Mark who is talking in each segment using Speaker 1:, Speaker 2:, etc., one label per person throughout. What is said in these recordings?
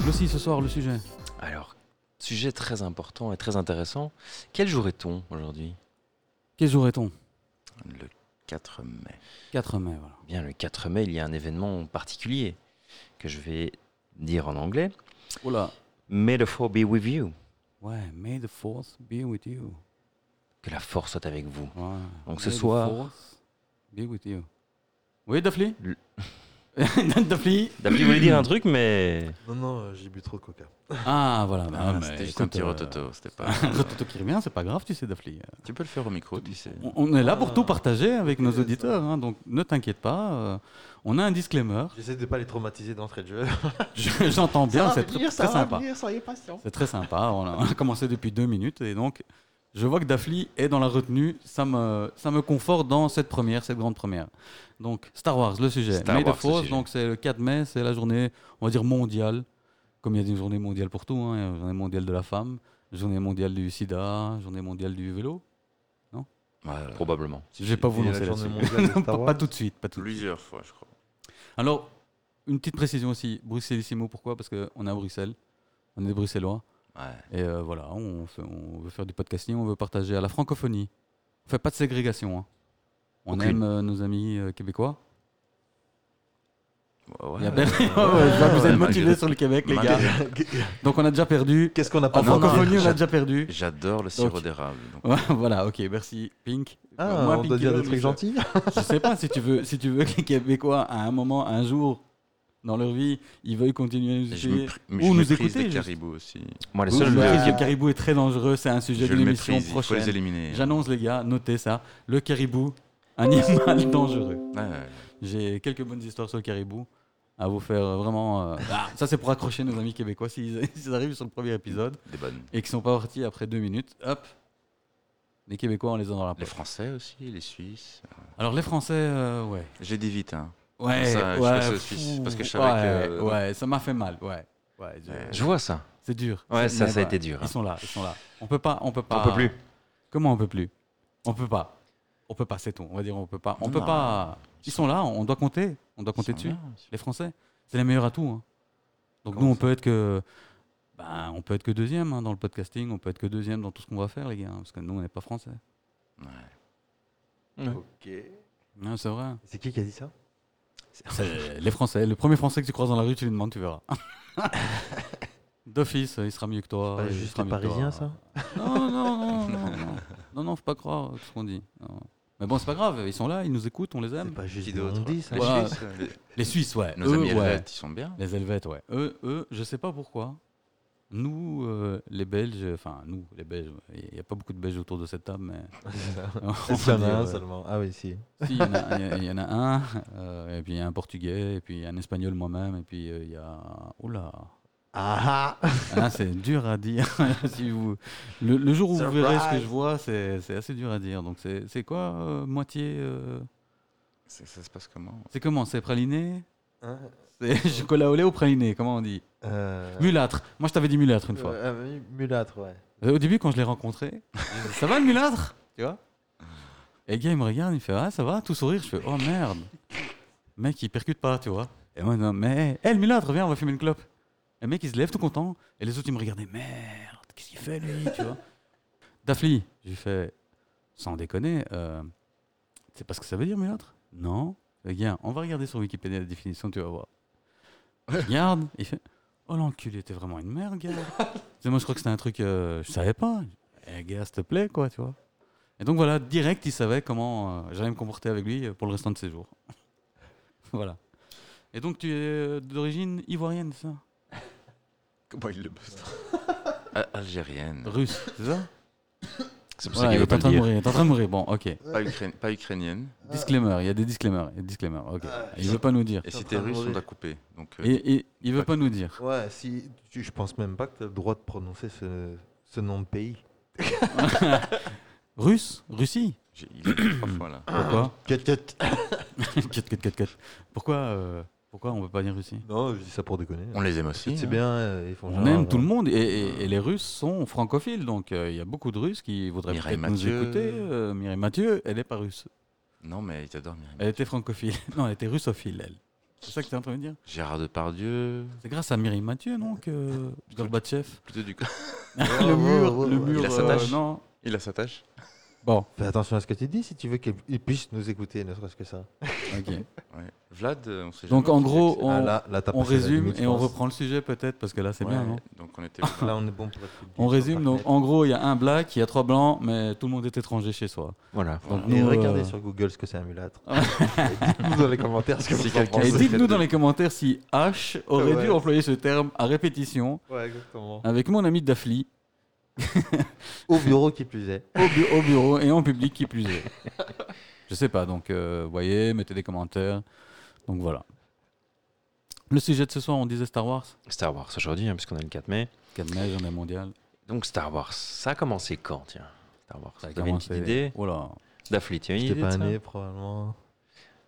Speaker 1: Glossy ce soir, le sujet.
Speaker 2: Alors, sujet très important et très intéressant. Quel jour est-on aujourd'hui
Speaker 1: Quel jour est-on
Speaker 2: Le 4 mai.
Speaker 1: 4 mai, voilà.
Speaker 2: Eh Bien, le 4 mai, il y a un événement particulier que je vais dire en anglais.
Speaker 1: Oh là.
Speaker 2: May the four be with you.
Speaker 1: Ouais, May the Fourth be with you.
Speaker 2: Que la force soit avec vous.
Speaker 1: Ouais.
Speaker 2: Donc ce
Speaker 1: May the
Speaker 2: soir-
Speaker 1: fourth be with you. Oui, Duffly
Speaker 2: Le-
Speaker 1: Duffly
Speaker 2: David voulait dire un truc, mais.
Speaker 3: Non, non, euh, j'ai bu trop de coca.
Speaker 1: Ah, voilà. bah, bah,
Speaker 4: C'était juste
Speaker 1: écoute,
Speaker 4: un petit
Speaker 1: euh,
Speaker 4: rototo, c'était pas.
Speaker 1: un rototo qui revient, c'est pas grave, tu sais, Duffly.
Speaker 4: tu peux le faire au micro, tu sais.
Speaker 1: On, on est là pour
Speaker 3: Ah.
Speaker 1: tout partager avec nos
Speaker 3: Ok, ça.
Speaker 1: auditeurs, hein, donc ne t'inquiète pas. euh, on a un disclaimer.
Speaker 3: J'essaie de pas les traumatiser d'entrée de jeu.
Speaker 1: Je- J'entends bien, c'est très, très sympa.
Speaker 3: soyez patients.
Speaker 1: C'est très sympa. On a, on a commencé depuis deux minutes et donc je vois que Dafli est dans la retenue. Ça me, ça me conforte dans cette première, cette grande première. Donc Star Wars, le sujet.
Speaker 4: Star
Speaker 1: May the
Speaker 4: Wars, le
Speaker 1: Force,
Speaker 4: sujet.
Speaker 1: donc c'est le 4 mai, c'est la journée, on va dire mondiale. Comme il y a des journées mondiales pour tout, hein, il y a la journée mondiale de la femme, journée mondiale du sida, journée mondiale du vélo.
Speaker 4: Voilà.
Speaker 2: Euh, Probablement.
Speaker 1: Je vais pas vous
Speaker 3: Et la
Speaker 1: lancer
Speaker 3: journée
Speaker 1: là-dessus.
Speaker 3: mondiale de
Speaker 1: Non,
Speaker 3: Star
Speaker 1: pas,
Speaker 3: Wars
Speaker 1: pas tout de suite, pas tout de suite.
Speaker 4: Plusieurs fois, je crois.
Speaker 1: Alors, une petite précision aussi, Bruxellissimo, pourquoi Parce qu'on est à Bruxelles, on est des Bruxellois.
Speaker 4: Ouais.
Speaker 1: Et euh, voilà, on, fait- on veut faire du podcasting, on veut partager à la francophonie. On fait pas de ségrégation. hein. On
Speaker 2: Aucune.
Speaker 1: aime euh, nos amis euh, québécois.
Speaker 4: Bah Ouais, ouais.
Speaker 1: Il y a Ber- Ouais, ouais, je vois que vous
Speaker 4: Ouais,
Speaker 1: êtes
Speaker 4: malgré-
Speaker 1: motivés sur le Québec, les gars.
Speaker 4: malgré-
Speaker 1: Donc on a déjà perdu.
Speaker 3: Qu'est-ce qu'on n'a pas
Speaker 1: En
Speaker 4: Ah non, non,
Speaker 1: francophonie, on a
Speaker 4: j'ad-
Speaker 1: déjà perdu.
Speaker 4: J'adore le sirop
Speaker 1: Donc-
Speaker 4: d'érable. donc-
Speaker 1: Ouais, voilà, ok, merci Pink.
Speaker 3: Ah,
Speaker 1: Moi,
Speaker 3: on
Speaker 1: Pink
Speaker 3: doit dire
Speaker 1: Kilo,
Speaker 3: des
Speaker 1: je-
Speaker 3: trucs gentils.
Speaker 1: Je sais pas si tu veux, si tu veux que les Québécois, à un moment, un jour, dans leur vie, ils veuillent continuer à nous
Speaker 4: Et Je, me
Speaker 1: écouter.
Speaker 4: pr- mais
Speaker 1: Ou
Speaker 4: je
Speaker 1: nous
Speaker 4: méprise
Speaker 1: écouter,
Speaker 4: les
Speaker 1: juste.
Speaker 4: caribous aussi.
Speaker 2: Moi, les
Speaker 1: Oui,
Speaker 2: seuls.
Speaker 1: le
Speaker 3: bah,
Speaker 2: deux-
Speaker 1: crise du caribou est très dangereux, c'est un
Speaker 4: Je
Speaker 1: sujet d'une
Speaker 4: le
Speaker 1: émission
Speaker 4: méprise, il faut les
Speaker 1: prochaine.
Speaker 4: éliminer.
Speaker 1: J'annonce les gars, notez ça, le caribou, animal dangereux.
Speaker 4: Ouais, ouais.
Speaker 1: J'ai quelques bonnes histoires sur le caribou à vous faire euh, vraiment... euh, ah, ça c'est pour accrocher nos amis québécois s'ils s'ils arrivent sur le premier épisode
Speaker 4: Des bonnes.
Speaker 1: et qu'ils sont pas partis après deux minutes, hop les Québécois, on les a dans la
Speaker 4: Les
Speaker 1: poche.
Speaker 4: Français aussi, les Suisses.
Speaker 1: Alors les Français, euh, ouais.
Speaker 4: J'ai dit vite, hein.
Speaker 1: Ouais,
Speaker 4: Ça, je
Speaker 1: ouais,
Speaker 4: suis passé aux Suisses,
Speaker 1: fou,
Speaker 4: parce que je savais
Speaker 1: ouais,
Speaker 4: que-
Speaker 1: ouais, ça m'a fait mal, ouais. ouais je-
Speaker 4: Ouais.
Speaker 2: Je vois ça.
Speaker 1: C'est dur.
Speaker 2: Ouais,
Speaker 1: C'est-
Speaker 2: ça,
Speaker 1: mais
Speaker 2: ça a
Speaker 1: ouais,
Speaker 2: été dur, hein.
Speaker 1: Ils sont là, ils sont là. On peut pas, on peut pas.
Speaker 2: On peut plus.
Speaker 1: Comment on peut plus On peut pas. On peut pas, c'est tout. On va dire on peut pas. On peut
Speaker 4: Non.
Speaker 1: pas. Ils sont là, on doit compter. On doit compter
Speaker 4: Ils
Speaker 1: dessus.
Speaker 4: sont bien.
Speaker 1: Les Français, c'est les meilleurs atouts. hein. Donc
Speaker 4: Comment
Speaker 1: nous, on
Speaker 4: ça
Speaker 1: peut être que, ben, on peut être que deuxième hein, dans le podcasting. On peut être que deuxième dans tout ce qu'on va faire, les gars, hein, parce que nous, on n'est pas français.
Speaker 3: Ok.
Speaker 1: Non, c'est vrai.
Speaker 3: C'est qui qui a dit ça
Speaker 1: C'est les Français. Le premier Français que tu croises dans la rue, tu lui demandes, tu verras. D'office, il sera mieux que toi.
Speaker 3: Pas
Speaker 1: il
Speaker 3: juste
Speaker 1: sera
Speaker 3: les
Speaker 1: mieux que toi.
Speaker 3: Parisiens, ça
Speaker 1: Non, non, non, non, non, non, non, faut pas croire ce qu'on dit. non. Mais bon, c'est pas grave, ils sont là, ils nous écoutent, on les aime.
Speaker 3: C'est pas juste
Speaker 4: Qui
Speaker 3: des hein.
Speaker 4: d'autre
Speaker 3: dit, ça.
Speaker 4: Les
Speaker 1: Ouais.
Speaker 4: Suisses, les-
Speaker 1: Les Suisses, ouais.
Speaker 4: Nos
Speaker 1: eux,
Speaker 4: amis
Speaker 1: ouais.
Speaker 4: helvètes, ils sont bien.
Speaker 1: Les Helvètes, ouais. Eux, eux, je sais pas pourquoi. Nous, euh, les Belges, enfin, nous, les Belges, il n'y a pas beaucoup de Belges autour de cette table, mais. on
Speaker 3: C'est
Speaker 1: va
Speaker 3: ça,
Speaker 1: dire,
Speaker 3: un
Speaker 1: ouais.
Speaker 3: seulement. Ah oui, si.
Speaker 1: Si, il y en a- il y, a- il y en a un, euh, et puis il y a un Portugais, et puis il y a un Espagnol moi-même, et puis euh, il y a. Oula
Speaker 3: Ah ah
Speaker 1: Ah, c'est dur à dire. si vous... le, le jour où vous verrez ce que je
Speaker 3: Surprise.
Speaker 1: vois, c'est c'est assez dur à dire. Donc, c'est c'est quoi euh, Moitié. euh,
Speaker 4: Ça, ça se passe comment
Speaker 1: C'est comment C'est praliné
Speaker 3: Hein
Speaker 1: C'est chocolat au lait ou praliné Comment on dit
Speaker 3: Euh,
Speaker 1: Mulâtre. Moi, je t'avais dit mulâtre une fois.
Speaker 3: euh, oui, mulâtre, ouais.
Speaker 1: Euh, Au début, quand je l'ai rencontré, je dis, ça va le mulâtre Tu vois Et le gars, il me regarde, il fait Ah, ça va Tout sourire. Je fais Oh merde Le Mec, il percute pas, tu vois. Et moi, non, mais, hé, le mulâtre, viens, on va fumer une clope. Et le mec, il se lève tout content. Et les autres, ils me regardaient Merde, qu'est-ce qu'il fait, lui Tu vois Dafli, j'ai fait Sans déconner, euh, tu sais pas ce que ça veut dire, mulâtre Non. Le gars, on va regarder sur Wikipédia la définition, tu vas voir. Regarde, il fait Oh l'enculé, t'es vraiment une merde, gars. Tu sais, moi, je crois que c'était un truc, euh, je savais pas. Eh, gars, s'il te plaît, quoi, tu vois. Et donc, voilà, direct, il savait comment euh, j'allais me comporter avec lui euh, pour le restant de ses jours. voilà. Et donc, tu es euh, d'origine ivoirienne, c'est ça
Speaker 4: Comment ils le bossent Al- Algérienne.
Speaker 1: Russe, c'est ça
Speaker 4: C'est pour ça
Speaker 1: Ouais,
Speaker 4: qu'il
Speaker 1: il
Speaker 4: veut
Speaker 1: est en
Speaker 4: pas le
Speaker 1: train de
Speaker 4: dire.
Speaker 1: mourir, il est en train de mourir. Bon, ok.
Speaker 4: Pas, ukraine- pas ukrainienne.
Speaker 1: Disclaimer, il y a des disclaimers. Il y a des disclaimers, ok. Il veut pas nous dire.
Speaker 4: Et si
Speaker 3: en
Speaker 4: t'es
Speaker 3: train de
Speaker 4: russe, on
Speaker 3: mourir.
Speaker 4: doit couper. Donc, euh,
Speaker 1: Et, et- il veut pas nous dire.
Speaker 3: Ouais, si. tu- Je pense même pas que t'as le droit de prononcer ce, ce nom de pays.
Speaker 1: Russe Russie
Speaker 4: j'ai- il est trois fois là.
Speaker 1: Pourquoi
Speaker 3: Cut, cut.
Speaker 1: Cut, cut, cut, cut. Pourquoi, euh, pourquoi on peut pas dire Russie
Speaker 3: Non, je dis ça pour déconner.
Speaker 4: On les aime aussi.
Speaker 3: C'est
Speaker 4: hein.
Speaker 3: bien, euh, ils font
Speaker 1: On aime tout le monde et,
Speaker 4: Euh.
Speaker 1: et- et les Russes sont francophiles, donc euh, il y a beaucoup de Russes qui voudraient
Speaker 4: Mireille
Speaker 1: peut-être nous
Speaker 4: Mathieu.
Speaker 1: écouter. Euh, Mireille Mathieu, elle n'est pas russe.
Speaker 4: Non, mais ils t'adorent, Myriam.
Speaker 1: Elle était francophile. Non, elle était russophile, elle. C'est ça que tu es en train de dire
Speaker 4: Gérard Depardieu.
Speaker 1: C'est grâce à Mireille Mathieu, non Que Gorbatchev.
Speaker 4: Plutôt du.
Speaker 1: le mur, le mur. euh,
Speaker 4: Il a sa tâche.
Speaker 1: non.
Speaker 4: Il a sa tâche.
Speaker 1: Bon,
Speaker 3: Fais attention à ce que tu dis si tu veux qu'il puisse nous écouter, ne serait-ce que ça.
Speaker 1: ok.
Speaker 4: Ouais. Vlad, euh, on sait
Speaker 1: Donc,
Speaker 4: jamais
Speaker 1: en
Speaker 4: qui
Speaker 1: gros,
Speaker 4: c'est.
Speaker 1: On-
Speaker 3: Ah, là, là, t'as
Speaker 1: On
Speaker 3: passé la
Speaker 1: résume
Speaker 3: limite, je
Speaker 1: et on
Speaker 3: pense.
Speaker 1: reprend le sujet peut-être parce que là c'est
Speaker 4: Ouais,
Speaker 1: bien, non
Speaker 4: Donc on était.
Speaker 3: Là, on est bon pour la suite du
Speaker 1: On résume, donc
Speaker 3: Internet.
Speaker 1: en gros il y a un black, il y a trois blancs, mais tout le monde est étranger chez soi.
Speaker 2: Voilà.
Speaker 1: Donc
Speaker 3: Et
Speaker 1: nous,
Speaker 3: regardez
Speaker 1: euh,
Speaker 3: sur Google ce que c'est un mulâtre.
Speaker 1: Ah.
Speaker 3: Et Dites-nous dans les commentaires ce que vous
Speaker 4: Si
Speaker 3: en
Speaker 4: quelqu'un-
Speaker 1: Et
Speaker 3: pensez.
Speaker 4: se
Speaker 1: dites-nous
Speaker 4: traite
Speaker 1: dans
Speaker 4: de-
Speaker 1: les commentaires si H aurait dû
Speaker 3: Ouais.
Speaker 1: employer ce terme à répétition
Speaker 3: Ouais, exactement.
Speaker 1: avec mon ami Dafli
Speaker 3: Au bureau qui plus est.
Speaker 1: au, bu- au bureau et en public qui plus est. Je sais pas, donc euh, voyez, mettez des commentaires. Donc voilà. Le sujet de ce soir, on disait Star Wars.
Speaker 2: Star Wars aujourd'hui, hein, puisqu'on est le 4 mai.
Speaker 1: 4 mai, journée mondiale.
Speaker 2: Donc Star Wars, ça a commencé quand, tiens Star Wars,
Speaker 1: Ça a
Speaker 2: t'avais une petite
Speaker 1: commencé-
Speaker 2: idée
Speaker 1: Oh là.
Speaker 2: Daffly, tu as une
Speaker 3: J'étais
Speaker 2: idée
Speaker 3: pas
Speaker 2: de ça
Speaker 3: né, probablement.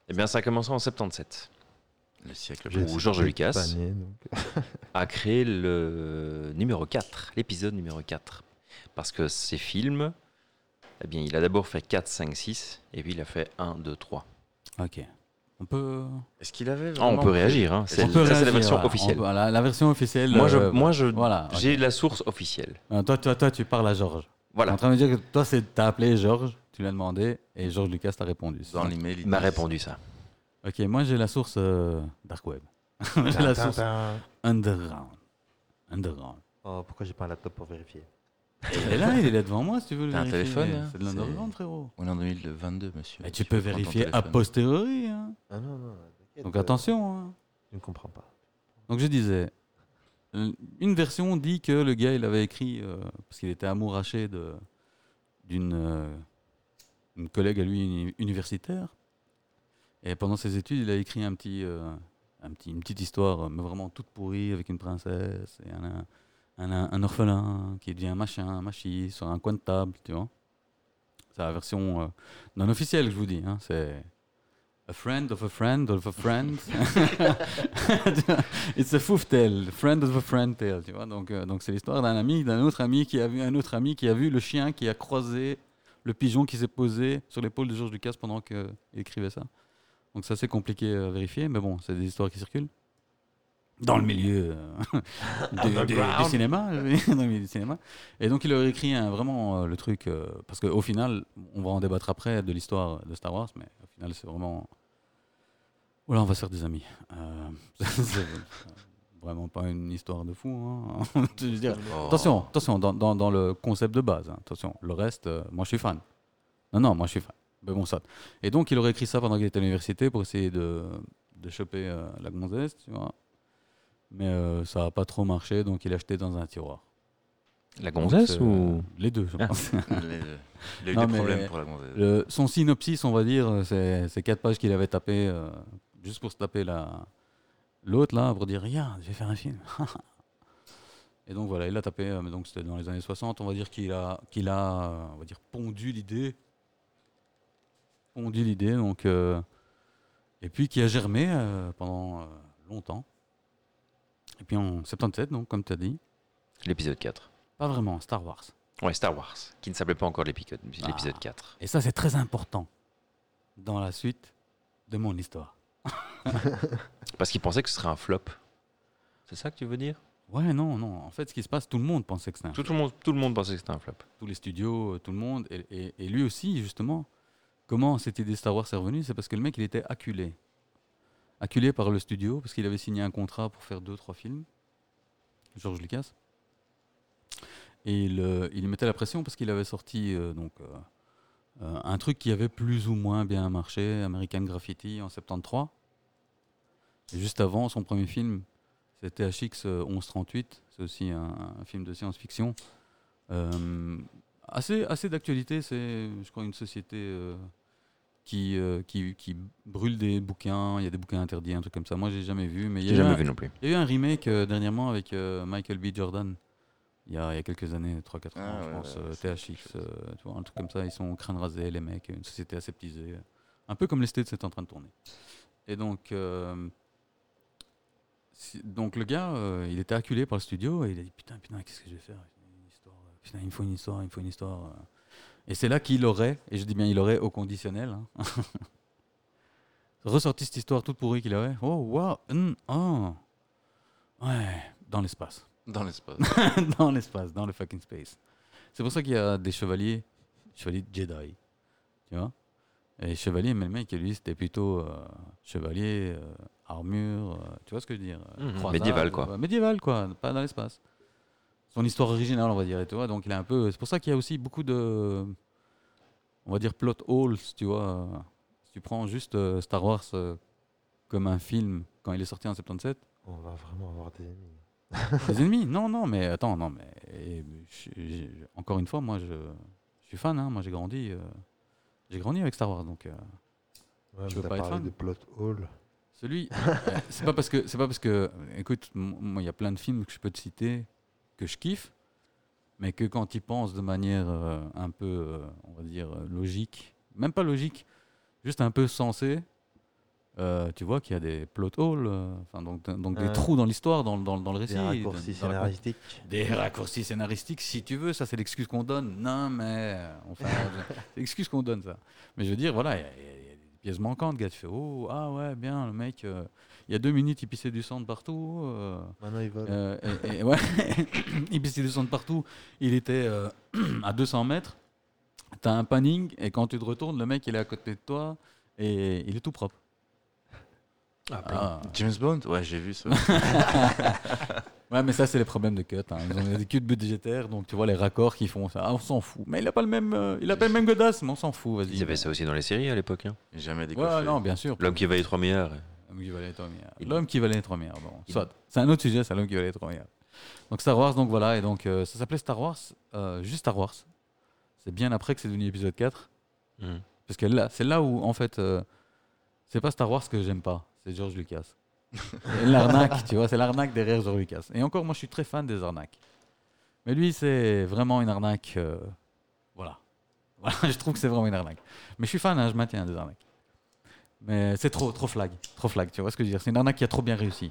Speaker 2: Eh bien, ça a commencé en 77.
Speaker 4: Le siècle.
Speaker 2: Je-
Speaker 4: prochain.
Speaker 2: Ou George
Speaker 3: J'étais
Speaker 2: Lucas.
Speaker 3: pas né, donc.
Speaker 2: A créé le numéro 4, l'épisode numéro 4. Parce que ces films, eh bien, il a d'abord fait 4, 5, 6, et puis il a fait 1, 2, 3.
Speaker 1: Ok. On peut.
Speaker 4: Est-ce qu'il avait
Speaker 2: Ah, on
Speaker 4: vraiment
Speaker 2: peut
Speaker 4: pris-
Speaker 2: réagir, hein. C'est-
Speaker 1: on peut
Speaker 2: ça c'est la
Speaker 1: réagir,
Speaker 2: version
Speaker 1: voilà.
Speaker 2: officielle.
Speaker 1: On peut- la, la version officielle.
Speaker 2: Moi, je,
Speaker 1: euh,
Speaker 2: moi je,
Speaker 1: Voilà. ok.
Speaker 2: j'ai la source officielle.
Speaker 1: Euh, Toi, toi, toi, tu parles à Georges. T'es
Speaker 2: Voilà.
Speaker 1: en train de dire que toi, c'est t'as appelé Georges, tu l'as demandé et Georges Lucas t'a répondu. c'est
Speaker 4: Dans
Speaker 1: ça
Speaker 4: l'email, il
Speaker 2: Il m'a
Speaker 4: dit-
Speaker 2: répondu ça.
Speaker 1: Ok, moi j'ai la source euh, Dark Web. j'ai la source
Speaker 3: Tintin.
Speaker 1: Underground. Underground.
Speaker 3: Oh, pourquoi j'ai pas un laptop pour vérifier
Speaker 1: Il est là, il est là devant moi si tu veux le
Speaker 4: T'as un
Speaker 1: vérifier,
Speaker 4: téléphone,
Speaker 1: mais
Speaker 4: hein,
Speaker 1: C'est de l'Underground, frérot.
Speaker 4: On est en 2022, monsieur.
Speaker 1: Mais tu peux
Speaker 4: prends ton
Speaker 1: vérifier a
Speaker 4: téléphone.
Speaker 1: posteriori. hein.
Speaker 3: Ah non, non, t'inquiète,
Speaker 1: Donc
Speaker 3: euh,
Speaker 1: attention. hein.
Speaker 3: Tu ne comprends pas.
Speaker 1: Donc je disais, l- une version dit que le gars, il avait écrit, euh, parce qu'il était amouraché de- d'une euh, une collègue à lui uni- universitaire, et pendant ses études, il a écrit un petit, euh, un petit, une petite histoire, euh, mais vraiment toute pourrie, avec une princesse, et un, un, un orphelin qui devient machin, un machi, sur un coin de table, tu vois. C'est la version euh, non officielle que je vous dis, hein, c'est... A friend of a friend of a friend. Tu vois, It's a foof tale, friend of a friend tale, tu vois. Donc, euh, donc c'est l'histoire d'un ami, d'un autre ami qui a vu un autre ami qui a vu le chien qui a croisé le pigeon qui s'est posé sur l'épaule de Georges Lucas pendant qu'il écrivait ça. Donc ça c'est compliqué à vérifier, mais bon, c'est des histoires qui circulent dans le milieu euh, du- du- du,
Speaker 4: Underground.
Speaker 1: cinéma, je veux dire, dans le milieu du cinéma. Et donc il aurait écrit un- vraiment euh, le truc euh, parce qu'au final, on va en débattre après de l'histoire de Star Wars, mais au final c'est vraiment Oh là, on va se faire des amis. Euh, c'est vraiment pas une histoire de fou. hein. Je veux dire,
Speaker 4: Oh.
Speaker 1: Attention, attention, dans, dans- dans le concept de base. hein. Attention, le reste, euh, moi je suis fan. Non, non, moi je suis fan. Mais bon, ça. Et donc, il aurait écrit ça pendant qu'il était à l'université pour essayer de, de choper euh, la gonzesse, tu vois. Mais euh, ça n'a pas trop marché, donc il a acheté dans un tiroir.
Speaker 2: La
Speaker 1: Donc,
Speaker 2: gonzesse
Speaker 1: c'est,
Speaker 2: ou
Speaker 1: Les deux, je
Speaker 2: Ah.
Speaker 1: pense.
Speaker 4: Il a- il a eu
Speaker 1: Non,
Speaker 4: des
Speaker 1: mais-
Speaker 4: problèmes pour la gonzesse.
Speaker 1: Le- son synopsis, on va dire, euh, c'est c'est quatre pages qu'il avait tapé euh, juste pour se taper la- l'autre là, pour dire regarde, je vais faire un film. Et donc voilà, il a tapé, euh, mais donc c'était dans les années 60, on va dire qu'il a, qu'il a euh, on va dire, pondu l'idée. Pondu l'idée, donc. euh, et puis qui a germé euh, pendant euh, longtemps. Et puis en 77, donc, comme tu as dit,
Speaker 2: l'épisode 4
Speaker 1: pas vraiment, Star Wars.
Speaker 2: Ouais, Star Wars, qui ne s'appelait pas encore l'épisode
Speaker 1: Ah.
Speaker 2: l'épisode 4.
Speaker 1: Et ça, c'est très important dans la suite de mon histoire.
Speaker 2: Parce qu'il pensait que ce serait un flop. C'est ça que tu veux dire
Speaker 1: Ouais, non, non. En fait, ce qui se passe, tout le monde pensait que c'était un
Speaker 2: tout, le monde, tout le monde pensait que c'était un flop.
Speaker 1: Tous les studios, euh, tout le monde. Et, et- et lui aussi, justement, comment cette idée Star Wars est revenue C'est parce que le mec, il était acculé. Acculé par le studio, parce qu'il avait signé un contrat pour faire deux, trois films. George Lucas. Et il, euh, il lui mettait la pression parce qu'il avait sorti euh, donc, euh, euh, un truc qui avait plus ou moins bien marché, American Graffiti en 73. Et juste avant, son premier film, c'était HX euh, 1138. C'est aussi un, un film de science-fiction. Euh, assez assez d'actualité, c'est, je crois, une société euh, qui, euh, qui, qui brûle des bouquins. Il y a des bouquins interdits, un truc comme ça. Moi, j'ai jamais vu. mais il y a
Speaker 2: J'ai
Speaker 1: eu
Speaker 2: jamais
Speaker 1: un-
Speaker 2: vu non plus.
Speaker 1: il y a eu un remake euh, dernièrement avec euh, Michael B. Jordan, il y a, il y a quelques années, 3-4 ans,
Speaker 4: Ah,
Speaker 1: je
Speaker 4: ouais,
Speaker 1: pense,
Speaker 4: ouais,
Speaker 1: euh,
Speaker 4: ça me dit
Speaker 1: THX,
Speaker 4: quelque chose.
Speaker 1: euh, tu vois, un truc comme ça, ils sont au crâne rasé, les mecs, une société aseptisée, euh, un peu comme les States, c'est en train de tourner. Et donc, euh, si- donc le gars, euh, il était acculé par le studio et il a dit Putain, putain, qu'est-ce que je vais faire Une histoire, euh, Putain, il me faut une histoire, il me faut une histoire. euh. Et c'est là qu'il aurait, et je dis bien il aurait au conditionnel, hein, ressorti cette histoire toute pourrie qu'il avait. Oh, waouh, hum, oh. Ouais, dans l'espace.
Speaker 4: Dans l'espace.
Speaker 2: Ah.
Speaker 1: dans l'espace, dans le fucking space. C'est pour ça qu'il y a des chevaliers, chevaliers Jedi, tu vois. Et chevalier, mais le mec, lui, c'était plutôt euh, chevalier, euh, armure, euh, tu vois ce que je veux dire euh,
Speaker 2: Mhm.
Speaker 1: croisade,
Speaker 2: Médiéval, quoi.
Speaker 1: ouais, médiéval, quoi, pas dans l'espace. Son histoire originale, on va dire, et tu vois, donc il a un peu... C'est pour ça qu'il y a aussi beaucoup de, on va dire, plot holes, tu vois. Si tu prends juste euh, Star Wars euh, comme un film, quand il est sorti en 77,
Speaker 3: On va vraiment avoir des ennemis.
Speaker 1: des ennemis Non, non, mais attends, non, mais et je- je- encore une fois, moi, je, je suis fan. hein, moi, j'ai grandi, euh, j'ai grandi avec Star Wars. Donc, euh,
Speaker 3: Ouais,
Speaker 1: Tu
Speaker 3: mais
Speaker 1: veux
Speaker 3: t'as
Speaker 1: pas être
Speaker 3: parlé
Speaker 1: fan
Speaker 3: de plot hole.
Speaker 1: celui, euh, c'est pas parce que, c'est pas parce que, écoute, m- moi, il y a plein de films que je peux te citer que je kiffe, mais que quand ils pensent de manière euh, un peu, euh, on va dire euh, logique, même pas logique, juste un peu sensée. euh, tu vois qu'il y a des plot holes, euh, enfin donc, donc des
Speaker 3: Ouais.
Speaker 1: trous dans l'histoire, dans, le- dans, le- dans le récit,
Speaker 3: Des raccourcis
Speaker 1: dans- dans la
Speaker 3: scénaristiques.
Speaker 1: Des raccourcis scénaristiques, si tu veux, ça c'est l'excuse qu'on donne. Non, mais. euh, Enfin, je- c'est l'excuse qu'on donne, ça. Mais je veux dire, voilà, il y, a- il y a- il y a des pièces manquantes, gars. Tu fais, oh, ah ouais, bien, le mec, euh, il y a deux minutes, il pissait du sang de partout. euh,
Speaker 3: Maintenant, ils volent.
Speaker 1: euh, et- et- ouais, il pissait du sang de partout. Il était euh, à 200 mètres. T'as un panning, et quand tu te retournes, le mec, il est à côté de toi, et il est tout propre. Ah.
Speaker 4: James Bond Ouais, j'ai vu ça.
Speaker 1: Ouais, mais ça, c'est les problèmes de cut. hein. Ils ont des cuts budgétaires, donc tu vois les raccords qui font ça. Ah, on s'en fout. Mais il a pas le même, euh, il a pas le même godasse, mais on s'en fout, vas-y.
Speaker 2: Ils avaient ça aussi dans les séries à l'époque. hein.
Speaker 4: J'ai Jamais décoffé.
Speaker 1: Ouais, non, bien sûr.
Speaker 2: L'homme qui valait 3 milliards.
Speaker 1: L'homme qui valait les trois milliards.
Speaker 2: Il-
Speaker 1: L'homme qui valait les trois milliards, bon,
Speaker 2: Il-
Speaker 1: soit. C'est un autre sujet, c'est l'homme qui valait les trois milliards. Donc Star Wars, donc voilà, et donc euh, ça s'appelait Star Wars, euh, juste Star Wars. C'est bien après que c'est devenu épisode 4.
Speaker 2: Mhm.
Speaker 1: Parce que là, c'est là où, en fait, euh, c'est pas Star Wars que j'aime pas, c'est George Lucas. Et l'arnaque, tu vois, c'est l'arnaque derrière George Lucas. Et encore, moi, je suis très fan des arnaques. Mais lui, c'est vraiment une arnaque. euh, voilà. Voilà, je trouve que c'est vraiment une arnaque. Mais je suis fan, hein, je maintiens des arnaques. Mais c'est trop, trop flag. Trop flag, tu vois ce que je veux dire. C'est une arnaque qui a trop bien réussi.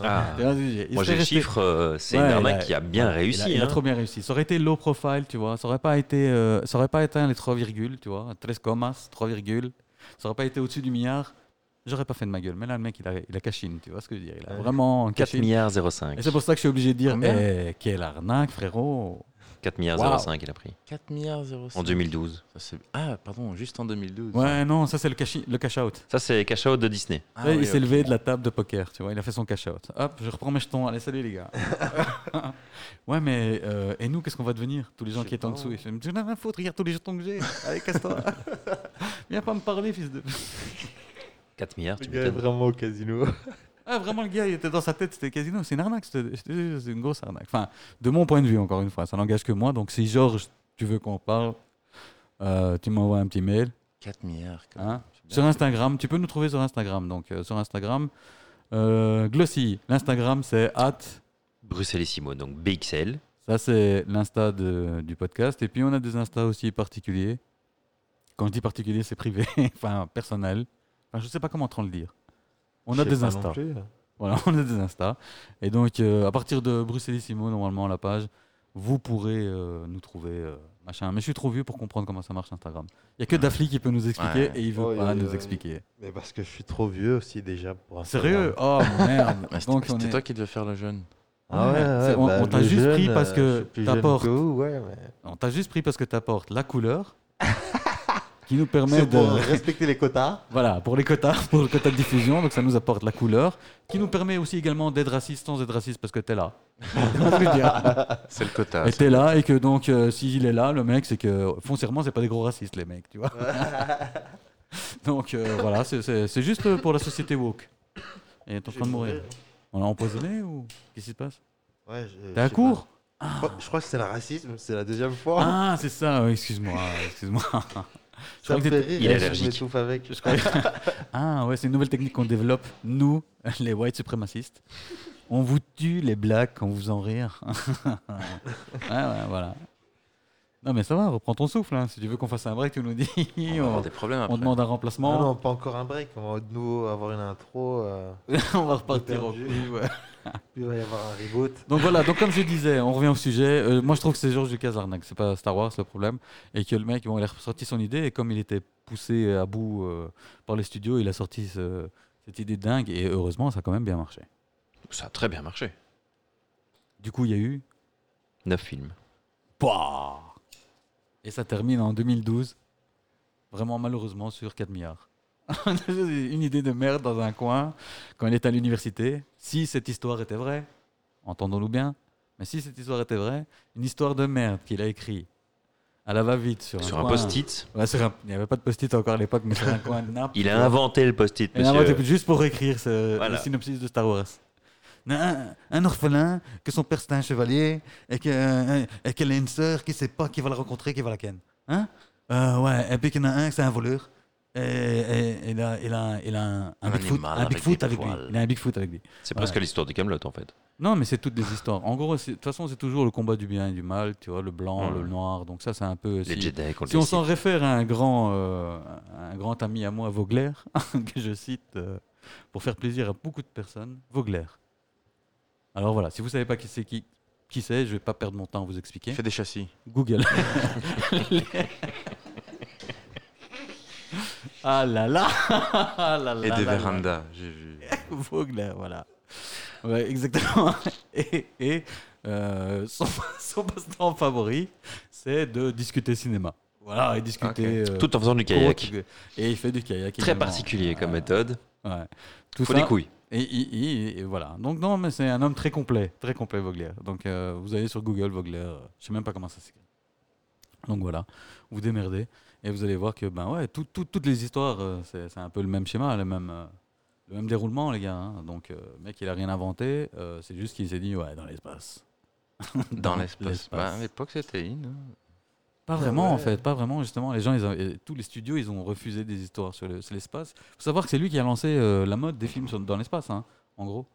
Speaker 2: Ah.
Speaker 1: Tu vois, il serait
Speaker 2: Moi j'ai le
Speaker 1: resté-
Speaker 2: chiffre, euh, c'est
Speaker 1: Ouais,
Speaker 2: une
Speaker 1: il
Speaker 2: arnaque qui a bien
Speaker 1: il a-
Speaker 2: réussi.
Speaker 1: Il a,
Speaker 2: hein.
Speaker 1: trop bien réussi. Ça aurait été low profile, tu vois. Ça aurait pas été, euh, ça aurait pas atteint les 3 virgules, tu vois. 13 commas, 3 virgules. Ça aurait pas été au-dessus du milliard. J'aurais pas fait de ma gueule. Mais là, le mec, il a, il a cachine, tu vois ce que je veux dire. Il a
Speaker 3: Ouais.
Speaker 1: vraiment
Speaker 2: 4
Speaker 1: cachine.
Speaker 2: milliards Ah, 05.
Speaker 1: Et c'est pour ça que je suis obligé de dire,
Speaker 4: Combien
Speaker 1: eh, quelle arnaque, frérot.
Speaker 2: 4 milliards
Speaker 1: Waouh.
Speaker 2: 05 il a pris.
Speaker 4: 4 milliards 0.
Speaker 2: En 2012.
Speaker 4: Ah, pardon, juste en 2012.
Speaker 1: Ouais, non, ça, c'est le, cash le cash out.
Speaker 2: Ça c'est cash out de Disney.
Speaker 4: Ah
Speaker 1: Là, il
Speaker 4: oui,
Speaker 1: s'est
Speaker 4: ok.
Speaker 1: levé de la table de poker, tu vois, il a fait son cash out. Hop, je reprends mes jetons, allez, salut les gars. ouais, mais euh, et nous, qu'est-ce qu'on va devenir Tous les gens
Speaker 4: Je
Speaker 1: qui
Speaker 4: sais
Speaker 1: étaient en
Speaker 4: pas.
Speaker 1: dessous, ils font, j'en ai rien à foutre, regarde tous les jetons que j'ai, allez, casse-toi. Viens pas me parler, fils de.
Speaker 2: 4 milliards, tu
Speaker 3: Le gars est
Speaker 2: m'étonnes.
Speaker 3: vraiment au casino.
Speaker 1: Ah, vraiment, le gars, il était dans sa tête, c'était casino, c'est une arnaque, c'était- c'était- c'est une grosse arnaque. Enfin, de mon point de vue, encore une fois, ça n'engage que moi, donc si Georges, tu veux qu'on parle, euh, tu m'envoies un petit mail.
Speaker 4: 4 milliards. quand
Speaker 1: Hein
Speaker 4: même. C'est bien.
Speaker 1: Sur Instagram, tu peux nous trouver sur Instagram. Donc euh, sur Instagram, euh, Glossy, l'Instagram c'est at,
Speaker 2: Bruxelles-Simo, donc BXL.
Speaker 1: ça c'est l'insta de- du podcast. Et puis on a des instas aussi particuliers. Quand je dis particulier, c'est privé, enfin personnel. Enfin, je sais pas comment on le dire. On
Speaker 3: Je
Speaker 1: a
Speaker 3: sais
Speaker 1: des
Speaker 3: pas non
Speaker 1: instas.
Speaker 3: plus.
Speaker 1: Voilà, on a des Insta. Et donc, euh, à partir de Bruxellissimo, normalement, la page, vous pourrez euh, nous trouver. euh, machin. Mais je suis trop vieux pour comprendre comment ça marche Instagram. Il n'y a que Dafli qui peut nous expliquer
Speaker 4: Ouais.
Speaker 1: et il veut
Speaker 3: Oh,
Speaker 1: pas
Speaker 3: il-
Speaker 1: nous
Speaker 3: il-
Speaker 1: expliquer.
Speaker 3: Mais parce que je suis trop vieux aussi déjà pour Instagram.
Speaker 1: Sérieux Oh merde
Speaker 4: Ouais, c'était-
Speaker 1: Donc on
Speaker 4: C'était
Speaker 1: est-
Speaker 4: toi qui devais faire le jeune.
Speaker 3: Ah ouais,
Speaker 1: Ouais,
Speaker 3: ouais,
Speaker 1: c'est- on-
Speaker 3: bah,
Speaker 1: on t'a
Speaker 3: le
Speaker 1: juste pris
Speaker 3: jeune,
Speaker 1: parce
Speaker 3: euh,
Speaker 1: que
Speaker 3: je suis plus
Speaker 1: t'apportes.
Speaker 3: jeune que vous, ouais, mais-
Speaker 1: On t'a juste pris parce que t'apportes la couleur qui nous permet
Speaker 3: C'est
Speaker 1: de...
Speaker 3: pour respecter les quotas.
Speaker 1: Voilà, pour les quotas, pour le quota de diffusion, donc ça nous apporte la couleur, qui nous permet aussi également d'être raciste sans être raciste parce que t'es là. Tu vois ce que je veux dire
Speaker 4: C'est le quota.
Speaker 1: et t'es là et que donc euh, s'il est là, le mec, c'est que foncièrement, c'est pas des gros racistes les mecs, tu vois. donc euh, voilà, c'est- c'est c'est juste pour la société woke. Et t'es en train de mourir. On l'a empoisonné ou qu'est-ce qui se passe
Speaker 3: Ouais, je-
Speaker 4: Euh,
Speaker 1: T'es
Speaker 3: je
Speaker 1: à
Speaker 3: sais
Speaker 1: court
Speaker 3: pas. Je crois- Je crois que c'est le racisme, c'est la deuxième fois.
Speaker 1: Ah, c'est ça, oui, excuse-moi, excuse-moi. je
Speaker 3: Ça
Speaker 1: crois
Speaker 3: me
Speaker 1: que
Speaker 3: fait
Speaker 1: t'étais-
Speaker 3: rire,
Speaker 2: Il est
Speaker 3: je
Speaker 2: allergique.
Speaker 3: m'étouffe avec.
Speaker 1: Ah ouais, c'est une nouvelle technique qu'on développe, nous, les white suprémacistes. On vous tue les blacks, on vous en rire. ouais, ouais, voilà. Non, mais ça va, reprends ton souffle. hein. Si tu veux qu'on fasse un break, tu nous dis.
Speaker 4: On va
Speaker 1: On,
Speaker 4: avoir des problèmes
Speaker 1: on
Speaker 4: après.
Speaker 1: demande un
Speaker 3: Non,
Speaker 1: remplacement.
Speaker 3: Ah non, pas encore un break. On va de nouveau avoir une intro. euh,
Speaker 1: on va repartir au
Speaker 3: Perdu.
Speaker 1: couille, ouais.
Speaker 3: puis il va y avoir un reboot.
Speaker 1: Donc voilà, donc comme je disais, on revient au sujet. Euh, moi, je trouve que c'est George Lucas arnaque, c'est pas Star Wars le problème. Et que le mec, bon, il a sorti son idée, et comme il était poussé à bout euh, par les studios, il a sorti ce- cette idée dingue, et heureusement, ça a quand même bien marché.
Speaker 2: Ça a très bien marché.
Speaker 1: Du coup, il y a eu.
Speaker 2: Neuf films.
Speaker 1: Pouah et ça termine en 2012, vraiment malheureusement, sur 4 milliards. Une idée de merde dans un coin, quand il est à l'université. Si cette histoire était vraie, entendons-nous bien, mais si cette histoire était vraie, une histoire de merde qu'il a écrite à la va-vite sur,
Speaker 2: Sur un
Speaker 1: coin-
Speaker 2: post-it.
Speaker 1: Ouais, sur un- Il n'y avait pas de post-it encore à l'époque, mais sur un coin de nappe.
Speaker 2: Il a inventé le post-it,
Speaker 1: Et là, moi,
Speaker 2: monsieur.
Speaker 1: t'es juste pour écrire ce,
Speaker 2: Voilà.
Speaker 1: le synopsis de Star Wars. Un, un orphelin, que son père c'est un chevalier, et que, euh, et qu'elle a une sœur qui sait pas qui va la rencontrer, qui va la ken. Hein Euh, Ouais, et puis qu'il y en a un c'est un voleur. Et, et- et il a, il a, il a un, un
Speaker 4: Un
Speaker 1: Bigfoot,
Speaker 4: animal
Speaker 1: un
Speaker 4: avec
Speaker 1: Bigfoot
Speaker 4: des
Speaker 1: avec, lui.
Speaker 4: poils.
Speaker 1: Il a un Bigfoot avec lui.
Speaker 2: C'est presque l'histoire du Camelot en fait.
Speaker 1: Non, mais c'est toutes des histoires. En gros, c'est- de toute façon, c'est toujours le combat du bien et du mal, tu vois, le blanc,
Speaker 4: Hmm.
Speaker 2: Ouais.
Speaker 1: le noir. Donc ça, c'est un peu.
Speaker 2: Les
Speaker 1: si-
Speaker 2: Jedi contre
Speaker 1: si on
Speaker 2: les Sith.
Speaker 1: s'en réfère à un grand, euh, un grand ami à moi, Vogler, que je cite euh, pour faire plaisir à beaucoup de personnes, Vogler. Alors voilà, si vous savez pas qui c'est qui, qui c'est, je vais pas perdre mon temps à vous expliquer.
Speaker 4: Il fait des châssis.
Speaker 1: Google. ah là là, ah là là
Speaker 4: Et des
Speaker 1: là là.
Speaker 4: vérandas, j'ai vu.
Speaker 1: Vogler, voilà. Ouais, exactement. Et, et, euh, son, son passe-temps favori, c'est de discuter cinéma. Voilà, et discuter. euh,
Speaker 2: Tout en faisant du
Speaker 1: cours,
Speaker 2: kayak.
Speaker 1: tout- Et il fait du kayak.
Speaker 2: Très
Speaker 1: évidemment.
Speaker 2: particulier comme
Speaker 1: Ouais.
Speaker 2: méthode.
Speaker 1: Ouais. Ah. Tout
Speaker 2: Faut
Speaker 1: ça.
Speaker 2: des couilles.
Speaker 1: Et, et- et- et voilà. Donc, non, mais c'est un homme très complet. Très complet, Vogler. Donc, euh, vous allez sur Google, Vogler. euh, je sais même pas comment ça s'écrit. Donc, voilà. Vous démerdez. Et vous allez voir que, ben ouais, tout- tout- toutes les histoires, euh, c'est c'est un peu le même schéma, le même, euh, le même déroulement, les gars. hein. Donc, euh, le mec, il a rien inventé. euh, c'est juste qu'il s'est dit, ouais, dans l'espace.
Speaker 4: Dans l'espace. Bah, à l'époque, c'était in. hein.
Speaker 1: Pas
Speaker 3: Ah
Speaker 1: vraiment, en
Speaker 3: ouais.
Speaker 1: fait, pas vraiment. Justement, les gens, ils ont- et tous les studios, ils ont refusé des histoires sur le- sur l'espace. faut savoir que c'est lui qui a lancé euh, la mode des films sur- dans l'espace, hein, en gros.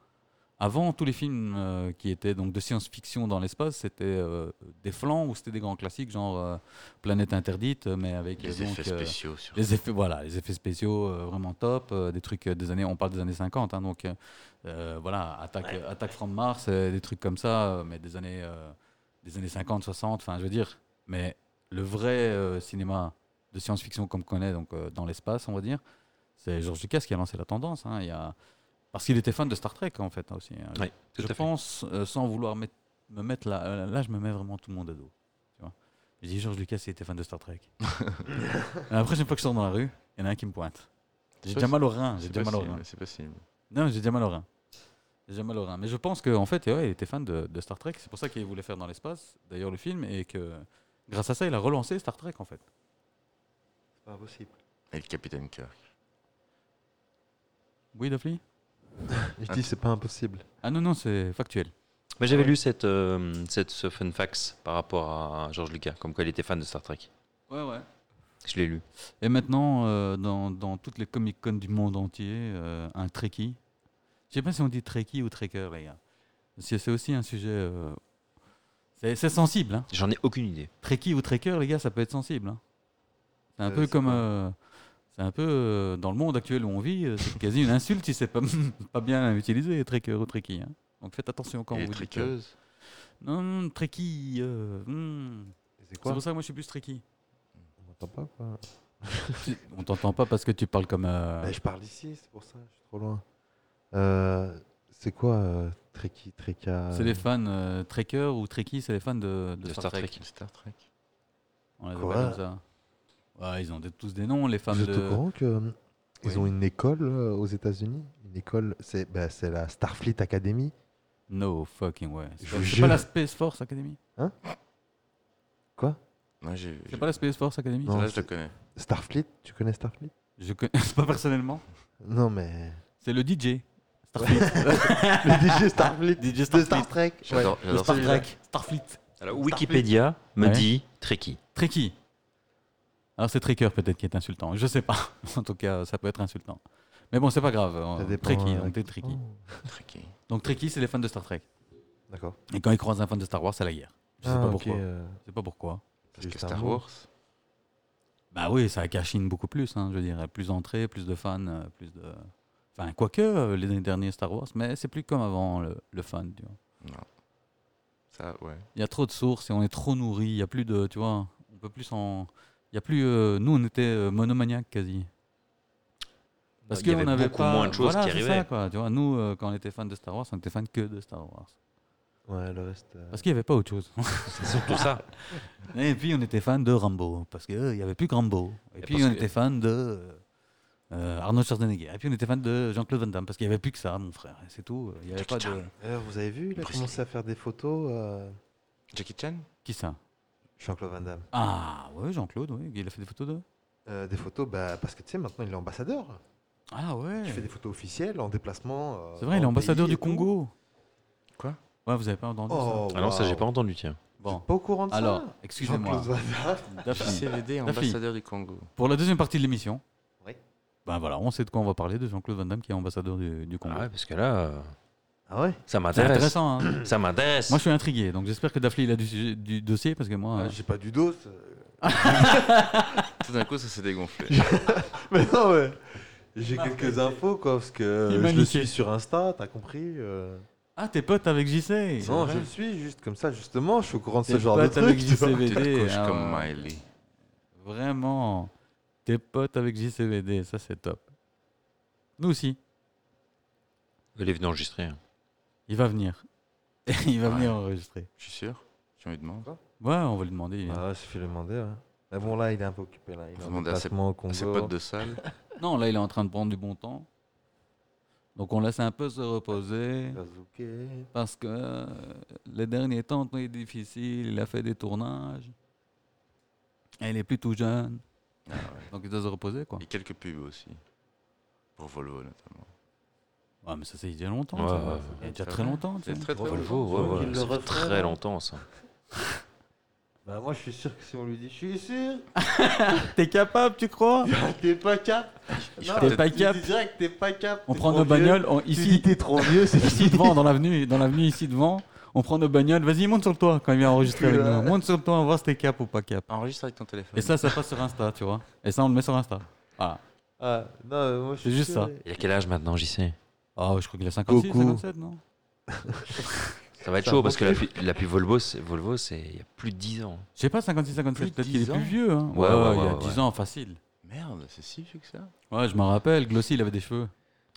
Speaker 1: Avant, tous les films euh, qui étaient donc de science-fiction dans l'espace, c'était euh, des flancs ou c'était des grands classiques, genre euh, Planète interdite, mais avec euh,
Speaker 4: Les
Speaker 1: donc,
Speaker 4: effets
Speaker 1: euh,
Speaker 4: spéciaux. sur-
Speaker 1: les effets, voilà, les effets spéciaux euh, vraiment top, euh, des trucs euh, des années, on parle des années 50, hein, donc euh, euh, voilà, attaque, euh, attaque from Mars, euh, des trucs comme ça, euh, mais des années, euh, des années 50, 60, enfin je veux dire, mais le vrai euh, cinéma de science-fiction comme qu'on connaît, donc euh, dans l'espace, on va dire, c'est George Lucas qui a lancé la tendance, hein, il y a... parce qu'il était fan de Star Trek en fait hein, aussi. hein.
Speaker 2: Ouais, tout
Speaker 1: je
Speaker 2: à fait.
Speaker 1: pense, euh, sans vouloir mettre- me mettre là, euh, là, je me mets vraiment tout le monde à dos. Tu vois je dis George Lucas, il était fan de Star Trek. La prochaine fois que je sors dans la rue, il y en a un qui me pointe. J'ai
Speaker 4: C'est
Speaker 1: déjà
Speaker 4: possi-
Speaker 1: mal au rein. J'ai
Speaker 4: C'est
Speaker 1: déjà mal au rein.
Speaker 4: possible, C'est possible.
Speaker 1: Non, j'ai déjà mal au rein. J'ai déjà mal au rein. Mais je pense qu'en fait, ouais, il était fan de, de Star Trek. C'est pour ça qu'il voulait faire dans l'espace, d'ailleurs, le film. Et que grâce à ça, il a relancé Star Trek, en fait.
Speaker 3: C'est pas impossible.
Speaker 4: Et le capitaine Kirk.
Speaker 1: Oui, Duffy
Speaker 3: Je dis, c'est pas impossible.
Speaker 1: Ah non, non, c'est factuel.
Speaker 2: Mais j'avais lu cette, euh, cette, ce fun fax par rapport à George Lucas, comme quoi il était fan de Star Trek.
Speaker 1: Ouais, ouais.
Speaker 2: Je l'ai lu.
Speaker 1: Et maintenant, euh, dans, dans toutes les Comic-Con du monde entier, euh, un Trekkie. Je sais pas si on dit Trekkie ou Trekker, les gars. Parce que c'est aussi un sujet. euh, c'est c'est sensible, hein.
Speaker 2: J'en ai aucune idée.
Speaker 1: Trekkie ou trekker, les gars, ça peut être sensible. hein. C'est un
Speaker 3: Euh,
Speaker 1: peu
Speaker 3: c'est
Speaker 1: comme.
Speaker 3: pas-
Speaker 1: euh, c'est un peu. euh, dans le monde actuel où on vit, euh, c'est quasi une insulte si c'est pas, pas bien utilisé, trekker ou trekkie. hein. Donc faites attention quand
Speaker 4: Et
Speaker 1: vous
Speaker 4: les
Speaker 1: dites. euh,
Speaker 4: triqueuses.
Speaker 1: non, non, trekkie. euh, hmm.
Speaker 3: C'est
Speaker 1: C'est
Speaker 3: quoi
Speaker 1: pour ça que moi je suis plus trekkie.
Speaker 3: On m'entend pas, quoi.
Speaker 1: on t'entend pas parce que tu parles comme. euh,
Speaker 3: Bah, je parle ici, c'est pour ça, je suis trop loin. Euh, c'est quoi euh, Treki, Treka
Speaker 1: c'est les fans euh, trekker ou trekkie, c'est les fans de, de
Speaker 2: De
Speaker 1: Star,
Speaker 2: Star
Speaker 1: Trek.
Speaker 4: Star Trek.
Speaker 1: On les
Speaker 3: Quoi
Speaker 1: appelle comme ça. Ouais, ils ont des- tous des noms, les fans
Speaker 3: Vous êtes au
Speaker 1: de.
Speaker 3: courant que euh,
Speaker 1: Oui.
Speaker 3: ils ont une école euh, aux États-Unis Une école, c'est bah, c'est la Starfleet Academy.
Speaker 1: No fucking way. C'est
Speaker 3: Je
Speaker 1: pas-
Speaker 3: vous
Speaker 1: C'est pas la
Speaker 3: jure.
Speaker 1: Space Force Academy
Speaker 3: Quoi
Speaker 4: Moi, j'ai vu.
Speaker 1: C'est pas la Space Force Academy
Speaker 3: Non,
Speaker 4: Là, je
Speaker 3: c'est-
Speaker 4: le connais.
Speaker 3: Starfleet Tu connais Starfleet
Speaker 1: Je connais pas personnellement.
Speaker 3: Non, mais.
Speaker 1: C'est le DJ.
Speaker 3: le DJ Starfleet
Speaker 1: DJ
Speaker 3: de
Speaker 1: Starfleet.
Speaker 3: Star Trek ouais.
Speaker 4: J'adore
Speaker 1: Le
Speaker 4: j'adore
Speaker 1: Star
Speaker 4: celui-là.
Speaker 1: Trek. Starfleet.
Speaker 2: Alors, Wikipédia me
Speaker 1: Ouais.
Speaker 2: dit Trekkie.
Speaker 1: Trekkie. Alors c'est Trekker peut-être qui est insultant. Je sais pas. En tout cas, ça peut être insultant. Mais bon, c'est pas grave. Euh,
Speaker 3: Ça dépend,
Speaker 1: Trekkie,
Speaker 3: euh,
Speaker 1: donc t'es Trekkie.
Speaker 3: Oh,
Speaker 4: Trekkie.
Speaker 1: Donc Trekkie, c'est les fans de Star Trek.
Speaker 3: D'accord.
Speaker 1: Et quand ils croisent un fan de Star Wars, c'est la guerre. Je sais
Speaker 3: Ah,
Speaker 1: pas
Speaker 3: ok,
Speaker 1: pourquoi.
Speaker 3: euh,
Speaker 1: Je sais pas pourquoi.
Speaker 4: Parce que
Speaker 3: Juste un
Speaker 4: Star
Speaker 3: mot.
Speaker 4: Wars.
Speaker 1: Bah oui, ça cachine beaucoup plus, hein, je veux dire. Plus d'entrées, plus de fans, euh, plus de. Enfin, quoique euh, les derniers Star Wars, mais c'est plus comme avant le, le fan, tu vois.
Speaker 4: Non. Ça, ouais.
Speaker 1: Il y a trop de sources et on est trop nourri. Il y a plus de, tu vois, on peut plus en. Il y a plus. euh, nous, on était euh, monomaniaques quasi. Parce
Speaker 2: Il y
Speaker 1: qu'on
Speaker 2: avait
Speaker 1: n'avait
Speaker 2: beaucoup
Speaker 1: pas.
Speaker 2: moins de choses
Speaker 1: voilà,
Speaker 2: qui
Speaker 1: c'est
Speaker 2: arrivaient.
Speaker 1: Ça, quoi, tu vois, nous, euh, quand on était fan de Star Wars, on était fan que de Star Wars.
Speaker 3: Ouais, le reste. euh,
Speaker 1: Parce qu'il n'y avait pas autre chose.
Speaker 2: C'est surtout ça.
Speaker 1: et puis, on était fan de Rambo. Parce qu'il n'y avait plus que Rambo. Et,
Speaker 2: Et
Speaker 1: puis,
Speaker 2: parce
Speaker 1: on
Speaker 2: que-
Speaker 1: était fan de. euh, euh, Arnold Schwarzenegger. Et puis on était fan de Jean-Claude Van Damme parce qu'il n'y avait plus que ça, mon frère. Et C'est tout. Il n'y avait pas de.
Speaker 3: D'ailleurs, vous avez vu, il a
Speaker 4: Bruce
Speaker 3: commencé à faire des photos. euh,
Speaker 4: Jackie Chan
Speaker 1: Qui ça
Speaker 3: Jean-Claude Van Damme.
Speaker 1: Ah, ouais, Jean-Claude, oui. Il a fait des photos de.
Speaker 3: Euh, des photos, bah, parce que tu sais, maintenant il est ambassadeur.
Speaker 1: Ah, ouais.
Speaker 3: Il fait des photos officielles en déplacement. euh,
Speaker 1: C'est vrai, il est
Speaker 3: dans le
Speaker 1: ambassadeur
Speaker 3: pays
Speaker 1: du
Speaker 3: et tout.
Speaker 1: Congo.
Speaker 4: Quoi
Speaker 1: Ouais, vous avez pas entendu
Speaker 3: Oh,
Speaker 1: ça
Speaker 2: Ah non, ça, j'ai
Speaker 3: waouh.
Speaker 2: pas entendu, tiens.
Speaker 3: Vous
Speaker 1: Bon,
Speaker 3: êtes Pas au courant de
Speaker 1: alors,
Speaker 3: ça
Speaker 1: excusez-moi.
Speaker 3: Jean-Claude Van Damme.
Speaker 1: Daphne,
Speaker 4: JCVD,
Speaker 1: La fille.
Speaker 4: ambassadeur du Congo.
Speaker 1: Pour la deuxième partie de l'émission,
Speaker 3: Oui.
Speaker 1: ben voilà, on sait de quoi on va parler de Jean-Claude Van Damme qui est ambassadeur du, du Congo.
Speaker 2: Ah ouais, parce que là, euh,
Speaker 3: Ah ouais
Speaker 2: ça
Speaker 1: C'est
Speaker 2: m'intéresse.
Speaker 1: intéressant. hein.
Speaker 2: Ça m'intéresse.
Speaker 1: moi, je suis intrigué, donc j'espère que Daphne il a du, sujet- du dossier parce que moi.
Speaker 3: Ah,
Speaker 1: euh,
Speaker 3: J'ai pas du dos. euh.
Speaker 4: Tout d'un coup, ça s'est dégonflé.
Speaker 3: Mais non, mais j'ai quelques infos, quoi, parce que euh,
Speaker 1: Il m'a
Speaker 3: je le
Speaker 1: niqué.
Speaker 3: suis sur Insta, t'as compris euh.
Speaker 1: Ah, t'es pote avec JC
Speaker 3: Non, je le suis juste comme ça, justement, je suis au courant de
Speaker 1: T'es
Speaker 3: ce genre de
Speaker 1: pote avec
Speaker 3: truc. tu vois.
Speaker 4: Tu
Speaker 1: JCVD.
Speaker 4: te couches
Speaker 1: ah
Speaker 4: comme
Speaker 1: ouais.
Speaker 4: Miley.
Speaker 1: Vraiment. T'es pote avec JCVD, ça c'est top. Nous aussi.
Speaker 2: Elle est venue enregistrer. hein.
Speaker 1: Il va venir. il va
Speaker 4: Ouais.
Speaker 1: venir enregistrer.
Speaker 4: Je suis sûr Si on lui demande.
Speaker 1: Ouais, on va lui demander. il vient.
Speaker 3: Ah ouais, suffit de demander. ouais. Mais bon, là, il est un peu occupé. Là. Il est
Speaker 4: Faut
Speaker 3: en
Speaker 4: demander à ses-
Speaker 3: déplacement au Congo.
Speaker 4: À ses potes de salle
Speaker 1: Non, là, il est en train de prendre du bon temps. Donc, on laisse un peu se reposer.
Speaker 3: Bazooké.
Speaker 1: Parce que euh, les derniers temps, tout est difficile. Il a fait des tournages. Et il est plus tout jeune.
Speaker 4: Ah ouais.
Speaker 1: Donc, il doit se reposer, quoi.
Speaker 4: Et quelques pubs aussi. Pour Volvo notamment.
Speaker 1: Ouais, mais ça, c'est il y a longtemps.
Speaker 2: Ouais,
Speaker 1: ça.
Speaker 2: ouais, ouais.
Speaker 1: Il y a déjà
Speaker 4: C'est
Speaker 1: très
Speaker 4: vrai.
Speaker 1: longtemps. tu
Speaker 4: C'est
Speaker 1: sais.
Speaker 4: très très
Speaker 3: Volvo.
Speaker 4: longtemps.
Speaker 2: Volvo, ouais,
Speaker 3: Volvo,
Speaker 2: ouais,
Speaker 3: il le
Speaker 2: ça fait
Speaker 3: refait,
Speaker 2: très
Speaker 3: là.
Speaker 2: longtemps, ça.
Speaker 3: Bah, moi, je suis sûr que si on lui dit, je suis sûr, ah,
Speaker 1: T'es capable, tu crois
Speaker 3: t'es pas cap.
Speaker 4: Il
Speaker 3: Non,
Speaker 4: fera
Speaker 1: T'es
Speaker 4: peut-être-
Speaker 1: pas
Speaker 3: tu
Speaker 1: cap.
Speaker 3: dis direct, t'es pas cap.
Speaker 1: On
Speaker 3: t'es
Speaker 1: prend
Speaker 3: trop
Speaker 1: nos
Speaker 3: vieux.
Speaker 1: bagnoles. on-
Speaker 3: Tu dis,
Speaker 1: ici,
Speaker 3: t'es trop vieux, c'est
Speaker 1: ici devant, dans l'avenue, dans l'avenue ici devant. On prend nos bagnoles. Vas-y, monte sur le toit quand il vient enregistrer avec
Speaker 3: Putain.
Speaker 1: nous. Monte sur le toit, on va voir si t'es cap ou pas cap.
Speaker 4: Enregistre avec ton téléphone.
Speaker 1: Et ça, ça passe sur Insta, tu vois. Et ça, on le met sur Insta. Voilà.
Speaker 3: Ah, non, mais moi, je suis
Speaker 1: C'est juste
Speaker 3: sûr.
Speaker 1: ça.
Speaker 2: Il a quel âge maintenant, JC
Speaker 1: Ah, je crois qu'il a 56,
Speaker 3: Coucou.
Speaker 1: 57, non
Speaker 2: Ça va être
Speaker 3: Ça
Speaker 2: chaud
Speaker 3: va
Speaker 2: parce que la
Speaker 3: manquer.
Speaker 2: pub, la pub Volvo, c'est Volvo, c'est il y a plus de 10 ans.
Speaker 1: Je sais pas, 56, 57,
Speaker 4: Plus de
Speaker 1: peut-être qu'il est
Speaker 4: 10
Speaker 1: plus
Speaker 4: ans
Speaker 1: vieux. Hein.
Speaker 2: Ouais, ouais, ouais,
Speaker 1: il y a
Speaker 2: ouais,
Speaker 1: 10
Speaker 2: ouais.
Speaker 1: ans, facile.
Speaker 4: Merde, c'est si vieux que ça
Speaker 1: Ouais, je m'en rappelle, Glossy, il avait des cheveux.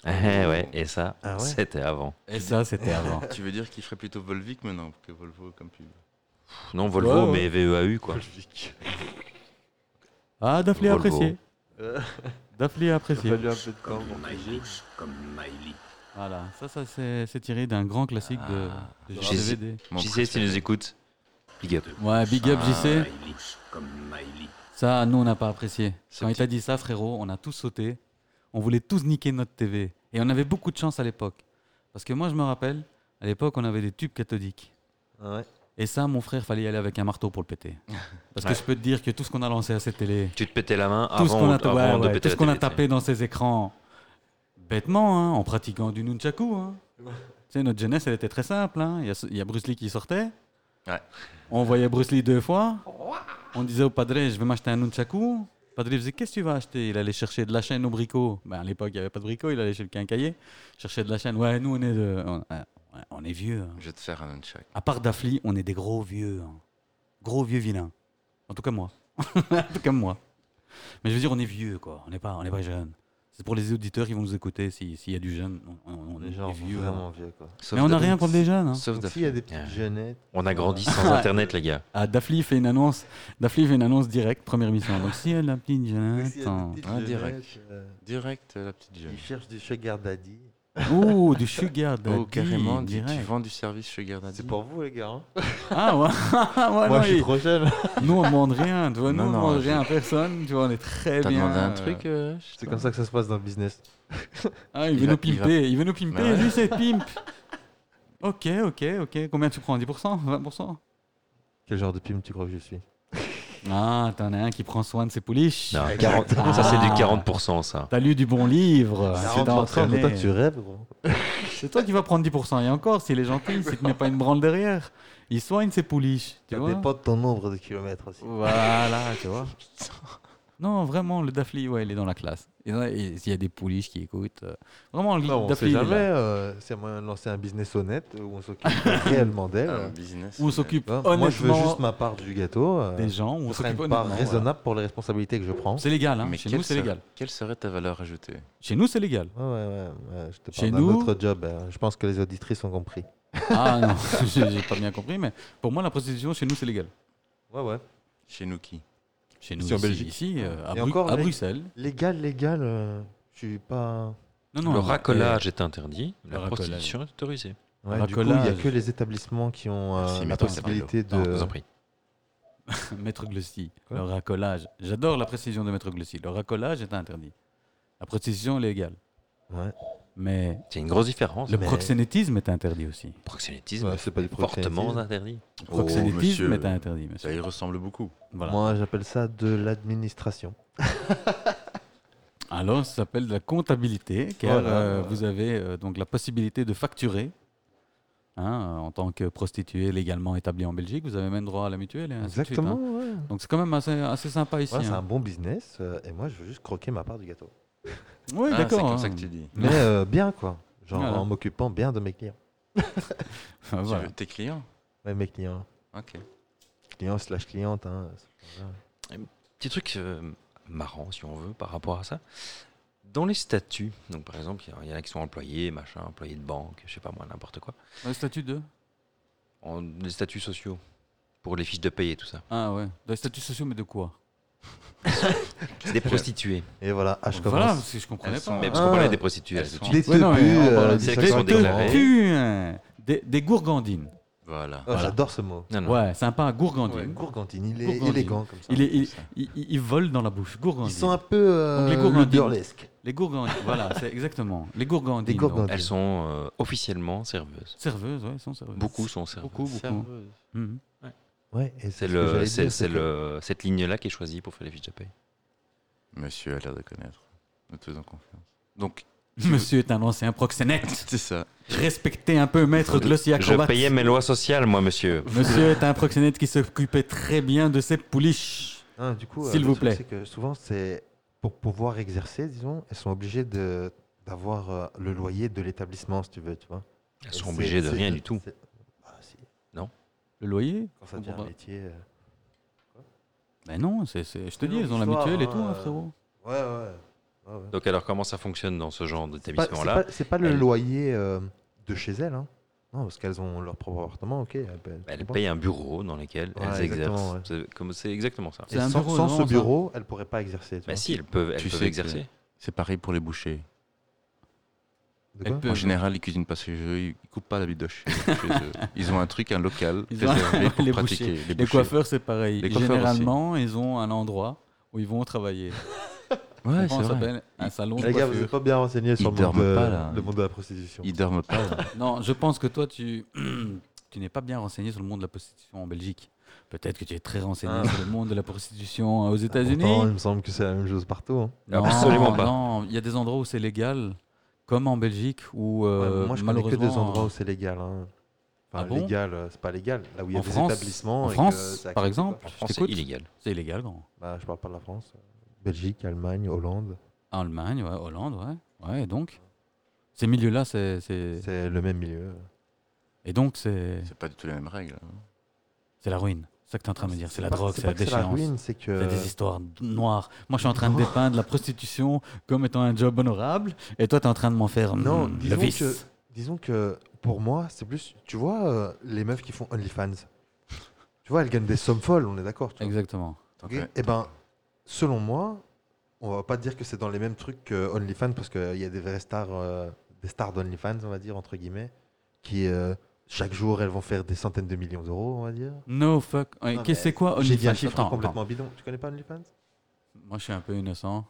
Speaker 2: Eh ouais, et ça,
Speaker 3: Ah ouais
Speaker 2: c'était avant.
Speaker 1: Et ça, c'était avant.
Speaker 4: Tu veux dire qu'il ferait plutôt Volvic maintenant que Volvo comme pub
Speaker 2: Pff, Non, Volvo,
Speaker 1: Ouais, ouais.
Speaker 2: mais VEAU, quoi.
Speaker 4: Volvic.
Speaker 1: Ah, Daphné a
Speaker 2: Volvo.
Speaker 1: apprécié.
Speaker 3: Euh.
Speaker 1: Daphné a
Speaker 3: Il a
Speaker 1: apprécié.
Speaker 3: fallu un peu de temps pour que j'y-
Speaker 1: Voilà, ça, ça c'est c'est tiré d'un grand classique de, de
Speaker 2: Ah.
Speaker 1: JCVD.
Speaker 4: Mon
Speaker 2: JC, si tu nous écoutes, big up.
Speaker 1: Ouais, big up,
Speaker 4: Ah,
Speaker 1: JC. Ça, nous, on n'a pas apprécié.
Speaker 4: Ce
Speaker 1: Quand il
Speaker 4: petit-
Speaker 1: t'a dit ça, frérot, on a tous sauté. On voulait tous niquer notre TV. Et on avait beaucoup de chance à l'époque. Parce que moi, je me rappelle, à l'époque, on avait des tubes cathodiques.
Speaker 3: Ouais.
Speaker 1: Et ça, mon frère, fallait y aller avec un marteau pour le péter. Parce que
Speaker 2: Ouais.
Speaker 1: je peux te dire que tout ce qu'on a lancé à cette télé,
Speaker 2: Tu te pétais la main
Speaker 1: tout ce qu'on
Speaker 2: avant,
Speaker 1: a,
Speaker 2: avant
Speaker 1: ouais,
Speaker 2: de
Speaker 1: ouais,
Speaker 2: péter
Speaker 1: tout ce
Speaker 2: la
Speaker 1: qu'on a
Speaker 2: télé,
Speaker 1: tapé dans ces écrans, bêtement, hein, en pratiquant du nunchaku. hein. Tu sais, notre jeunesse, elle était très simple. hein. Il y a ce- il y, a Bruce Lee qui sortait.
Speaker 4: Ouais.
Speaker 1: On voyait Bruce Lee deux fois. On disait au padre, je vais m'acheter un nunchaku. Le padre il faisait, qu'est-ce que tu vas acheter Il allait chercher de la chaîne au bricot. Ben, à l'époque, il n'y avait pas de bricot. Il allait chez le quincailler, chercher de la chaîne. Ouais, nous, on est, de- on, euh, ouais, on est vieux. hein.
Speaker 4: Je vais te faire un uncheck.
Speaker 1: À part Dafli, on est des gros vieux. hein. Gros vieux vilains. En tout cas, moi. en tout cas, moi. Mais je veux dire, on est vieux, quoi. On n'est pas, on n'est pas jeunes. C'est pour les auditeurs qui vont nous écouter. si- S'il y a du jeune, on, on- on
Speaker 3: Les
Speaker 1: est
Speaker 3: gens
Speaker 1: vieux.
Speaker 3: Ah vraiment
Speaker 1: hein.
Speaker 3: vieux, quoi.
Speaker 4: Sauf
Speaker 1: Mais on n'a
Speaker 4: Daphne.
Speaker 1: rien contre les jeunes. hein.
Speaker 4: Sauf
Speaker 3: Donc,
Speaker 4: Daphne.
Speaker 3: s'il y a des
Speaker 2: Ouais.
Speaker 3: petites jeunettes.
Speaker 2: hein. On a grandi
Speaker 1: bah.
Speaker 2: sans internet, les gars.
Speaker 1: Ah, Dafli fait une annonce. Dafli fait une annonce directe, première mission. Donc, si elle a une petite hein.
Speaker 3: Oui,
Speaker 1: jeunesse.
Speaker 3: s'il y a des petites
Speaker 4: Ah,
Speaker 3: jeunettes,
Speaker 4: direct.
Speaker 3: euh,
Speaker 4: Direct, euh, la petite jeune.
Speaker 3: Ils cherchent du sugar daddy.
Speaker 1: Ouh, du sugar. daddy,
Speaker 4: Oh, carrément, dis- tu
Speaker 1: Bah, direct.
Speaker 4: vends du service Sugar Daddy.
Speaker 3: C'est pour vous, les gars. hein.
Speaker 1: Ah, ouais. Ouais,
Speaker 3: Moi,
Speaker 1: non,
Speaker 3: je suis
Speaker 1: il-
Speaker 3: trop jeune.
Speaker 1: Nous, on demande rien. Tu vois,
Speaker 4: Non,
Speaker 1: nous, on
Speaker 4: non,
Speaker 1: demande
Speaker 4: je-
Speaker 1: rien à personne. Tu vois, on est très
Speaker 4: T'as
Speaker 1: bien.
Speaker 4: demandé un
Speaker 1: euh,
Speaker 4: truc euh, je sais
Speaker 3: C'est
Speaker 4: pas.
Speaker 3: comme ça que ça se passe dans le business.
Speaker 1: Ah, il,
Speaker 4: Il
Speaker 1: veut
Speaker 4: va-
Speaker 1: nous
Speaker 4: il va-
Speaker 1: pimper, il veut nous pimper,
Speaker 4: Mais ouais.
Speaker 1: lui c'est pimp. Ok, ok, ok. Combien tu prends 10% 20%
Speaker 3: Quel genre de pime tu crois que je suis
Speaker 1: Ah, t'en as un qui prend soin de ses pouliches.
Speaker 2: Non, 40
Speaker 1: Ah.
Speaker 2: ça, c'est du 40%, ça.
Speaker 1: T'as lu du bon livre. C'est
Speaker 3: 40%, mais toi, tu
Speaker 1: entraîné.
Speaker 3: rêves, gros.
Speaker 1: C'est toi qui vas prendre 10%. Et encore, s'il est gentil, c'est qu'il n'y a pas une branle derrière. Il soigne ses pouliches. Tu
Speaker 3: Ça
Speaker 1: vois
Speaker 3: dépend de ton nombre de kilomètres aussi.
Speaker 1: Voilà, tu vois. Non, vraiment, le Dafli, ouais, il est dans la classe. Il y en a- et S'il y a des pouliches qui écoutent. euh, vraiment, le
Speaker 3: Non, Ah, on
Speaker 1: Dafli,
Speaker 3: sait
Speaker 1: il est
Speaker 3: jamais.
Speaker 1: là.
Speaker 3: euh, S'il y a moyen de lancer un business honnête où on s'occupe réellement d'elle.
Speaker 4: Un
Speaker 3: euh,
Speaker 4: business.
Speaker 1: On s'occupe
Speaker 3: hein.
Speaker 1: honnêtement
Speaker 3: Moi, je veux juste ma part du gâteau. euh,
Speaker 1: des gens. On
Speaker 3: je ferai
Speaker 1: s'occupe
Speaker 3: une part
Speaker 1: honnêtement, voilà.
Speaker 3: raisonnable pour les responsabilités que je prends.
Speaker 1: C'est légal, hein.
Speaker 4: euh, Mais
Speaker 1: Chez
Speaker 4: quelle
Speaker 1: nous, c'est
Speaker 4: serait-
Speaker 1: légal.
Speaker 4: Quelle serait ta valeur ajoutée
Speaker 1: Chez nous, c'est légal.
Speaker 3: Ouais, ouais, ouais, ouais, je te
Speaker 1: Chez
Speaker 3: parle d'un
Speaker 1: nous-
Speaker 3: autre job. euh, je pense que les auditrices ont compris.
Speaker 1: Ah non, j'ai j'ai pas bien compris, mais pour moi, la prostitution, chez nous, c'est légal.
Speaker 3: Ouais, ouais.
Speaker 4: Chez nous qui
Speaker 1: Chez nous,
Speaker 3: Ici, en
Speaker 1: ici,
Speaker 3: Belgique.
Speaker 1: ici, euh, à,
Speaker 3: Et
Speaker 1: Bru-
Speaker 3: encore,
Speaker 1: à
Speaker 3: les-
Speaker 1: Bruxelles.
Speaker 3: Légal, légal. euh, je suis pas.
Speaker 1: Non,
Speaker 2: le
Speaker 1: euh,
Speaker 2: racolage est interdit,
Speaker 1: le
Speaker 2: la
Speaker 1: racolage.
Speaker 2: prostitution est autorisée.
Speaker 3: Ouais,
Speaker 1: Un
Speaker 3: du coup, il n'y a
Speaker 1: racolage.
Speaker 3: que les établissements qui ont euh,
Speaker 4: Merci, mais
Speaker 3: la
Speaker 4: toi, c'est
Speaker 3: possibilité
Speaker 2: Non, je
Speaker 3: de.
Speaker 2: vous en prie.
Speaker 1: euh, Maître Glossy,
Speaker 3: Quoi
Speaker 1: le racolage. J'adore la précision de Maître Glossy. Le racolage est interdit. La prostitution est légale.
Speaker 3: Ouais.
Speaker 1: Bah, Mais
Speaker 2: C'est une grosse différence.
Speaker 1: le
Speaker 3: Oh, Mais-
Speaker 1: proxénétisme est interdit aussi.
Speaker 2: Le proxénétisme
Speaker 3: Ouais,
Speaker 2: est
Speaker 3: c'est pas du
Speaker 2: fortement
Speaker 3: proxénétisme.
Speaker 2: interdit.
Speaker 1: Le
Speaker 4: Oh,
Speaker 1: proxénétisme
Speaker 4: monsieur,
Speaker 1: est interdit, monsieur.
Speaker 4: Ça y ressemble beaucoup.
Speaker 1: Voilà. Ah,
Speaker 3: Moi, j'appelle ça de l'administration.
Speaker 1: Alors, ça s'appelle de la comptabilité, car
Speaker 3: Voilà.
Speaker 1: euh, vous avez euh, donc la possibilité de facturer. hein, euh, en tant que prostituée légalement établie en Belgique, vous avez même droit à la mutuelle. et ainsi de suite, hein.
Speaker 3: Exactement. ouais.
Speaker 1: Donc c'est quand même assez, assez sympa ici.
Speaker 3: Ouais, c'est
Speaker 1: hein.
Speaker 3: un bon business. euh, et moi, je veux juste croquer ma part du gâteau.
Speaker 1: Oui,
Speaker 4: Ah, c'est
Speaker 1: d'accord.
Speaker 4: comme
Speaker 1: hein.
Speaker 4: ça que tu dis.
Speaker 3: Mais euh, bien, quoi. Genre
Speaker 1: Voilà.
Speaker 3: en m'occupant bien de mes clients.
Speaker 1: Ah,
Speaker 4: Tu
Speaker 1: voilà.
Speaker 4: veux tes clients
Speaker 3: Ouais, mes clients.
Speaker 4: Ok.
Speaker 3: Clients slash clientes. hein.
Speaker 2: Petit truc euh, marrant, si on veut, par rapport à ça. Dans les statuts, donc par exemple, il y en- il y en a qui sont employés, machin, employés de banque, je sais pas moi, n'importe quoi.
Speaker 1: Dans le statut de
Speaker 2: En- les statuts sociaux, pour les fiches de paye et tout ça.
Speaker 1: Ah ouais. Dans le statut social, mais de quoi
Speaker 2: C'est des prostituées.
Speaker 3: Et voilà, H Ah, commence.
Speaker 1: Voilà, parce que je comprenais
Speaker 4: Elles
Speaker 1: pas.
Speaker 4: sont-
Speaker 2: Mais
Speaker 1: Ouais,
Speaker 2: parce qu'on
Speaker 3: Ah.
Speaker 2: parlait des prostituées.
Speaker 4: Elles
Speaker 2: tout de
Speaker 4: sont-
Speaker 2: suite.
Speaker 3: Des
Speaker 1: Ouais, non, mais
Speaker 3: teubus,
Speaker 1: on parle
Speaker 3: euh,
Speaker 1: de
Speaker 3: des
Speaker 2: celles
Speaker 1: des
Speaker 2: qui sont
Speaker 3: sexuels.
Speaker 2: déclarées.
Speaker 3: Ouais,
Speaker 1: teubus, hein. des, des gourgandines.
Speaker 4: Voilà.
Speaker 1: Voilà.
Speaker 3: Oh, J'adore ce mot.
Speaker 2: Non, non.
Speaker 1: Ouais, sympa, gourgandine.
Speaker 4: Ouais.
Speaker 3: Gourgandine, il est
Speaker 1: Gourgandine.
Speaker 3: élégant comme ça.
Speaker 1: Il, est, il,
Speaker 4: ça.
Speaker 1: il- il- il vole dans la bouche. Gourgandine.
Speaker 3: Ils sont un peu euh,
Speaker 1: Donc, les gourgandines.
Speaker 3: burlesques.
Speaker 1: Les gourgandines, voilà, c'est exactement. Les gourgandines.
Speaker 3: Des
Speaker 1: donc.
Speaker 3: gourgandines.
Speaker 2: Elles sont euh, officiellement serveuses.
Speaker 1: Serveuses, ouais, elles sont serveuses.
Speaker 2: Beaucoup sont serveuses.
Speaker 1: Beaucoup, beaucoup. Mhm.
Speaker 3: Ouais,
Speaker 2: C'est
Speaker 3: et ce que
Speaker 2: le,
Speaker 3: j'allais
Speaker 2: c'est,
Speaker 3: dire,
Speaker 2: c'est
Speaker 3: que-
Speaker 2: le, cette ligne-là qui est choisie pour faire les fiches de paye.
Speaker 4: Monsieur a l'air de connaître. Nous te faisons confiance. Donc,
Speaker 1: Monsieur est un ancien proxénète.
Speaker 4: c'est ça.
Speaker 1: Respectez un peu Maître Glossy
Speaker 2: Je
Speaker 1: Acrobat.
Speaker 2: payais mes lois sociales, moi,
Speaker 3: Euh,
Speaker 2: monsieur.
Speaker 1: Monsieur est un proxénète qui s'occupait très bien de ses pouliches.
Speaker 3: Hein, du coup, euh,
Speaker 1: S'il
Speaker 3: le
Speaker 1: vous
Speaker 3: truc,
Speaker 1: plaît.
Speaker 3: C'est que souvent, c'est pour pouvoir exercer, disons, elles sont obligées de d'avoir euh, le loyer de l'établissement, si tu veux, tu vois.
Speaker 2: Elles
Speaker 3: Et
Speaker 2: sont
Speaker 3: c'est-
Speaker 2: obligées de
Speaker 3: c'est-
Speaker 2: rien du tout.
Speaker 3: c'est- Ah, si,
Speaker 1: Le loyer
Speaker 3: Quand ça devient un métier. euh,
Speaker 1: Ben non, c'est, c'est- je te
Speaker 3: C'est
Speaker 1: dis,
Speaker 3: une
Speaker 1: ils ont la
Speaker 3: histoire,
Speaker 1: mutuelle et
Speaker 3: hein,
Speaker 1: tout, hein,
Speaker 3: euh,
Speaker 1: frérot.
Speaker 3: Ouais, ouais. ouais, ouais.
Speaker 2: Donc alors, comment ça fonctionne dans ce genre
Speaker 3: C'est pas-
Speaker 2: d'établissement-là
Speaker 3: C'est pas, c'est pas le
Speaker 2: elles-
Speaker 3: loyer euh, de chez elles, hein. Non, parce qu'elles ont leur propre appartement, ok. Elles, elles
Speaker 2: Bah, Elles
Speaker 3: font
Speaker 2: payent un bureau dans lequel
Speaker 3: Ouais,
Speaker 2: elles exercent.
Speaker 3: exactement, ouais.
Speaker 2: C'est, comme, c'est exactement ça.
Speaker 3: pas.
Speaker 1: C'est
Speaker 3: Et
Speaker 1: un
Speaker 3: sans,
Speaker 1: bureau,
Speaker 3: sans
Speaker 1: non,
Speaker 3: ce
Speaker 1: ça
Speaker 3: bureau, elles pourraient pas exercer. Tu
Speaker 2: Bah
Speaker 3: vois.
Speaker 2: si, elles peuvent, elles
Speaker 4: Tu
Speaker 2: peuvent
Speaker 4: sais que-
Speaker 2: exercer.
Speaker 4: C'est pareil pour les bouchers.
Speaker 3: De
Speaker 1: Elles
Speaker 3: quoi
Speaker 1: peuvent-
Speaker 4: En général, ils cuisinent pas chez eux, ils coupent pas la bidoche. Ils ont un truc, un local
Speaker 1: Ils ont-
Speaker 4: réservé pour
Speaker 1: les
Speaker 4: pratiquer.
Speaker 1: bouchers.
Speaker 4: Les
Speaker 1: Les
Speaker 4: bouchers.
Speaker 1: coiffeurs, c'est pareil.
Speaker 4: Les coiffeurs
Speaker 1: Généralement, ils ont un endroit où ils vont travailler.
Speaker 4: Ouais,
Speaker 1: Comment
Speaker 4: c'est
Speaker 1: ça
Speaker 4: vrai.
Speaker 1: s'appelle Un salon de
Speaker 3: Les gars, vous
Speaker 1: coiffure.
Speaker 3: n'êtes pas bien renseignés sur le
Speaker 4: Ils
Speaker 3: monde,
Speaker 4: dorment
Speaker 3: de,
Speaker 4: pas, là.
Speaker 3: le monde de la prostitution.
Speaker 4: Ils dorment pas. là.
Speaker 1: Non, je pense que toi, tu, tu n'es pas bien renseigné sur le monde de la prostitution en Belgique. Peut-être que tu es très renseigné
Speaker 3: Ah.
Speaker 1: sur le monde de la prostitution euh, aux
Speaker 3: Pourtant, il
Speaker 1: États-Unis.
Speaker 3: me semble que c'est la même chose partout. hein.
Speaker 1: Non,
Speaker 2: Absolument pas.
Speaker 1: Non, il y a des endroits où c'est légal, comme en Belgique, où
Speaker 3: Ouais,
Speaker 1: euh,
Speaker 3: moi, je connais que
Speaker 1: malheureusement.
Speaker 3: des endroits où c'est légal. hein.
Speaker 1: Ah
Speaker 3: Enfin,
Speaker 1: bon
Speaker 3: légal, euh, c'est pas légal. Là où il y a
Speaker 1: En
Speaker 3: des
Speaker 1: France-
Speaker 3: établissements.
Speaker 1: en
Speaker 3: et que
Speaker 1: France,
Speaker 3: c'est
Speaker 1: par
Speaker 3: accepté,
Speaker 1: exemple,
Speaker 3: quoi.
Speaker 2: En
Speaker 1: je
Speaker 2: France, c'est
Speaker 1: t'écoute.
Speaker 2: illégal.
Speaker 1: c'est illégal, grand.
Speaker 3: Bah, je parle pas de la France. Belgique, Allemagne, Hollande.
Speaker 1: Allemagne, ouais, Hollande, ouais. Ouais, et donc Ces milieux-là, c'est. c'est-
Speaker 3: C'est le même milieu.
Speaker 1: Et donc, c'est
Speaker 4: C'est pas du tout les mêmes règles. hein.
Speaker 1: c'est la ruine. C'est ça que tu es en train de me dire. C'est la
Speaker 3: pas-
Speaker 1: drogue, c'est
Speaker 3: pas
Speaker 1: la
Speaker 3: que C'est la
Speaker 1: déchéance.
Speaker 3: ruine, euh. c'est que.
Speaker 1: C'est des histoires noires. Moi, je suis en train de dépeindre la prostitution comme étant un job honorable, et toi, tu es en train de m'en faire mm,
Speaker 3: Non,
Speaker 1: le
Speaker 3: disons
Speaker 1: vice.
Speaker 3: que, disons que pour moi, c'est plus. Tu vois, euh, les meufs qui font OnlyFans, tu vois, elles gagnent des sommes folles, on est d'accord. tu vois.
Speaker 1: Exactement.
Speaker 3: Ok Eh ben, selon moi, on va pas dire que c'est dans les mêmes trucs que OnlyFans parce qu'il y a des vraies stars, euh, des stars d'OnlyFans, on va dire entre guillemets, qui euh, chaque jour elles vont faire des centaines de millions d'euros, on va dire.
Speaker 1: No fuck. Ouais,
Speaker 3: Non,
Speaker 1: qu'est-
Speaker 3: mais
Speaker 1: c'est quoi
Speaker 3: J'ai dit
Speaker 1: OnlyFans
Speaker 3: un chiffre
Speaker 1: Attends,
Speaker 3: complètement bidon. Tu connais pas OnlyFans
Speaker 1: attends. Moi, je suis un peu innocent.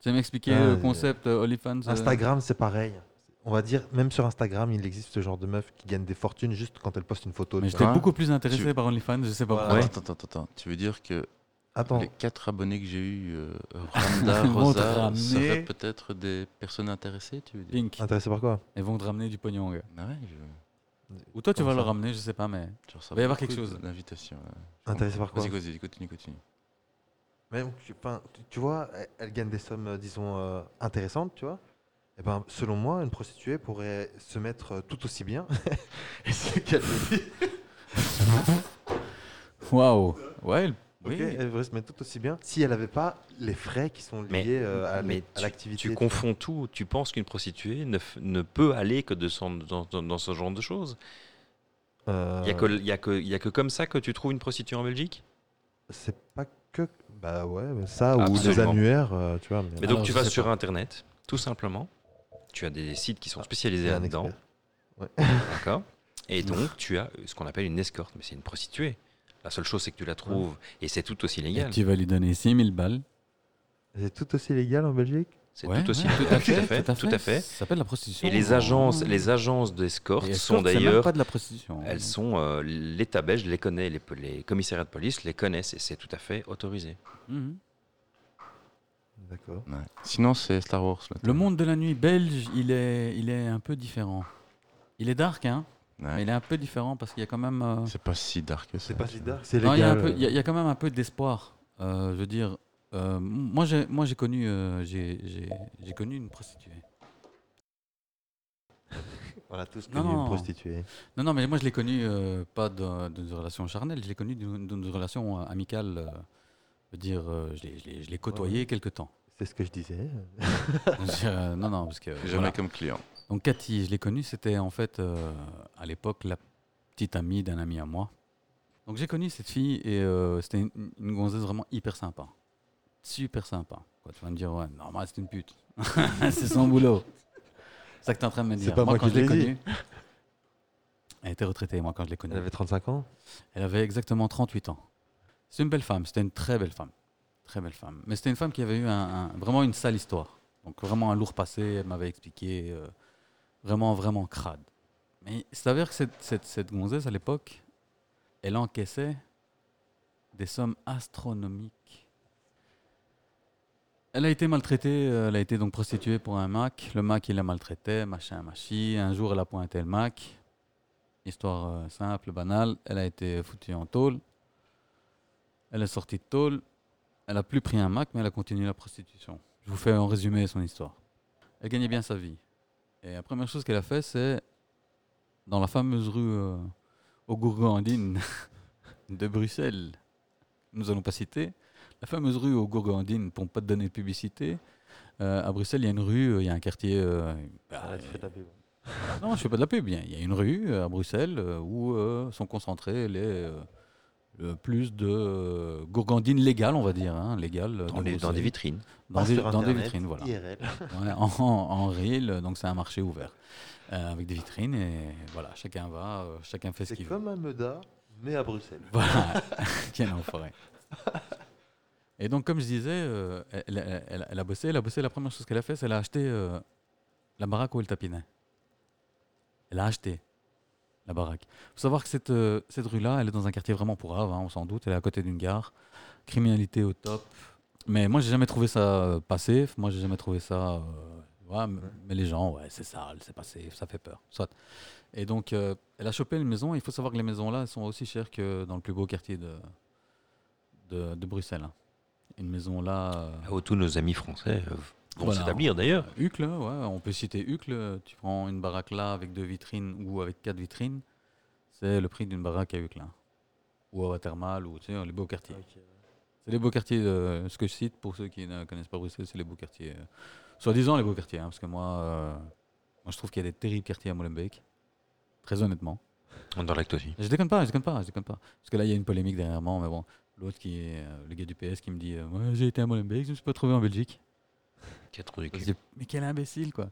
Speaker 1: Tu sais m'expliquer
Speaker 3: Ah,
Speaker 1: le concept euh, OnlyFans euh,
Speaker 3: Instagram, c'est pareil. On va dire, même sur Instagram, il existe ce genre de meufs qui gagnent des fortunes juste quand elles postent une photo.
Speaker 1: Mais
Speaker 3: tu
Speaker 1: j'étais
Speaker 4: Hein
Speaker 1: beaucoup plus intéressé
Speaker 4: Tu-
Speaker 1: par OnlyFans, je sais pas
Speaker 3: Voilà.
Speaker 1: pourquoi.
Speaker 4: Attends, attends, attends, attends. Tu veux dire que
Speaker 3: Attends,
Speaker 4: Les quatre abonnés que j'ai eu, euh, Randa,
Speaker 1: Ils vont te
Speaker 4: Rosa,
Speaker 1: ramener.
Speaker 4: seraient peut-être des personnes intéressées, tu veux dire
Speaker 1: Pink.
Speaker 3: intéressé par quoi
Speaker 1: Ils vont te ramener du pognon, gars.
Speaker 4: Ah ouais, je,
Speaker 1: Ou toi, tu
Speaker 3: Comme
Speaker 1: vas le
Speaker 3: ça.
Speaker 1: ramener, je sais pas, mais.
Speaker 4: je reçois
Speaker 1: Il va y avoir
Speaker 4: beaucoup
Speaker 1: quelque chose.
Speaker 4: d'invitations, là.
Speaker 3: Intéressé par quoi
Speaker 4: Vas-y, vas-y, continue, continue.
Speaker 3: Même, tu, enfin, tu- tu vois, elle- elle gagne des sommes, euh, disons, euh, intéressantes, tu vois. Et ben, selon moi, une prostituée pourrait se mettre euh, tout aussi bien. Et ce qu'elle me dit,
Speaker 1: Waouh Ouais, elle-
Speaker 3: ok,
Speaker 1: oui.
Speaker 3: elle pourrait se mettre tout aussi bien si elle n'avait pas les frais qui sont
Speaker 2: Mais-
Speaker 3: liés euh, à
Speaker 2: mais
Speaker 3: l'é- à l'activité.
Speaker 2: Tu confonds tout. Tu penses qu'une prostituée ne, f- ne peut aller que de son- dans, dans- dans ce genre de choses
Speaker 3: Euh,
Speaker 2: Il n'y a, que- y a, que- y a que comme ça que tu trouves une prostituée en Belgique
Speaker 3: C'est pas que. Bah ouais, mais ça ou les
Speaker 2: Absolument.
Speaker 3: annuaires, euh, tu vois. Mais,
Speaker 2: Mais
Speaker 1: Alors,
Speaker 2: donc tu
Speaker 1: je
Speaker 2: vas
Speaker 1: sais
Speaker 2: sur
Speaker 1: pas.
Speaker 2: Internet, tout simplement. Tu as des sites qui sont spécialisés
Speaker 3: Il y a Ah, un
Speaker 2: là-dedans.
Speaker 3: expert.
Speaker 2: D'accord Et donc tu as ce qu'on appelle une escorte. Mais c'est une prostituée. La seule chose, c'est que tu la trouves et c'est tout aussi
Speaker 1: Et
Speaker 2: légal.
Speaker 1: tu vas lui donner 6000 balles.
Speaker 3: C'est tout aussi légal en Belgique
Speaker 2: C'est
Speaker 1: Ouais,
Speaker 2: tout aussi
Speaker 1: ouais,
Speaker 2: légal. Tout à fait. Tout à fait.
Speaker 1: Ça s'appelle la prostitution.
Speaker 2: Et les agences,
Speaker 1: Oh.
Speaker 2: les agences d'escorte
Speaker 1: Et
Speaker 2: sont
Speaker 1: escorte, c'est même
Speaker 2: d'ailleurs
Speaker 1: pas de la prostitution. hein.
Speaker 2: Elles sont, euh, l'État belge les connaît, les, les commissariats de police les connaissent et c'est tout à fait autorisé.
Speaker 1: Mhm.
Speaker 3: D'accord.
Speaker 4: Ouais. Sinon, c'est Star Wars. Là,
Speaker 1: Le monde de la nuit belge, il est, il est un peu différent. Il est dark, hein,
Speaker 4: Ouais.
Speaker 1: mais il est un peu différent parce qu'il y a quand même. euh,
Speaker 4: C'est pas si dark que ça.
Speaker 3: C'est pas
Speaker 4: tu
Speaker 3: si
Speaker 4: vois.
Speaker 3: dark. C'est
Speaker 1: Non, il y, a un
Speaker 3: légal.
Speaker 2: euh.
Speaker 1: peu- il y a- il y a quand même un peu d'espoir. Euh, je veux dire, euh, m- moi j'ai moi j'ai connu euh, j'ai j'ai- j'ai connu une prostituée.
Speaker 3: On a tous
Speaker 1: Non,
Speaker 3: connu
Speaker 1: non.
Speaker 3: une prostituée.
Speaker 1: Non non mais moi je l'ai connue euh, pas dans dans une relation charnelle, je l'ai connue d'une d'une relation euh, amicale. euh, je veux dire, euh, je l'ai- je l'ai- je l'ai côtoyée quelque temps.
Speaker 3: C'est ce que je disais.
Speaker 1: Je veux dire, euh, non non parce que
Speaker 4: Jamais
Speaker 1: voilà.
Speaker 4: comme client.
Speaker 1: donc Cathy, je l'ai connue, c'était en fait euh, à l'époque la petite amie d'un ami à moi. Donc j'ai connu cette fille et euh, c'était une, une gonzesse vraiment hyper sympa. Super sympa. Quoi, tu vas me dire, ouais, normal, c'est une pute. c'est son boulot. C'est ça que tu es en train de me
Speaker 3: C'est
Speaker 1: dire.
Speaker 3: pas moi
Speaker 1: quand
Speaker 3: qui
Speaker 1: je l'ai
Speaker 3: l'ai dit.
Speaker 1: connue. Elle était retraitée, moi, quand je l'ai connue.
Speaker 3: Elle avait 35 ans.
Speaker 1: Elle avait exactement 38 ans. C'est une belle femme, c'était une très belle femme. Très belle femme. Mais c'était une femme qui avait eu un- un- vraiment une sale histoire. Donc vraiment un lourd passé, elle m'avait expliqué. euh, vraiment, vraiment crade. Mais il s'avère que cette, cette, cette gonzesse, à l'époque, elle encaissait des sommes astronomiques. Elle a été maltraitée, euh, elle a été donc prostituée pour un Mac. Le Mac, il la maltraitait, machin, machi. Un jour, elle a pointé le Mac. Histoire euh, simple, banale. Elle a été foutue en tôle. Elle est sortie de tôle. Elle a plus pris un Mac, mais elle a continué la prostitution. Je vous fais en résumé son histoire. Elle gagnait bien sa vie. Et la première chose qu'elle a fait, c'est dans la fameuse rue euh, aux Gourgandines de Bruxelles. Nous allons pas citer. La fameuse rue aux Gourgandines, pour ne pas te donner de publicité. Euh, à Bruxelles, il y a une rue, euh, il y a un quartier. euh, bah,
Speaker 3: Arrête, fais ta pub.
Speaker 1: non, je ne fais pas de la pub. Il y a- il y a une rue euh, à Bruxelles euh, où euh, sont concentrés les. euh, le plus de euh, gourgandines légales, on va dire, hein, légales. euh,
Speaker 2: Dans,
Speaker 1: de
Speaker 2: les- dans
Speaker 1: Bruxelles.
Speaker 2: des vitrines.
Speaker 1: Dans
Speaker 3: Pas
Speaker 1: des-
Speaker 3: sur
Speaker 1: dans des
Speaker 3: Internet,
Speaker 1: vitrines, voilà.
Speaker 3: IRL.
Speaker 1: Ouais, en, en reel, donc c'est un marché ouvert euh, avec des vitrines et voilà, chacun va, euh, chacun fait ce
Speaker 3: C'est
Speaker 1: qu'il veut.
Speaker 3: comme un Meda, mais à Bruxelles.
Speaker 1: Voilà, quel enfoiré. Et donc, comme je disais, euh, elle, elle- elle- elle a bossé, elle a bossé. La première chose qu'elle a fait, c'est qu'elle a acheté euh, la baraque où elle tapinait. Elle a acheté la baraque. Il faut savoir que cette, euh, cette rue-là, elle est dans un quartier vraiment pourrave, hein, on s'en doute. Elle est à côté d'une gare. Criminalité au top. Mais moi, j'ai jamais trouvé ça euh, passif. Moi, j'ai jamais trouvé ça. euh, ouais, m- mais les gens, ouais, c'est sale, c'est passif, ça fait peur. Soit. Et donc, euh, elle a chopé une maison. Il faut savoir que les maisons là, elles sont aussi chères que dans le plus beau quartier de, de, de Bruxelles. hein. Une maison là. euh,
Speaker 2: Là Ah, où tous nos amis français euh, vont
Speaker 1: Voilà.
Speaker 2: s'établir d'ailleurs.
Speaker 1: Hucle, ouais, on peut citer Hucle. Tu prends une baraque là avec deux vitrines ou avec quatre vitrines, c'est le prix d'une baraque à Hucle. hein. Ou à Watermal, ou tu sais, les beaux quartiers. C'est les beaux quartiers, euh, ce que je cite pour ceux qui ne connaissent pas Bruxelles, c'est les beaux quartiers. euh, Soi-disant les beaux quartiers, hein, parce que moi, euh, moi je trouve qu'il y a des terribles quartiers à Molenbeek. Très honnêtement.
Speaker 2: Dans l'acte aussi.
Speaker 1: Je déconne pas, je déconne pas, je déconne pas. Parce que là, il y a une polémique derrière moi, mais bon. L'autre qui est euh, le gars du PS qui me dit euh, Ouais, J'ai été à Molenbeek, je me suis pas trouvé en Belgique.
Speaker 2: Quatre du
Speaker 1: Je
Speaker 2: cul.
Speaker 1: dis, mais quel imbécile, quoi.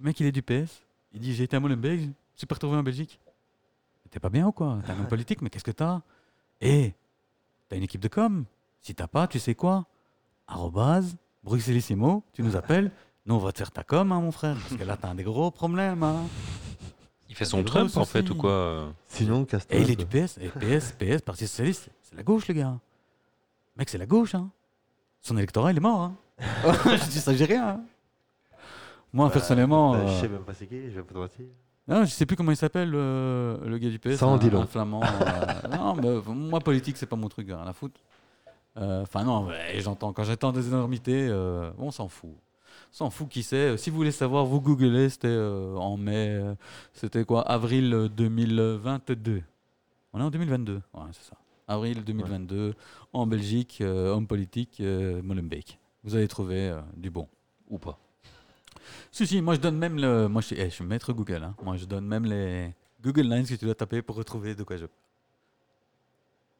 Speaker 1: Le mec, il est du PS. Il dit, j'ai été à Molenbeek, je me suis pas retrouvé en Belgique. Mais T'es pas bien ou quoi T'as un homme politique, mais qu'est-ce que t'as Eh, t'as une équipe de com. Si t'as pas, tu sais quoi Arrobase, Bruxellissimo, tu nous appelles. Nous, on va te faire ta com, hein, mon frère, parce que là, t'as un des gros problèmes. hein.
Speaker 2: Il fait son
Speaker 1: des gros
Speaker 2: Trump en fait
Speaker 1: soucis.
Speaker 2: ou quoi euh,
Speaker 3: Sinon, casse
Speaker 1: Et il est du PS, et PS, PS, Parti Socialiste, c'est la gauche, le gars. Mec, c'est la gauche, hein. Son électorat, il est mort, hein. je dis ça, j'ai rien. hein. Moi, personnellement.
Speaker 3: Bah,
Speaker 1: euh,
Speaker 3: Je sais même pas c'est qui, je vais pas te mentir.
Speaker 1: Non, Hein, je sais plus comment il s'appelle euh, le gars du PS.
Speaker 3: Ça en
Speaker 1: un-
Speaker 3: dit long.
Speaker 1: un flamand. euh, non, mais moi politique c'est pas mon truc, rien à foutre. Euh, Enfin non, ouais, j'entends quand j'entends des énormités, euh, on s'en fout. On S'en fout qui c'est. Euh, Si vous voulez savoir, vous googlez. C'était euh, en mai. euh, C'était quoi Avril euh, 2022. On est en 2022. Ouais, c'est ça. Avril 2022 en Belgique, euh, homme politique euh, Molenbeek. Vous allez trouver euh, du bon.
Speaker 2: Ou pas.
Speaker 1: Si, si, moi je donne même le. Moi je suis, eh, je suis maître Google. hein. Moi je donne même les Google Lines que tu dois taper pour retrouver de quoi je.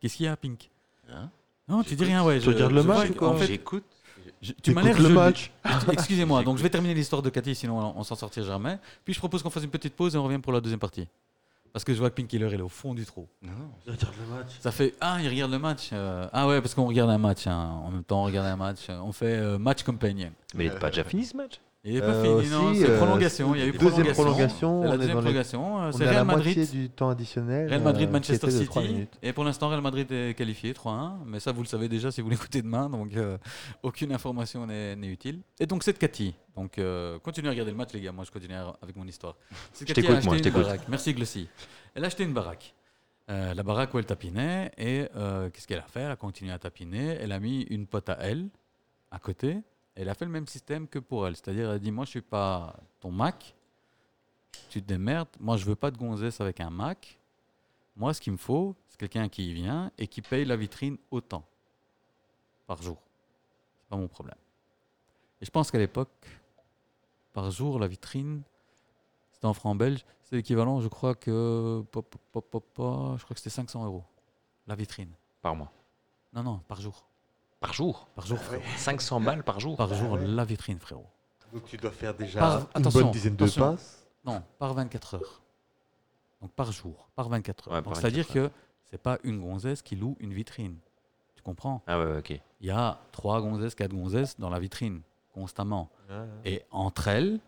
Speaker 1: Qu'est-ce qu'il y a, Pink
Speaker 4: Hein
Speaker 1: Non, tu dis rien, ouais.
Speaker 3: Tu
Speaker 1: je-
Speaker 3: regardes le
Speaker 1: je
Speaker 3: match
Speaker 1: vois
Speaker 3: ou
Speaker 1: que-
Speaker 3: quoi
Speaker 1: en fait,
Speaker 4: J'écoute.
Speaker 1: je- Tu
Speaker 3: Tu
Speaker 1: m'as
Speaker 3: m'as
Speaker 1: l'air.
Speaker 3: le
Speaker 1: joli.
Speaker 3: match.
Speaker 1: Excusez-moi, donc je vais
Speaker 4: J'écoute.
Speaker 1: terminer l'histoire de Cathy, sinon on- on s'en sortira jamais. Puis je propose qu'on fasse une petite pause et on revient pour la deuxième partie. Parce que je vois que Pink Killer, il est au fond du trou.
Speaker 4: Non, non.
Speaker 3: Tu regardes le match.
Speaker 1: Ça fait Ah, il regarde le match. euh, ah ouais, parce qu'on regarde un match. hein. En même temps, on regarde un match. euh, On fait euh, match companion.
Speaker 2: Mais il n'est pas déjà fini ce match.
Speaker 1: Il n'est pas
Speaker 3: Euh,
Speaker 1: fini, non,
Speaker 3: aussi,
Speaker 1: c'est
Speaker 3: euh,
Speaker 1: prolongation. Il y a eu
Speaker 3: Deuxième
Speaker 1: prolongation.
Speaker 3: prolongation,
Speaker 1: C'est la
Speaker 3: on est
Speaker 1: deuxième
Speaker 3: dans les-
Speaker 1: prolongation. euh,
Speaker 3: on
Speaker 1: C'est
Speaker 3: est à la
Speaker 1: Real
Speaker 3: moitié
Speaker 1: Madrid.
Speaker 3: du temps additionnel.
Speaker 1: Real Madrid,
Speaker 3: euh,
Speaker 1: Manchester
Speaker 3: qui était de trois
Speaker 1: City.
Speaker 3: minutes.
Speaker 1: Et pour l'instant, Real Madrid est qualifié 3-1. Mais ça, vous le savez déjà si vous l'écoutez demain. Donc, euh, aucune information n'est n'est utile. Et donc, c'est de Cathy. Donc, euh, continuez à regarder le match, les gars. Moi, je continue à- avec mon histoire. Cette
Speaker 2: Je
Speaker 1: Cathy a
Speaker 2: t'écoute, moi,
Speaker 1: acheté
Speaker 2: je
Speaker 1: une
Speaker 2: t'écoute.
Speaker 1: baraque. Merci, Glossy. Elle a acheté une baraque. Euh, la baraque où elle tapinait. Et euh, qu'est-ce qu'elle a fait Elle a continué à tapiner. Elle a mis une pote à elle, à côté. Elle a fait le même système que pour elle. C'est-à-dire, elle a dit Moi, je suis pas ton Mac. Tu te démerdes. Moi, je veux pas de gonzesse avec un Mac. Moi, ce qu'il me faut, c'est quelqu'un qui y vient et qui paye la vitrine autant par jour. C'est pas mon problème. Et je pense qu'à l'époque, par jour, la vitrine, c'était en francs belges, c'est l'équivalent, je crois que. pop, pop, pop, pop, pop, je crois que c'était 500 euros. La vitrine.
Speaker 2: Par mois.
Speaker 1: Non, non, par jour.
Speaker 2: Par jour
Speaker 1: Par jour, frérot. Ah
Speaker 2: 500 balles par jour
Speaker 1: Par jour, la vitrine, frérot.
Speaker 3: Donc tu dois faire déjà
Speaker 1: Par-
Speaker 3: une
Speaker 1: attention,
Speaker 3: bonne dizaine de
Speaker 1: attention.
Speaker 3: passes.
Speaker 1: Non, par 24 heures. Donc par jour, par 24 heures.
Speaker 2: Ouais,
Speaker 1: Donc,
Speaker 2: par
Speaker 1: C'est-à-dire
Speaker 2: 24
Speaker 1: que c'est pas une gonzesse qui loue une vitrine. Tu comprends
Speaker 2: Ah ouais, ouais, ok.
Speaker 1: Il y a trois gonzesses, quatre gonzesses dans la vitrine, constamment. Euh. Et entre elles,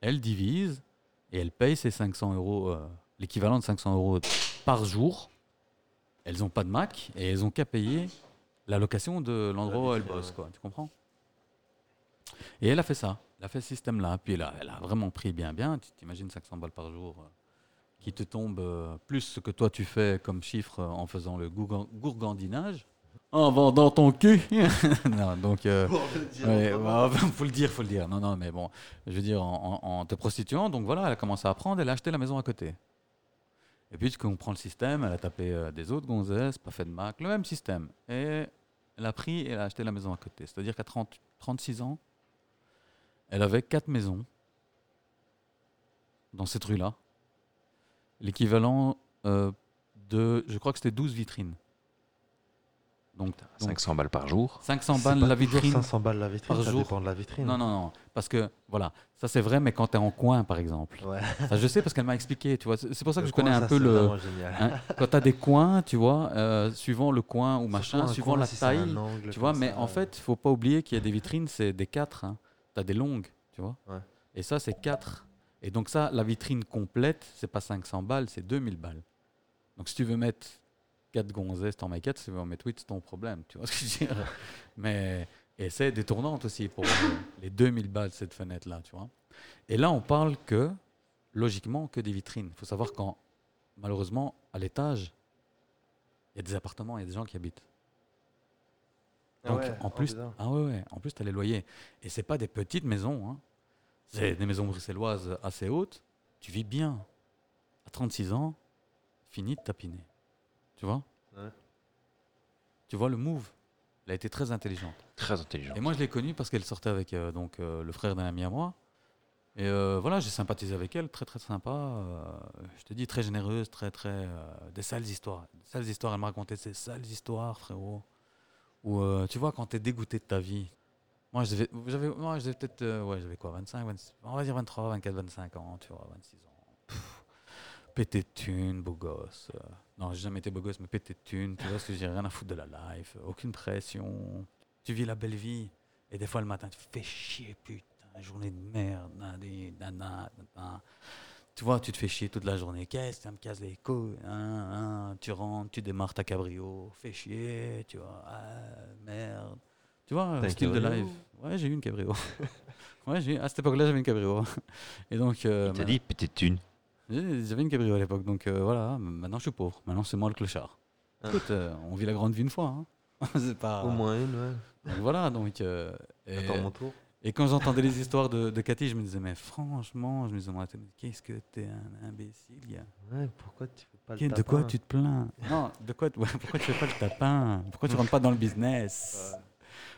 Speaker 1: elles divisent et elles payent ces 500 euros, euh, l'équivalent de 500 euros par jour. Elles n'ont pas de Mac et elles ont qu'à payer la location de l'endroit où elles bossent, quoi. Tu comprends Et elle a fait ça. Elle a fait ce système-là. Puis elle a, elle a vraiment pris bien, bien. Tu t'imagines 500 balles par jour euh, qui te tombent euh, plus ce que toi tu fais comme chiffre euh, en faisant le gourgan- gourgandinage. En vendant ton cul Non, donc. euh, Ouais, bah, faut le dire, faut le dire. Non, non, mais bon, je veux dire, en, en- en te prostituant, donc voilà, elle a commencé à apprendre, elle a acheté la maison à côté. Et puis, tu comprends le système, elle a tapé euh, des autres gonzesses, pas fait de marque, le même système. Et elle a pris et elle a acheté la maison à côté. C'est-à-dire qu'à 30 36 ans, elle avait quatre maisons dans cette rue-là. L'équivalent euh, de, je crois que c'était 12 vitrines. Donc, donc
Speaker 2: 500 balles par jour.
Speaker 1: 500
Speaker 3: C'est
Speaker 1: balles
Speaker 3: pas
Speaker 1: la
Speaker 3: toujours
Speaker 1: vitrine.
Speaker 3: 500 balles la vitrine,
Speaker 1: par
Speaker 3: ça
Speaker 1: jour.
Speaker 3: dépend de la vitrine.
Speaker 1: Non, non, non. Parce que, voilà, ça c'est vrai, mais quand tu es en coin, par exemple.
Speaker 3: Ouais.
Speaker 1: Ça, je sais parce qu'elle m'a expliqué, tu vois. C'est c'est pour ça que
Speaker 3: Le
Speaker 1: je connais
Speaker 3: coin,
Speaker 1: un peu
Speaker 3: c'est
Speaker 1: le.
Speaker 3: vraiment génial.
Speaker 1: hein, quand tu as des coins, tu vois, euh, suivant le coin ou machin,
Speaker 3: Surtout un
Speaker 1: suivant
Speaker 3: coin,
Speaker 1: la
Speaker 3: si c'est un
Speaker 1: taille.
Speaker 3: angle
Speaker 1: Tu vois,
Speaker 3: comme
Speaker 1: mais
Speaker 3: ça, euh.
Speaker 1: en fait, faut pas oublier qu'il y a des vitrines, c'est des 4. Tu as des longues, tu vois.
Speaker 3: Ouais.
Speaker 1: Et ça, c'est 4. Et donc, ça, la vitrine complète, c'est pas 500 balles, c'est 2000 balles. Donc, si tu veux mettre 4 gonzesses, t'en mets 4. Si tu veux en mettre 8, c'est ton problème. Tu vois ce que je veux dire Mais, et c'est détournante aussi pour euh, les 2000 balles, cette fenêtre-là, tu vois. Et là, on parle que, logiquement, que des vitrines. faut savoir qu'en, malheureusement, à l'étage, il y a des appartements, il y a des gens qui habitent.
Speaker 3: Ah
Speaker 1: Donc,
Speaker 3: ouais,
Speaker 1: en
Speaker 3: oh,
Speaker 1: plus,
Speaker 3: bizarre.
Speaker 1: ah ouais, ouais, en plus, tu as les loyers. Et c'est pas des petites maisons. hein. C'est des maisons bruxelloises assez hautes. Tu vis bien. À 36 ans, fini de tapiner. Tu vois
Speaker 3: Ouais.
Speaker 1: Tu vois le move Elle a été très intelligente.
Speaker 2: Très intelligent.
Speaker 1: Et moi, je l'ai connue parce qu'elle sortait avec euh, donc, euh, le frère d'un ami à moi. Et euh, voilà, j'ai sympathisé avec elle, très très sympa. euh, je te dis, très généreuse, très très. euh, des sales histoires. Des sales histoires, elle me racontait ces sales histoires, frérot. Où euh, tu vois, quand t'es dégoûté de ta vie. Moi, j'avais j'avais- moi, j'avais peut-être. euh, ouais, j'avais quoi 25, 26, On va dire 23, 24, 25 ans, tu vois, 26 ans. Pff, pété de thunes, beau gosse. euh. non, j'ai jamais été beau gosse, mais pété de thunes, tu vois, parce que j'ai rien à foutre de la life, aucune pression tu vis la belle vie. Et des fois, le matin, tu fais chier, putain, journée de merde, nani, nana, nana. Tu vois, tu te fais chier toute la journée. Qu'est-ce que ça me casse les couilles hein, hein. Tu rentres, tu démarres ta cabrio. Fais chier, tu vois. Ah, merde. Tu vois,
Speaker 2: T'as
Speaker 1: le
Speaker 2: une
Speaker 1: style de
Speaker 2: cabrio
Speaker 1: live. Ouais, j'ai eu une cabrio. ouais, j'ai à cette époque-là, j'avais une cabrio. Et donc. euh,
Speaker 2: Il t'a dit petite thune.
Speaker 1: j'ai- J'avais une cabrio à l'époque, donc euh, voilà, m- maintenant je suis pauvre. Maintenant c'est moi le clochard.
Speaker 2: Ah.
Speaker 1: Écoute, euh, on vit la grande vie une fois. hein. c'est pas.
Speaker 3: Au moins une, ouais.
Speaker 1: Donc voilà, donc. euh, et,
Speaker 3: Attends mon tour.
Speaker 1: et quand j'entendais les histoires de, de Cathy, je me disais, mais franchement, je me disais, mais attends, mais qu'est-ce que t'es un imbécile, gars.
Speaker 3: Ouais, pourquoi tu fais pas le
Speaker 1: Qu'est- de quoi
Speaker 3: tapin
Speaker 1: tu te plains Non, de quoi tu- ouais, pourquoi tu fais pas le tapin Pourquoi tu rentres pas dans le business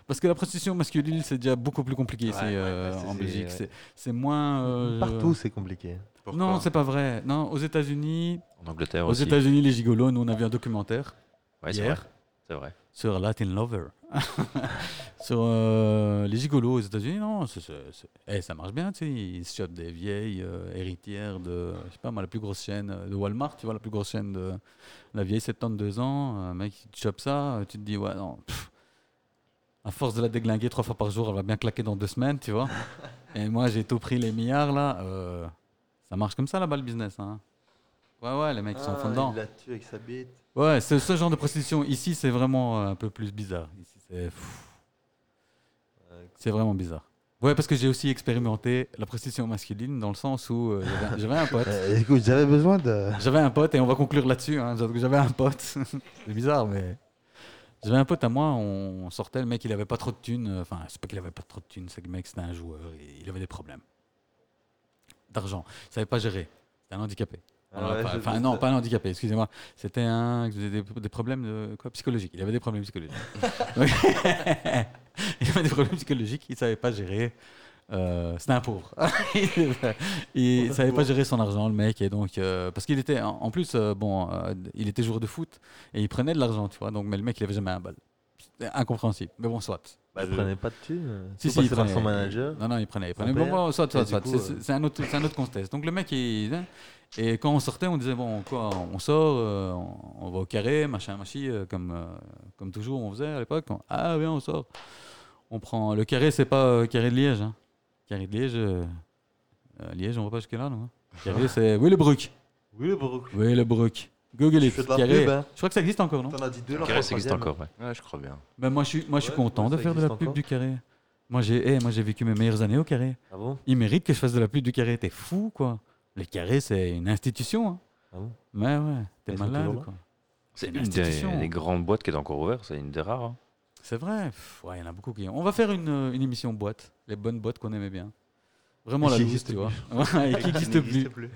Speaker 1: Parce que la prostitution masculine, c'est déjà beaucoup plus compliqué ici,
Speaker 4: Ouais, ouais,
Speaker 1: euh,
Speaker 2: ouais, c'est-
Speaker 1: en
Speaker 2: c'est-
Speaker 1: Belgique.
Speaker 2: ouais.
Speaker 1: C'est- C'est moins. euh,
Speaker 3: Partout, c'est compliqué.
Speaker 4: Pourquoi
Speaker 1: Non, c'est pas vrai. Non, aux États-Unis,
Speaker 2: En Angleterre
Speaker 1: aux
Speaker 2: aussi.
Speaker 1: États-Unis, les gigolos, nous on a vu un documentaire
Speaker 2: Ouais, c'est
Speaker 1: hier
Speaker 2: vrai. C'est vrai.
Speaker 1: sur Latin Lover. sur euh, les gigolos aux États-Unis, non, c'est- c'est- c'est- eh, ça marche bien, tu sais. Ils se chopent des vieilles euh, héritières de, je sais pas moi, la plus grosse chaîne euh, de Walmart, tu vois, la plus grosse chaîne de la vieille 72 ans. Un mec, tu te chopes ça, euh, tu te dis, ouais, non, pff, à force de la déglinguer trois fois par jour, elle va bien claquer dans deux semaines, tu vois. Et moi, j'ai tout pris les milliards, là. euh, ça marche comme ça, là-bas, le business, hein. Ouais, ouais, les mecs, ils sont fondants.
Speaker 3: Ah, Il l'a tué avec sa bite.
Speaker 1: Ouais, ce, ce genre de prostitution ici, c'est vraiment euh, un peu plus bizarre. Ici, c'est pff, c'est vraiment bizarre. Ouais, parce que j'ai aussi expérimenté la prostitution masculine dans le sens où euh, j'avais- j'avais un pote.
Speaker 3: Euh, écoute, j'avais besoin de.
Speaker 1: J'avais un pote, et on va conclure là-dessus. hein, j'avais- j'avais un pote. c'est bizarre, mais. J'avais un pote à moi, on sortait, le mec il avait pas trop de thunes. euh, Enfin, c'est pas qu'il avait pas trop de thunes, c'est que le mec c'était un joueur, et il avait des problèmes. D'argent. Il savait pas gérer. C'était un handicapé. Voilà,
Speaker 3: Ouais,
Speaker 1: Ah, pas-
Speaker 3: je-
Speaker 1: enfin, non, pas un handicapé, excusez-moi. C'était un. Des, des problèmes de, quoi, psychologiques. Il avait des problèmes psychologiques. Donc, il avait des problèmes psychologiques, il ne savait pas gérer. euh, c'était un pauvre. il ne savait pas gérer son argent, le mec. Et donc, euh, parce qu'il était. En, en plus, euh, bon, euh, il était joueur de foot et il prenait de l'argent, tu vois. Donc, mais le mec, il n'avait jamais un bal. C'était incompréhensible. Mais bon, soit.
Speaker 3: Bah, je prenais pas de thunes.
Speaker 1: Si,
Speaker 3: Tout
Speaker 1: si, il
Speaker 3: passait par
Speaker 1: prenait.
Speaker 3: son manager.
Speaker 1: Non, non, il prenait. Il prenait.
Speaker 3: Son
Speaker 1: Bon,
Speaker 3: père.
Speaker 1: bon, soit, soit,
Speaker 3: Et du
Speaker 1: soit.
Speaker 3: coup,
Speaker 1: C'est-
Speaker 3: euh,
Speaker 1: C'est c'est un autre, c'est un autre contexte. Donc le mec, il. hein, Et quand on sortait, on disait bon, quoi, on sort, euh, on, on va au carré, machin, machin, euh, comme, euh, comme toujours on faisait à l'époque. On- Ah bien, on sort. On prend. Le carré, c'est pas euh, carré de Liège. hein. Carré de Liège. euh, euh, Liège, on va pas jusque-là, non hein. Carré, c'est. Oui, le Bruc.
Speaker 3: Oui, le Brook.
Speaker 1: Oui, le Bruc. Google
Speaker 3: Je
Speaker 1: it.
Speaker 3: fais de la
Speaker 1: Carré.
Speaker 3: pub, hein.
Speaker 1: Je crois que ça existe encore, non
Speaker 3: T'en as dit deux, là.
Speaker 2: Carré, ça existe encore, ouais.
Speaker 4: Ouais, je crois bien.
Speaker 1: ben, Moi, je suis, moi, je suis
Speaker 3: Ouais,
Speaker 1: content de
Speaker 3: ça
Speaker 1: faire de la pub
Speaker 3: existe encore.
Speaker 1: du carré. Moi, j'ai eh, moi, j'ai vécu mes meilleures années au carré.
Speaker 3: Ah bon
Speaker 1: Il mérite que je fasse de la pub du carré. T'es fou, quoi. Le carré, c'est une institution. Hein.
Speaker 3: Ah bon
Speaker 1: Mais ouais, t'es
Speaker 3: Ils sont toujours
Speaker 1: malade,
Speaker 3: là
Speaker 1: quoi.
Speaker 2: C'est
Speaker 1: une
Speaker 2: une des,
Speaker 1: institution.
Speaker 2: des grandes boîtes qui est encore ouverte, c'est une des rares. hein.
Speaker 1: C'est vrai. Pff, ouais, il y en a beaucoup qui. On va faire une, euh, une émission boîte. Les bonnes boîtes qu'on aimait bien. Vraiment
Speaker 3: Et
Speaker 1: la
Speaker 3: qui
Speaker 1: loose,
Speaker 3: existe
Speaker 1: tu
Speaker 3: plus.
Speaker 1: vois. Ouais, et qui
Speaker 3: n'existe
Speaker 1: n'existe plus.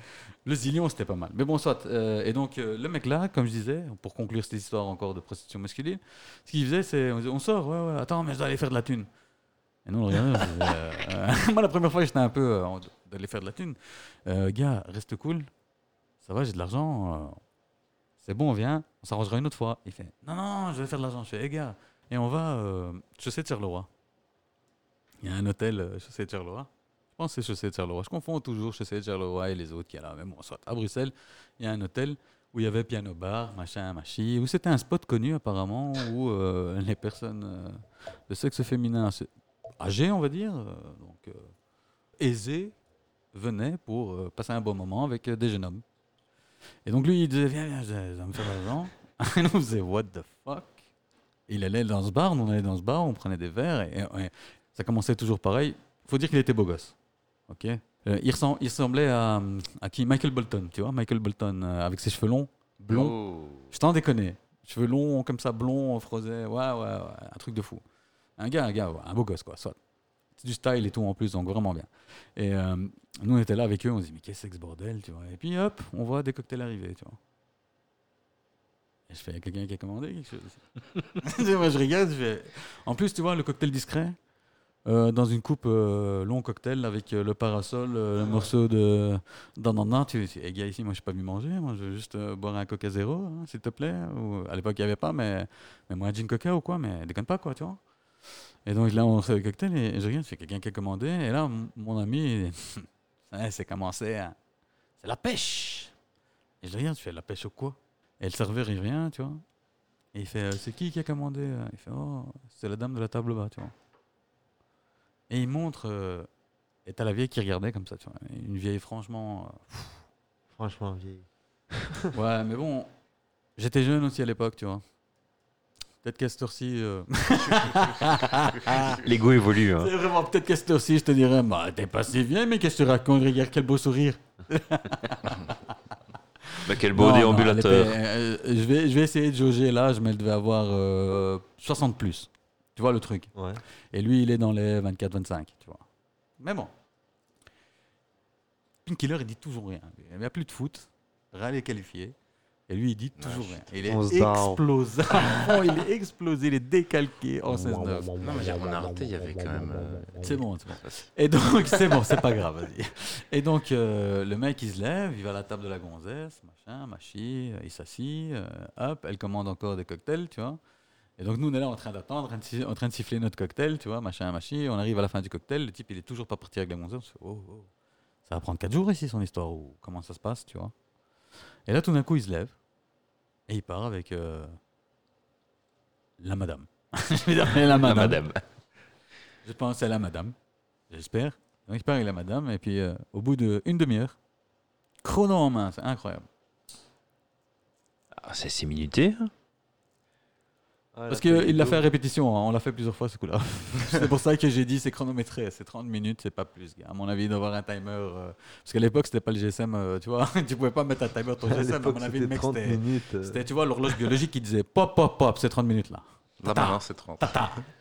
Speaker 1: Le zillion, c'était pas mal. Mais bon, soit. euh, et donc, euh, le mec là, comme je disais, pour conclure cette histoire encore de prostitution masculine, ce qu'il faisait, c'est on, disait, on sort, ouais, ouais, attends, mais je dois aller faire de la thune. Et non, rien. euh, moi, la première fois, j'étais un peu euh, en- d'aller faire de la thune. Euh, gars, reste cool. Ça va, j'ai de l'argent. euh, c'est bon, on vient, on s'arrangera une autre fois. Il fait, non, non, je vais faire de l'argent. Je fais, Eh, gars, et on va, euh, chaussée de Charleroi. Il y a un hôtel, euh, chaussée de Charleroi. Je pense que c'est Chaussée de Charleroi. Je confonds toujours Chaussée de Charleroi et les autres qu'il y a là. Mais bon, soit à Bruxelles, il y a un hôtel où il y avait piano bar, machin, machi, où c'était un spot connu apparemment, où euh, les personnes euh, de sexe féminin assez- âgées, on va dire, euh, donc euh, aisées, venaient pour euh, passer un bon moment avec euh, des jeunes hommes. Et donc lui, il disait, viens, viens, je vais- je vais me faire de l'argent. Et nous, on faisait, what the fuck Il allait dans ce bar, nous on allait dans ce bar, on prenait des verres, et, et- et ça commençait toujours pareil faut dire qu'il était beau gosse. Ok. Euh, il, ressem- il ressemblait à, à qui Michael Bolton, tu vois Michael Bolton euh, avec ses cheveux longs, blonds.
Speaker 2: Oh.
Speaker 1: Je t'en déconne. Cheveux longs comme ça, blonds, frosés. Ouais, ouais, ouais, un truc de fou. Un gars, un gars, ouais, un beau gosse quoi. Soit. C'est du style et tout en plus, donc vraiment bien. Et euh, nous on était là avec eux, on se dit mais qu'est-ce que c'est que ce bordel, tu vois Et puis hop, on voit des cocktails arriver, tu vois. Et je fais, y a quelqu'un qui a commandé quelque chose ici Moi je regarde, je fais. En plus, tu vois, le cocktail discret, euh, dans une coupe euh, long cocktail avec euh, le parasol, euh, le morceau de d'ananas. Tu dis, Eh, gars, ici, moi, je suis pas venu manger. Moi, je veux juste euh, boire un coca zéro, hein, s'il te plaît. Ou, à l'époque, il n'y avait pas, mais, mais moi, un gin coca ou quoi, mais déconne pas, quoi, tu vois. Et donc là, on reçoit le cocktail et, et je regarde, c'est quelqu'un qui a commandé. Et là, m- mon ami, il- Ouais, c'est commencé. à- C'est la pêche. Et je regarde, je fais la pêche au quoi Et le serveur, il revient, tu vois. Et il fait, euh, c'est qui qui a commandé euh Il fait, oh, c'est la dame de la table bas, tu vois. Et il montre. euh, et t'as la vieille qui regardait comme ça, tu vois. Une vieille, franchement. euh, pff,
Speaker 3: Franchement, vieille.
Speaker 1: Ouais, mais bon, j'étais jeune aussi à l'époque, tu vois. Peut-être qu'à cette heure-ci. euh,
Speaker 2: Les goûts évoluent. hein.
Speaker 1: C'est vraiment peut-être qu'à cette heure-ci, je te dirais, bah, t'es pas si vieux, mais qu'est-ce que tu racontes Regarde quel beau sourire.
Speaker 2: Bah, quel beau
Speaker 1: Non, non,
Speaker 2: déambulateur.
Speaker 1: elle était- euh, je, vais, je vais essayer de jauger l'âge, mais elle devait avoir euh, 60 plus. Tu vois le truc.
Speaker 3: Ouais.
Speaker 1: Et lui, il est dans les 24-25, tu vois. Mais bon. Pinkiller, il dit toujours rien. Il n'y a plus de foot. Real est qualifié. Et lui, il dit toujours rien. Il est
Speaker 3: On se barre.
Speaker 1: explosé. Bon, il est explosé, il est décalqué en 16-9.
Speaker 4: Non, mais on a arrêté, il y avait quand même. euh,
Speaker 1: C'est bon, c'est bon. Et donc, c'est bon, c'est pas grave, vas-y. Et donc, euh, le mec, il se lève, il va à la table de la gonzesse, machin, machi, euh, il s'assit, euh, hop, elle commande encore des cocktails, tu vois. Et donc, nous, on est là en train d'attendre, en train de si- en train de siffler notre cocktail, tu vois, machin, machi. On arrive à la fin du cocktail, le type, il est toujours pas parti avec la gonzesse. On se fait, oh, oh, ça va prendre 4 jours ici, son histoire, ou comment ça se passe, tu vois. Et là, tout d'un coup, il se lève, et il part avec euh, la madame. Je vais dire, la
Speaker 2: La
Speaker 1: madame.
Speaker 2: Ah, madame.
Speaker 1: Je pense à la madame, j'espère. Donc, il part avec la madame, et puis euh, au bout d'une demi-heure, chrono en main, c'est incroyable.
Speaker 2: Ah, c'est c'est minuté. hein.
Speaker 1: Parce qu'il l'a fait à répétition, hein, on l'a fait plusieurs fois ce coup-là. c'est pour ça que j'ai dit c'est chronométré, c'est 30 minutes, c'est pas plus. gars. À mon avis, d'avoir un timer. euh, parce qu'à l'époque, c'était pas le GSM, euh, tu vois, tu pouvais pas mettre un timer ton
Speaker 3: À
Speaker 1: GSM, à
Speaker 3: l'époque,
Speaker 1: mon avis,
Speaker 3: c'était
Speaker 1: le mec,
Speaker 3: 30
Speaker 1: c'était.
Speaker 3: minutes. euh,
Speaker 1: C'était, tu vois, l'horloge biologique qui disait pop, pop, pop, c'est 30 minutes là.
Speaker 4: Là, maintenant, c'est 30.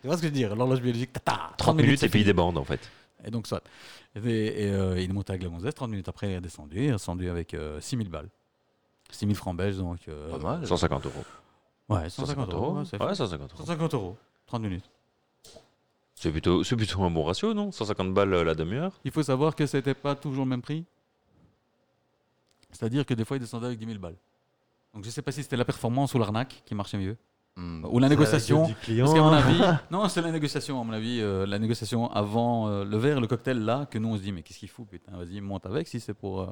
Speaker 1: Tu vois ce que je veux dire L'horloge biologique, tata, 30,
Speaker 2: 30 minutes
Speaker 1: c'est
Speaker 2: et puis il
Speaker 1: fini.
Speaker 2: débande en fait.
Speaker 1: Et donc, soit. Et, et, euh, il est monté avec la gonzesse, 30 minutes après, il est descendu, il est descendu avec euh, 6000 balles. 6000 francs belges, donc. euh,
Speaker 4: Pas mal.
Speaker 2: 150 euros.
Speaker 1: Ouais, 150 euros. ouais, ça fait-
Speaker 2: Ouais, 150 euros.
Speaker 1: 150 euros, 30 minutes.
Speaker 2: C'est plutôt, c'est plutôt un bon ratio, non 150 balles euh, la demi-heure.
Speaker 1: Il faut savoir que c'était pas toujours le même prix. C'est-à-dire que des fois, il descendait avec 10 000 balles. Donc, je sais pas si c'était la performance ou l'arnaque qui marchait mieux.
Speaker 4: Hmm.
Speaker 1: Ou la
Speaker 3: c'est
Speaker 1: négociation.
Speaker 3: gueule du client.
Speaker 1: Parce qu'à mon avis, non, c'est la négociation, à mon avis, euh, la négociation avant euh, le verre, le cocktail là, que nous on se dit, mais qu'est-ce qu'il fout, putain, vas-y, monte avec si c'est pour. euh,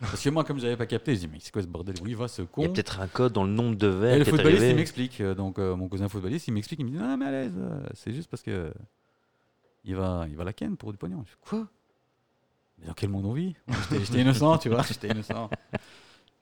Speaker 1: Parce que moi, comme j'avais pas capté, je dis, mais c'est quoi ce bordel Où il va ce
Speaker 2: Il y a
Speaker 1: con
Speaker 2: peut-être un code dans le nombre de verres.
Speaker 1: Et le
Speaker 2: qui est
Speaker 1: footballiste,
Speaker 2: arrivé.
Speaker 1: il m'explique, euh, donc euh, mon cousin footballiste, il m'explique, il me dit, non, mais à l'aise, euh, c'est juste parce que. Il va, il va la ken pour du pognon. Je fais, quoi Mais dans quel monde on vit J'étais- J'étais innocent, tu vois, j'étais innocent.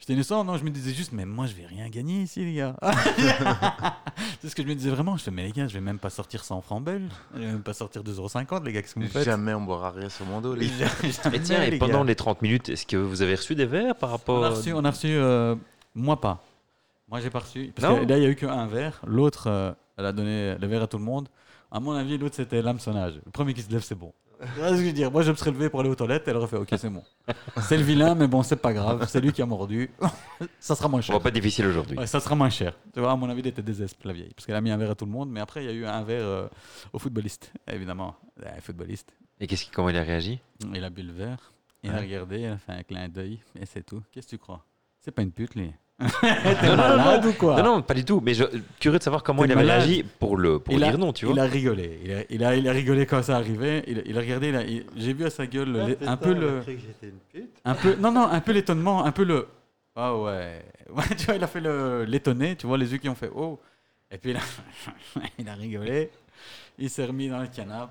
Speaker 1: J'étais innocent, non, je me disais juste, mais moi, je vais rien gagner ici, les gars. c'est ce que je me disais vraiment. Je fais, mais les gars, je vais même pas sortir 100 francs belges. Je vais même pas sortir 2,50€, les gars, qu'est-ce que vous faites
Speaker 4: Jamais on boira rien sur mon dos, les gars.
Speaker 2: Mais tiens, et pendant les 30 minutes, est-ce que vous avez reçu des verres par rapport
Speaker 1: On a reçu, on a reçu euh, moi pas. Moi, j'ai pas reçu. Parce
Speaker 2: Non
Speaker 1: que là, il y a eu qu'un verre. L'autre, euh, elle a donné le verre à tout le monde. À mon avis, l'autre, c'était l'hameçonnage. Le premier qui se lève, c'est bon. Tu vois ce que je veux dire Moi, je me serais levé pour aller aux toilettes. Elle aurait fait Ok, c'est bon. C'est le vilain, mais bon, c'est pas grave. C'est lui qui a mordu. ça sera moins
Speaker 2: On
Speaker 1: cher.
Speaker 2: va pas être difficile aujourd'hui.
Speaker 1: Ouais, ça sera moins cher. Tu vois, à mon avis, elle était désespérée, la vieille. Parce qu'elle a mis un verre à tout le monde. Mais après, il y a eu un verre euh, au footballiste, évidemment. Un footballiste.
Speaker 2: Et qu'est-ce qui, comment il a réagi
Speaker 1: Il a bu le verre, il a
Speaker 2: Ouais.
Speaker 1: regardé, il a fait un clin d'œil, et c'est tout. Qu'est-ce que tu crois C'est pas une pute, lui. T'es malade ou quoi
Speaker 2: Non, non, pas du tout. Mais je, curieux de savoir comment
Speaker 1: T'es
Speaker 2: il avait
Speaker 1: malade.
Speaker 2: réagi pour le pour
Speaker 1: il
Speaker 2: dire
Speaker 1: a,
Speaker 2: non, tu
Speaker 1: Il
Speaker 2: vois.
Speaker 1: a rigolé. Il a, il a, il a rigolé quand ça arrivait. Il, a- il a regardé. il a- il- J'ai vu à sa gueule le- un peu le, un peu, non, non, un peu l'étonnement, un peu le. Ah ouais. ouais. Tu vois, il a fait le- l'étonné. Tu vois les yeux qui ont fait oh. Et puis il a, il a rigolé. Il s'est remis dans le canapé.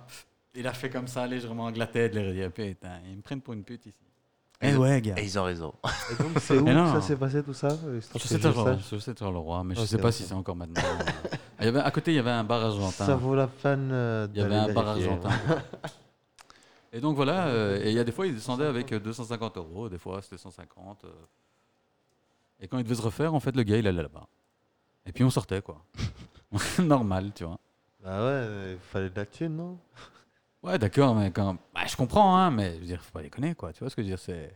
Speaker 1: Il a fait comme ça légèrement avec la tête. Il a dit putain, ils me prennent pour une pute ici. Eh ouais, gars.
Speaker 4: Et ils ont raison.
Speaker 3: Et donc, c'est où
Speaker 1: Mais non.
Speaker 3: que ça s'est passé tout ça euh, histoire
Speaker 1: Je
Speaker 3: que
Speaker 1: sais
Speaker 3: je
Speaker 1: toujours,
Speaker 3: sache
Speaker 1: je sais toujours le roi, mais je
Speaker 2: Ah,
Speaker 3: Ok,
Speaker 1: sais pas
Speaker 3: ok.
Speaker 1: si c'est encore maintenant. euh. Il y avait, à côté, il y avait un bar
Speaker 3: Ça
Speaker 1: argentin.
Speaker 3: vaut la peine euh,
Speaker 1: Il y avait
Speaker 3: d'aller
Speaker 1: un bar
Speaker 3: vérifier.
Speaker 1: argentin. Et donc voilà, euh, et il y a des fois, ils descendaient avec euh, 250 euros, des fois c'était 150. euh. Et quand ils devaient se refaire, en fait, le gars, il allait là-bas. Et puis on sortait, quoi. Normal, tu vois.
Speaker 3: Bah ouais, il fallait de la thune, non
Speaker 1: Ouais, d'accord, mais quand. Bah, je comprends, hein, mais je veux dire, faut pas déconner, quoi. Tu vois ce que je veux dire C'est.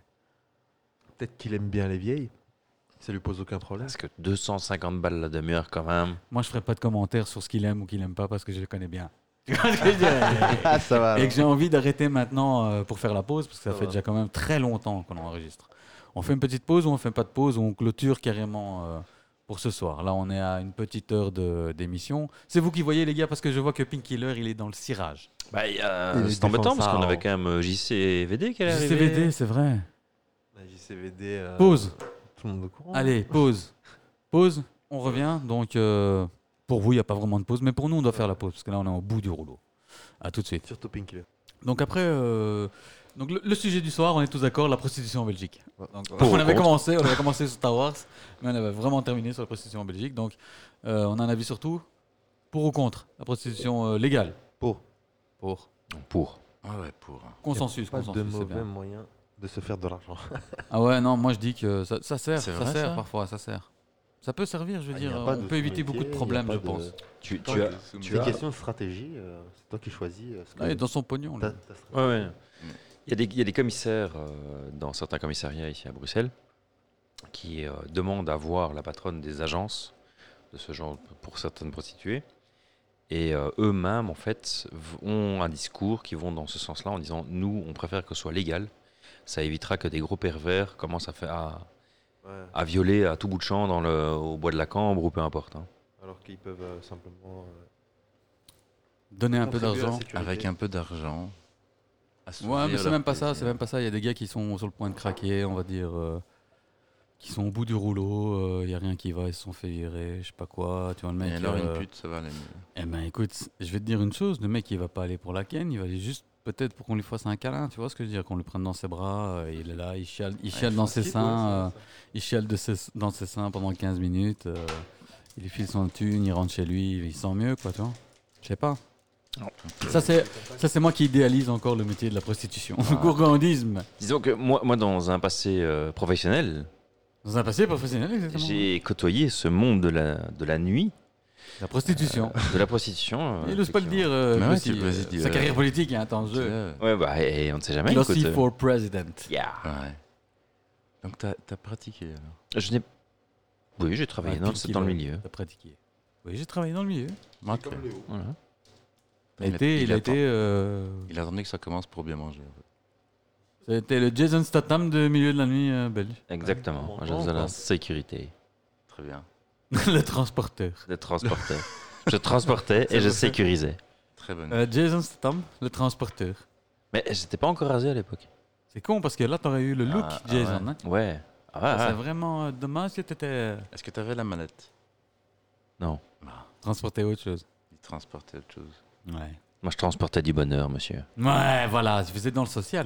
Speaker 3: Peut-être qu'il aime bien les vieilles. Ça lui pose aucun problème.
Speaker 2: Parce que 250 balles la demi-heure quand même.
Speaker 1: Moi, je ferai pas de commentaires sur ce qu'il aime ou qu'il aime pas parce que je le connais bien. Tu vois ce que je veux dire
Speaker 3: Ah, ça va.
Speaker 1: Et que j'ai envie d'arrêter maintenant euh, pour faire la pause, parce que ça
Speaker 3: Ça
Speaker 1: fait
Speaker 3: va.
Speaker 1: déjà quand même très longtemps qu'on enregistre. On fait une petite pause ou on fait pas de pause, ou on clôture carrément euh, pour ce soir. Là, on est à une petite heure de- d'émission. C'est vous qui voyez, les gars, parce que je vois que Pink Killer, il est dans le cirage.
Speaker 2: Bah, il y a-
Speaker 3: Il
Speaker 2: c'est
Speaker 3: défend
Speaker 2: embêtant parce
Speaker 3: ça,
Speaker 2: qu'on
Speaker 3: hein.
Speaker 2: avait quand même euh, JCVD qui est arrivé.
Speaker 1: CVD, c'est vrai.
Speaker 3: La JCVD. euh,
Speaker 1: Pause.
Speaker 3: Tout le monde au courant.
Speaker 1: Allez, pause. Pause. On revient. Donc, euh, pour vous, il n'y a pas vraiment de pause, mais pour nous, on doit faire la pause, parce que là, on est au bout du rouleau. À tout de suite.
Speaker 3: Surtout Pinky.
Speaker 1: Donc après, euh, donc le, le sujet du soir, on est tous d'accord, la prostitution en Belgique. Donc,
Speaker 2: Pour ou
Speaker 1: on avait
Speaker 2: contre
Speaker 1: commencé, on avait commencé sur Star Wars, mais on avait vraiment terminé sur la prostitution en Belgique. Donc euh, on a un avis surtout pour ou contre la prostitution euh, légale.
Speaker 3: Pour.
Speaker 1: Pour.
Speaker 2: Pour.
Speaker 4: Ouais, ouais, pour. hein.
Speaker 1: Consensus,
Speaker 3: Pas de
Speaker 1: consensus. c'est
Speaker 3: mauvais
Speaker 1: bien.
Speaker 3: moyen de se faire de l'argent.
Speaker 1: Ah ouais, non, moi je dis que ça, ça sert,
Speaker 4: C'est
Speaker 1: ça
Speaker 4: vrai,
Speaker 1: sert
Speaker 4: ça
Speaker 1: parfois, ça sert. Ça peut servir, je veux
Speaker 3: Ah, y
Speaker 1: dire,
Speaker 3: a pas
Speaker 1: on
Speaker 3: de
Speaker 1: peut éviter
Speaker 3: sous-métier,
Speaker 1: beaucoup de
Speaker 3: y a
Speaker 1: problèmes,
Speaker 3: pas
Speaker 1: je
Speaker 3: de-
Speaker 1: pense.
Speaker 2: Tu,
Speaker 3: Tant
Speaker 2: tu as.
Speaker 3: que-
Speaker 4: Sous-
Speaker 3: C'est une question de stratégie. euh, c'est toi qui choisis. euh, ce que-
Speaker 1: Là, il est dans son pognon.
Speaker 3: ta-
Speaker 1: Là.
Speaker 3: ta stratégie.
Speaker 2: Ouais, ouais. Il y a des, il y a des commissaires euh, dans certains commissariats ici à Bruxelles qui euh, demandent à voir la patronne des agences de ce genre pour certaines prostituées. Et euh, eux-mêmes, en fait, v- ont un discours qui vont dans ce sens-là en disant Nous, on préfère que ce soit légal. Ça évitera que des gros pervers commencent à, faire, à,
Speaker 3: Ouais.
Speaker 2: à violer à tout bout de champ dans le, au bois de la cambre ou peu importe. hein.
Speaker 3: Alors qu'ils peuvent euh, simplement. euh,
Speaker 1: Donner un peu
Speaker 3: contribuer à la
Speaker 1: d'argent.
Speaker 3: sécurité.
Speaker 4: Avec un peu d'argent. assouvir
Speaker 1: Ouais, mais c'est
Speaker 4: leur
Speaker 1: même pas ça,
Speaker 4: plaisir.
Speaker 1: c'est même pas ça. Il y a des gars qui sont sur le point de craquer, on va dire, euh, qui sont au bout du rouleau, euh, il y a rien qui va, ils se sont fait virer, je sais pas quoi, tu vois le mec.
Speaker 4: Et alors, une
Speaker 1: euh,
Speaker 4: pute, ça va aller mieux.
Speaker 1: Eh ben écoute, je vais te dire une chose, le mec il va pas aller pour la ken, il va aller juste peut-être pour qu'on lui fasse un câlin, tu vois ce que je veux dire, qu'on le prenne dans ses bras, euh, il est là, il chiale, il chiale dans ses
Speaker 3: si, toi,
Speaker 1: seins, euh,
Speaker 3: ça, ça.
Speaker 1: il chiale de ses- dans ses seins pendant 15 minutes, euh, il lui file son thune, il rentre chez lui, il sent mieux quoi, tu vois. Je sais pas. Ça c'est ça c'est moi qui idéalise encore le métier de la prostitution. Le gourgandisme.
Speaker 2: Disons que moi, moi dans un passé euh, professionnel,
Speaker 1: Dans un passé professionnel exactement.
Speaker 2: j'ai côtoyé ce monde de la, de la nuit,
Speaker 1: La prostitution.
Speaker 2: de la prostitution. euh,
Speaker 1: il n'ose pas le
Speaker 2: Ah, effectivement.
Speaker 1: dire. euh,
Speaker 4: Mais ouais,
Speaker 1: Bossy,
Speaker 4: tu peux
Speaker 1: euh,
Speaker 4: aussi dire.
Speaker 1: sa carrière politique est un temps de jeu.
Speaker 4: Ouais.
Speaker 2: Ouais, bah, et on ne sait jamais.
Speaker 1: Glossy
Speaker 2: écoute, euh,
Speaker 1: for president.
Speaker 2: yeah.
Speaker 4: Ouais. Donc, t'as as pratiqué alors
Speaker 2: Je n'ai. Oui, j'ai travaillé
Speaker 1: Un
Speaker 2: dans,
Speaker 1: pile
Speaker 2: le- dans le
Speaker 1: kilo
Speaker 2: milieu.
Speaker 1: à pratiquer. Oui, j'ai travaillé dans le milieu.
Speaker 4: Ok.
Speaker 3: Comme Léo.
Speaker 2: Voilà.
Speaker 1: Il a été, il a été, euh,
Speaker 4: Il attendait que ça commence pour bien manger. en fait.
Speaker 1: c'était le Jason Statham de milieu de la nuit euh, belge,
Speaker 2: Exactement.
Speaker 3: Ouais,
Speaker 2: J'ai
Speaker 3: on
Speaker 2: besoin de la
Speaker 3: pense.
Speaker 2: sécurité,
Speaker 4: Très bien.
Speaker 1: le transporteur.
Speaker 2: de transporter. je transportais et je sécurisais.
Speaker 4: Très bonne.
Speaker 1: Euh, Jason Statham, le transporteur.
Speaker 2: Mais j'étais pas encore rasé à l'époque.
Speaker 1: C'est con parce que là t'aurais eu le look
Speaker 4: Ah, ah
Speaker 1: Jason. hein.
Speaker 2: Ouais. Ah,
Speaker 1: Ça,
Speaker 2: ah,
Speaker 1: C'est vraiment euh, dommage que t'étais
Speaker 4: Est-ce que t'avais la mallette
Speaker 2: Non.
Speaker 1: transporté autre chose.
Speaker 4: Il transportait autre chose.
Speaker 1: Ouais.
Speaker 2: Moi, je transportais du bonheur, monsieur.
Speaker 1: Ouais, voilà, je faisais dans le social.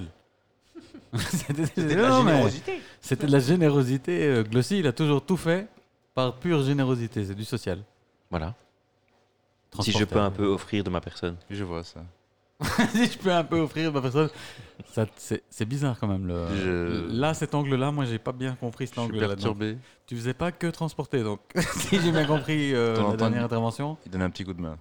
Speaker 1: C'était
Speaker 3: C'était de la
Speaker 1: non, mais
Speaker 3: générosité.
Speaker 1: C'était de la générosité. euh, Glossy, il a toujours tout fait par pure générosité. C'est du social.
Speaker 2: Voilà. Si je peux un peu offrir de ma personne.
Speaker 4: Je vois ça.
Speaker 1: si je peux un peu offrir ma personne. Ça, c'est, c'est bizarre quand même. Le...
Speaker 4: Je-
Speaker 1: Là, cet angle-là, moi, j'ai pas bien compris cet
Speaker 4: Je suis
Speaker 1: angle-là. donc.
Speaker 4: perturbé.
Speaker 1: Tu faisais pas que transporter, donc si j'ai bien compris euh,
Speaker 4: T'as
Speaker 1: la
Speaker 4: entendu
Speaker 1: dernière intervention.
Speaker 4: Il donne un petit coup de main.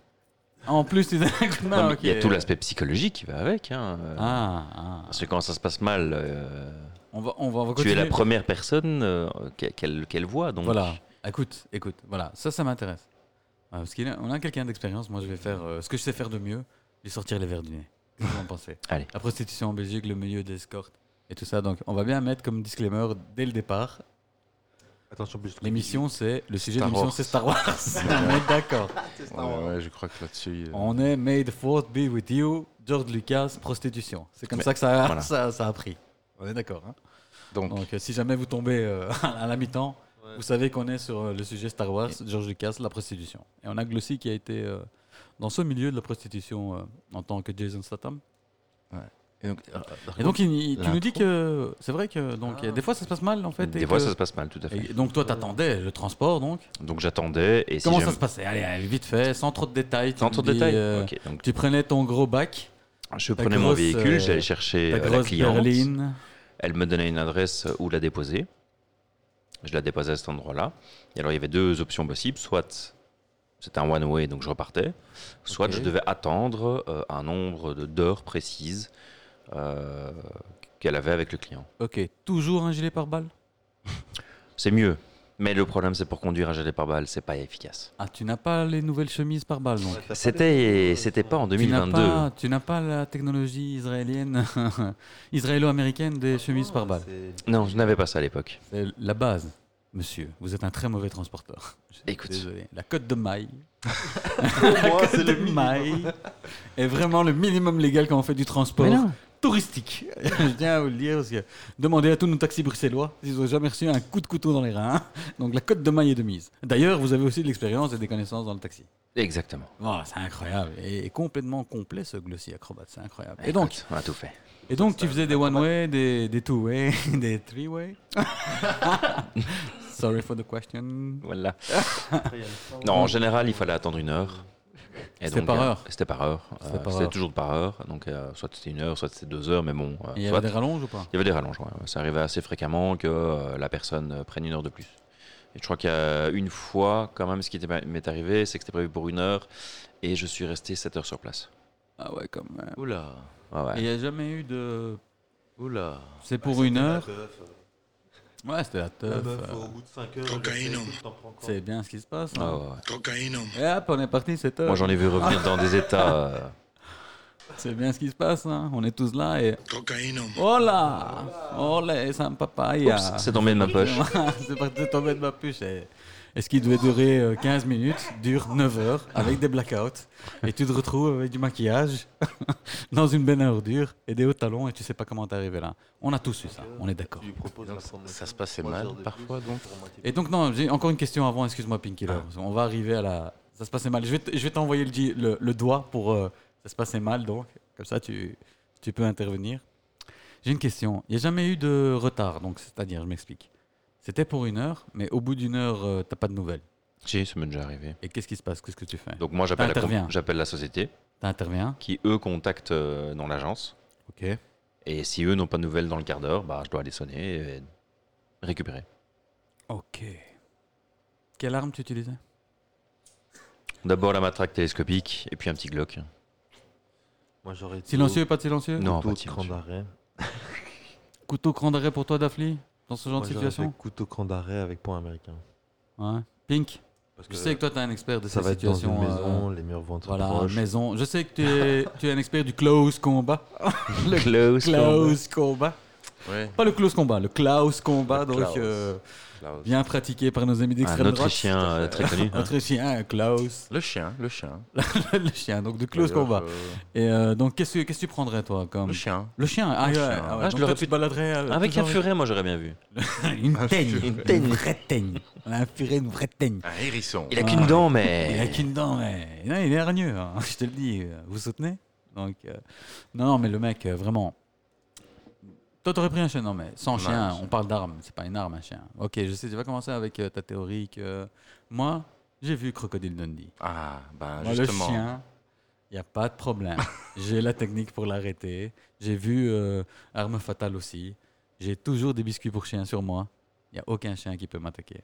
Speaker 1: En plus, tu faisais un coup de main,
Speaker 2: Ouais, mais
Speaker 1: Ah, ok.
Speaker 2: Il y a tout l'aspect psychologique qui va avec. hein. Euh,
Speaker 1: Ah, ah.
Speaker 2: Parce que quand ça se passe mal, euh,
Speaker 1: On va, on va, on va
Speaker 2: tu es
Speaker 1: continuer.
Speaker 2: la première personne euh, qu'elle- qu'elle qu'elle voit. Donc,
Speaker 1: Voilà. Écoute, écoute. Voilà, ça, ça m'intéresse. Ouais, parce qu'on a, on a quelqu'un d'expérience. Moi, je vais faire euh, ce que je sais faire de mieux, lui sortir les verres du nez. Qu'est-ce que vous en pensez
Speaker 2: Allez.
Speaker 1: La prostitution en Belgique, le milieu d'escorte et tout ça. Donc, on va bien mettre comme disclaimer dès le départ
Speaker 3: Attention, plus.
Speaker 1: L'émission, c'est. Le sujet de
Speaker 4: Star
Speaker 1: l'émission,
Speaker 4: Wars.
Speaker 1: c'est Star Wars. on est d'accord.
Speaker 4: Ouais, ouais, je crois que là-dessus. euh,
Speaker 1: On est Made Fourth Be With You, George Lucas, prostitution. C'est comme
Speaker 2: Mais,
Speaker 1: ça que ça,
Speaker 2: voilà.
Speaker 1: ça, ça a pris. On est d'accord. hein.
Speaker 4: Donc,
Speaker 1: Donc, euh, si jamais vous tombez euh, à la mi-temps, vous savez qu'on est sur euh, le sujet Star Wars, George Lucas, la prostitution. Et on a Glossy qui a été euh, dans ce milieu de la prostitution euh, en tant que Jason Statham.
Speaker 4: et donc, euh, par
Speaker 1: Et donc,
Speaker 4: contre,
Speaker 1: il- il- tu nous
Speaker 4: l'intro.
Speaker 1: dis que. C'est vrai que. Donc, euh, des fois, ça se passe mal, en fait. et
Speaker 2: des fois,
Speaker 1: que-
Speaker 2: ça se passe mal, tout à fait.
Speaker 1: et donc, toi, t'attendais le transport, donc
Speaker 2: Donc j'attendais et si
Speaker 1: Comment
Speaker 2: je-
Speaker 1: ça se passait Allez, allez, vite fait, sans trop de détails. tu
Speaker 2: Sans
Speaker 1: me
Speaker 2: trop de
Speaker 1: dis,
Speaker 2: détails.
Speaker 1: euh,
Speaker 2: Ok, donc
Speaker 1: Tu prenais ton gros bac,
Speaker 2: je
Speaker 1: ta
Speaker 2: prenais mon
Speaker 1: grosse,
Speaker 2: véhicule,
Speaker 1: euh,
Speaker 2: j'allais chercher
Speaker 1: ta
Speaker 2: euh, la
Speaker 1: grosse
Speaker 2: cliente.
Speaker 1: berline.
Speaker 2: Elle me donnait une adresse où la déposer. Je la déposais à cet endroit-là. Et alors il y avait deux options possibles. Soit c'était un one way, donc je repartais. Soit
Speaker 1: Ok.
Speaker 2: je devais attendre euh, un nombre de- d'heures précises euh, qu'elle avait avec le client.
Speaker 1: Ok, toujours un gilet pare-balles
Speaker 2: C'est mieux. Mais le problème, c'est pour conduire un gilet pare-balles, c'est pas efficace.
Speaker 1: Ah, tu n'as pas les nouvelles chemises pare-balles donc
Speaker 3: euh,
Speaker 2: C'était, c'était
Speaker 3: hein.
Speaker 2: pas en
Speaker 1: Tu n'as
Speaker 2: 2022.
Speaker 1: pas, tu n'as pas la technologie israélienne, israélo-américaine des chemises pare-balles.
Speaker 2: Non, je n'avais pas ça à l'époque.
Speaker 1: C'est la base, monsieur. Vous êtes un très mauvais transporteur. Je suis
Speaker 2: Écoute.
Speaker 1: Désolé. La cote de maille.
Speaker 3: Moi,
Speaker 1: cote de maille est vraiment le minimum légal quand on fait du transport. touristique. Je tiens à vous le dire parce que demandez à tous nos taxis bruxellois s'ils ont jamais reçu un coup de couteau dans les reins. Donc la cote de maille est de mise. D'ailleurs, vous avez aussi de l'expérience et des connaissances dans le taxi.
Speaker 2: Exactement.
Speaker 1: Voilà, c'est incroyable. Et, et complètement complet ce glossy acrobat, c'est incroyable. Et donc,
Speaker 2: Bah, Écoute, on a tout fait.
Speaker 1: et donc tu faisais des one-way, des, des two-way, des three-way. Sorry for the question.
Speaker 2: Voilà. non, en général, il fallait attendre une heure. Et
Speaker 1: C'était
Speaker 2: donc,
Speaker 1: par
Speaker 2: euh,
Speaker 1: heure
Speaker 2: C'était par heure. Euh,
Speaker 1: C'était par
Speaker 2: C'était
Speaker 1: heure.
Speaker 2: toujours par heure. Donc, euh, soit c'était une heure, soit c'était deux heures, mais bon. euh,
Speaker 1: Et il y
Speaker 2: soit.
Speaker 1: avait des rallonges ou pas
Speaker 2: Il y avait des rallonges. ouais. Ça arrivait assez fréquemment que euh, la personne euh, prenne une heure de plus. Et je crois qu'il y a une fois, quand même, ce qui était- m'est arrivé, c'est que c'était prévu pour une heure et je suis resté 7 heures sur place.
Speaker 1: Ah ouais, quand même.
Speaker 4: Oula.
Speaker 2: Ouais, ouais.
Speaker 1: Et il n'y a jamais eu de.
Speaker 4: Oula.
Speaker 1: C'est pour une heure.
Speaker 3: euh,
Speaker 1: Ouais, c'était la teuf. euh,
Speaker 3: au bout de 5 heures,
Speaker 5: Cocaïne.
Speaker 1: C'est bien ce qui se passe.
Speaker 2: Ouais,
Speaker 1: hein.
Speaker 2: Ah ouais, ouais.
Speaker 5: Cocaïne.
Speaker 1: Et hop, on est parti, c'est
Speaker 2: Moi, j'en ai vu revenir dans des états. euh,
Speaker 1: C'est bien ce qui se passe. hein. On est tous là et.
Speaker 5: Cocaïne.
Speaker 1: Oh là Oh là, c'est un papaya
Speaker 2: oups, c'est tombé de ma poche.
Speaker 1: Ah, C'est parti tomber de ma puce. Et, et ce qui devait durer euh, 15 minutes dure 9 heures avec des blackouts. Et tu te retrouves avec du maquillage dans une benne à ordures et des hauts talons et tu sais pas comment t'es arrivé là. On a tous eu ça, on est d'accord.
Speaker 4: Donc, ça- ça se passait mal, parfois, donc.
Speaker 1: Et donc, non, j'ai encore une question avant, excuse-moi, Pinky. là. On va arriver à la. Ça se passait mal. Je vais t- je vais t'envoyer le, di- le, le doigt pour. euh, ça se passait mal, donc. Comme ça, tu, tu peux intervenir. J'ai une question. Il n'y a jamais eu de retard, donc, c'est-à-dire, je m'explique. C'était pour une heure, mais au bout d'une heure, euh, t'as pas de nouvelles.
Speaker 2: Si, ça m'est déjà arrivé.
Speaker 1: Et qu'est-ce qui se passe Qu'est-ce que tu fais
Speaker 2: Donc, moi, j'appelle la,
Speaker 1: T'interviens.
Speaker 2: com- j'appelle la société
Speaker 1: T'interviens.
Speaker 2: qui, eux, contactent euh, dans l'agence.
Speaker 1: Ok.
Speaker 2: Et si eux n'ont pas de nouvelles dans le quart d'heure, bah, je dois aller sonner et récupérer.
Speaker 1: Ok. Quelle arme tu utilisais
Speaker 2: D'abord la matraque télescopique et puis un petit Glock.
Speaker 3: Moi, j'aurais dit
Speaker 1: Silencieux, pas de silencieux
Speaker 2: Non,
Speaker 3: couteau
Speaker 2: pas
Speaker 3: de cran
Speaker 2: silencieux.
Speaker 3: d'arrêt.
Speaker 1: Couteau cran d'arrêt pour toi, Dafli Dans ce genre
Speaker 3: Moi,
Speaker 1: de
Speaker 3: j'aurais fait
Speaker 1: situation
Speaker 3: Couteau cran d'arrêt avec point américain.
Speaker 1: Ouais. Pink,
Speaker 3: Parce
Speaker 1: je sais que toi, t'es un expert de
Speaker 3: Euh, ça
Speaker 1: ces
Speaker 3: va être dans
Speaker 1: situations.
Speaker 3: une
Speaker 1: euh,
Speaker 3: maison, les murs vont être
Speaker 1: Voilà,
Speaker 3: proches.
Speaker 1: maison. Je sais que tu es, tu es un expert du close combat. Le
Speaker 2: Close
Speaker 1: Close combat.
Speaker 4: Ouais.
Speaker 1: Pas le close combat, le Klaus combat,
Speaker 4: Le
Speaker 1: donc
Speaker 4: Klaus.
Speaker 1: euh,
Speaker 4: Klaus.
Speaker 1: bien pratiqué par nos amis d'extrême
Speaker 2: Un
Speaker 1: droite.
Speaker 2: Autrichien euh, très connu.
Speaker 1: Autrichien, Klaus,
Speaker 4: Le chien, le chien.
Speaker 1: le chien, donc du close
Speaker 4: D'ailleurs,
Speaker 1: combat.
Speaker 4: euh,
Speaker 1: Et euh, donc, qu'est-ce que qu'est-ce que tu prendrais, toi comme...
Speaker 4: Le chien.
Speaker 1: Le chien, ah,
Speaker 4: Le
Speaker 1: ouais,
Speaker 4: chien.
Speaker 1: ah ouais,
Speaker 2: Ah, je
Speaker 1: donc
Speaker 2: l'aurais
Speaker 1: toi, tu te baladerais euh,
Speaker 2: Avec un
Speaker 1: toujours
Speaker 2: furet, moi j'aurais bien vu.
Speaker 1: avec- une teigne,
Speaker 4: furet.
Speaker 1: une teigne, une vraie teigne, un furet, une vraie teigne.
Speaker 4: Un hérisson.
Speaker 2: Il a
Speaker 1: Ah.
Speaker 2: qu'une dent,
Speaker 1: Il a
Speaker 2: mais.
Speaker 1: qu'une dent, mais non, il est hargneux, hein, je te le dis. Vous soutenez Donc, euh, non, non, mais le mec, euh, vraiment. Toi, t'aurais pris un chien, non, mais sans chien, on parle d'armes, c'est pas une arme, un chien. Ok, je sais, tu vas commencer avec euh, ta théorie que. Moi, j'ai vu Crocodile Dundee.
Speaker 4: Ah, ben
Speaker 1: Moi,
Speaker 4: justement.
Speaker 1: le chien, il n'y a pas de problème. j'ai la technique pour l'arrêter. J'ai vu euh, Arme Fatale aussi. J'ai toujours des biscuits pour chien sur moi. Il n'y a aucun chien qui peut m'attaquer.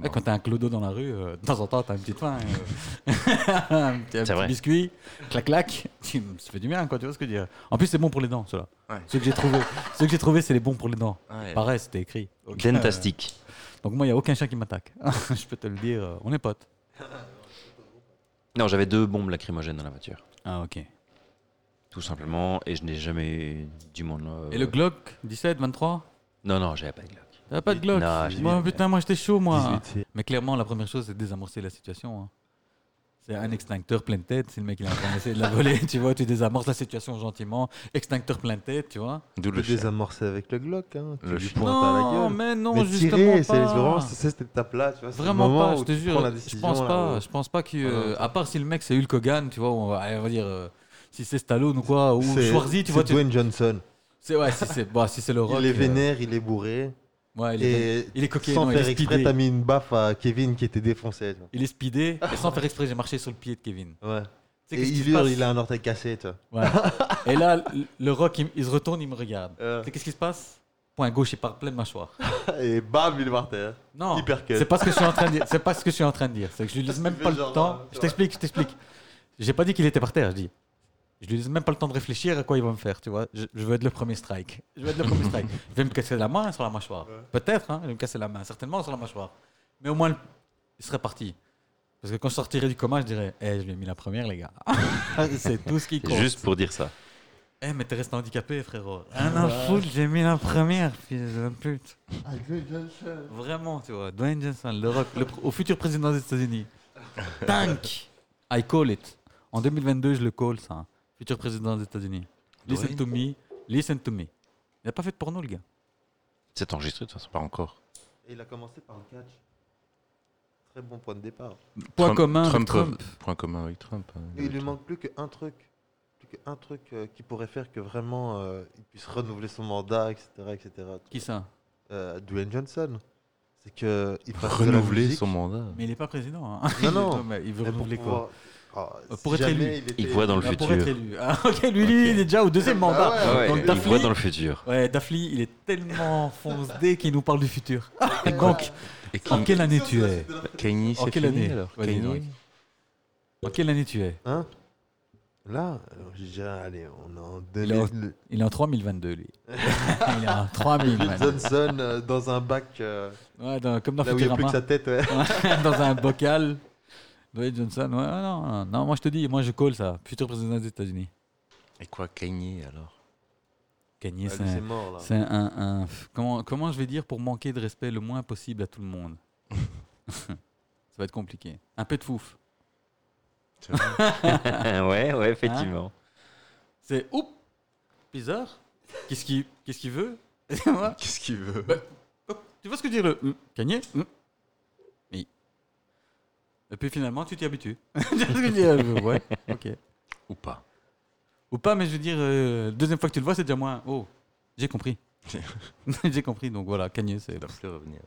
Speaker 1: Ouais,
Speaker 4: Bon.
Speaker 1: Quand t'as un clodo dans la rue, euh, de temps en temps, t'as une petite faim. euh. un petit, un petit
Speaker 2: vrai.
Speaker 1: biscuit, clac clac. Tu- Ça fait du bien, quoi, tu vois ce que je veux dire. En plus, c'est bon pour les dents, ceux-là.
Speaker 4: Ouais.
Speaker 1: Ceux que j'ai trouvés, ceux que j'ai trouvés, c'est les bons pour les dents.
Speaker 4: Ouais.
Speaker 1: Pareil, c'était écrit.
Speaker 2: Dentastic.
Speaker 1: Donc moi, il n'y a aucun chien qui m'attaque. je peux te le dire, euh, on est potes.
Speaker 2: Non, j'avais deux bombes lacrymogènes dans la voiture.
Speaker 1: Ah, ok.
Speaker 2: Tout simplement, et je n'ai jamais dû mon. euh,
Speaker 1: Et le Glock 17, 23
Speaker 2: Non, non, j'avais pas de Glock.
Speaker 1: T'as pas de Glock
Speaker 2: Non, j'ai
Speaker 1: Moi,
Speaker 2: dit-
Speaker 1: putain, moi j'étais chaud, moi.
Speaker 3: 18, c'est-
Speaker 1: Mais clairement, la première chose, c'est de désamorcer la situation. hein. C'est un extincteur plein de tête. Si le mec il est en train d'essayer de la voler, tu vois, tu désamorces la situation gentiment. Extincteur plein de tête, tu vois.
Speaker 4: D'où
Speaker 3: Tu peux
Speaker 4: le chien.
Speaker 3: désamorcer avec le Glock, hein. Tu
Speaker 4: Le
Speaker 3: lui
Speaker 4: chien.
Speaker 3: pointes à la gueule.
Speaker 1: mais non,
Speaker 3: mais
Speaker 1: justement
Speaker 3: tirer, c'est
Speaker 1: pas.
Speaker 3: vraiment c'est- c'est cette étape-là, tu vois. c'est le
Speaker 1: Vraiment
Speaker 3: moment
Speaker 1: pas,
Speaker 3: où
Speaker 1: je te
Speaker 3: tu
Speaker 1: jure.
Speaker 3: prends la
Speaker 1: Je
Speaker 3: décision,
Speaker 1: pense
Speaker 3: là,
Speaker 1: pas.
Speaker 3: où-
Speaker 1: Je pense pas que.
Speaker 3: Ah non,
Speaker 1: euh,
Speaker 3: ça-
Speaker 1: à part si le mec c'est Hulk Hogan, tu vois, on va, allez, on va dire. euh, si c'est Stallone ou quoi, ou
Speaker 3: C'est-
Speaker 1: Schwarzy, tu vois.
Speaker 3: C'est
Speaker 1: tu-
Speaker 3: Dwayne Johnson.
Speaker 1: C'est ouais, si c'est bah, si c'est le rock.
Speaker 3: Il est
Speaker 1: euh,
Speaker 3: vénère, il est bourré.
Speaker 1: Ouais, il est,
Speaker 3: Et
Speaker 1: il est coquet,
Speaker 3: sans
Speaker 1: non, il
Speaker 3: faire
Speaker 1: est
Speaker 3: exprès,
Speaker 1: speedé.
Speaker 3: t'as mis une baffe à Kevin qui était défoncé. tu vois.
Speaker 1: Il est speedé. Et sans faire exprès, j'ai marché sur le pied de Kevin. Tu sais,
Speaker 3: Ouais. Et
Speaker 1: qu'est-ce qui
Speaker 3: il
Speaker 1: se
Speaker 3: hurle,
Speaker 1: passe
Speaker 3: il a un orteil cassé, tu vois.
Speaker 1: Ouais. Et là, le- le rock, il, il se retourne, il me regarde.
Speaker 3: Euh,
Speaker 1: Tu sais qu'est-ce qui se passe Point gauche, il part plein de mâchoire.
Speaker 3: Et bam, il est par terre.
Speaker 1: Non,
Speaker 3: Hypercut.
Speaker 1: c'est pas ce que je suis en train de dire. C'est pas ce que je suis en train de dire. C'est que je lui laisse même
Speaker 3: qu'il
Speaker 1: pas
Speaker 3: fait
Speaker 1: le
Speaker 3: genre,
Speaker 1: temps.
Speaker 3: euh, tu
Speaker 1: Je
Speaker 3: vois.
Speaker 1: t'explique, je t'explique. J'ai pas dit qu'il était par terre, je dis. Je lui laisse même pas le temps de réfléchir à quoi il va me faire, tu vois. Je, je veux être le premier strike. Je veux être le premier strike. Je vais me casser la main sur la mâchoire. Peut-être, hein, je vais me casser la main, certainement sur la mâchoire. Mais au moins, le- il serait parti. Parce que quand je sortirais du coma, je dirais, eh, je lui ai mis la première, les gars. c'est tout ce qui compte.
Speaker 2: Juste pour dire ça.
Speaker 1: Eh, mais t'es resté handicapé, frérot.
Speaker 3: Ah
Speaker 1: Un an full, j'ai mis la première, fils de pute.
Speaker 3: Ah,
Speaker 1: Vraiment, tu vois. Dwayne Johnson, le rock, le pr- au futur président des États-Unis. Tank. I call it. En 2022, je le call, ça. Futur président des États-Unis. Listen
Speaker 4: Dwayne
Speaker 1: to me. Listen to me. Il n'a pas fait de porno, le gars.
Speaker 2: C'est enregistré de toute façon, pas encore.
Speaker 3: Et il a commencé par le catch. Très bon point de départ.
Speaker 1: Point
Speaker 4: Trump-
Speaker 1: commun
Speaker 4: Trump, euh,
Speaker 1: avec Trump.
Speaker 4: Point commun avec Trump. hein.
Speaker 3: Et il lui manque plus qu'un truc. Plus qu'un truc euh, qui pourrait faire que vraiment euh, il puisse renouveler son mandat, etc. etc.
Speaker 1: Qui ça
Speaker 3: Euh, Dwayne Johnson. C'est que il fasse de la
Speaker 4: Renouveler
Speaker 3: musique.
Speaker 4: son mandat.
Speaker 1: Mais il n'est pas président. hein.
Speaker 3: Non, non.
Speaker 1: Mais il veut
Speaker 3: Mais pour
Speaker 1: renouveler quoi
Speaker 3: pouvoir- Ah,
Speaker 1: Euh,
Speaker 3: si
Speaker 1: pour être
Speaker 3: jamais
Speaker 1: élu.
Speaker 3: était-
Speaker 2: Il voit dans le
Speaker 1: Ah,
Speaker 2: futur.
Speaker 1: Pour être élu. Ah, ok, lui, lui, il est déjà au deuxième
Speaker 3: Ah
Speaker 1: mandat.
Speaker 3: ouais,
Speaker 1: Donc,
Speaker 2: il
Speaker 1: Daphne-
Speaker 2: voit dans le futur.
Speaker 1: Ouais, Dafli, il est tellement foncedé qu'il nous parle du futur.
Speaker 3: Ah,
Speaker 1: Donc,
Speaker 4: Et
Speaker 1: en
Speaker 4: Ken-
Speaker 1: quelle année tu es
Speaker 4: Kanye,
Speaker 1: en
Speaker 4: c'est
Speaker 1: quelle
Speaker 4: fini
Speaker 1: année
Speaker 4: alors
Speaker 1: Ouais, dis donc.
Speaker 4: Kanye
Speaker 1: En quelle année tu es
Speaker 3: Hein Là, alors, je dirais, allez, on est en
Speaker 1: Il est en- Ah,
Speaker 3: 2000.
Speaker 1: Il est en 3022, lui. il est en 3000.
Speaker 3: Dwayne
Speaker 1: man.
Speaker 3: Johnson euh, dans un bac, euh,
Speaker 1: Ouais, dans- comme dans
Speaker 3: là où il n'y a plus que
Speaker 1: Futurama.
Speaker 3: sa tête. ouais. Ah,
Speaker 1: dans un bocal. Dwayne Johnson, ouais, ouais, non, non, non, moi je te dis, moi je colle ça. Futur président des États-Unis.
Speaker 4: Et quoi, Kanye alors
Speaker 1: Kanye,
Speaker 3: Ah,
Speaker 1: c'est
Speaker 3: lui, c'est
Speaker 1: un-
Speaker 3: mort là.
Speaker 1: c'est un. un- comment, comment je vais dire pour manquer de respect le moins possible à tout le monde Ça va être compliqué. Un peu de fouf.
Speaker 2: Ah ouais, ouais, effectivement.
Speaker 1: C'est oup Bizarre Qu'est-ce qu'il qu'est-ce qu'il veut Tu vois
Speaker 4: Qu'est-ce qu'il veut
Speaker 1: Tu vois ce que dit le hmm, Kanye hmm. Oui. Et puis finalement, tu t'y habitues. tu vois ce que je dis, euh, Ouais, ok.
Speaker 4: Ou pas
Speaker 1: Ou pas, mais je veux dire, euh, deuxième fois que tu le vois, c'est déjà moins. Oh, j'ai compris. j'ai compris, donc voilà, Kanye, c'est.
Speaker 4: Il va plus revenir.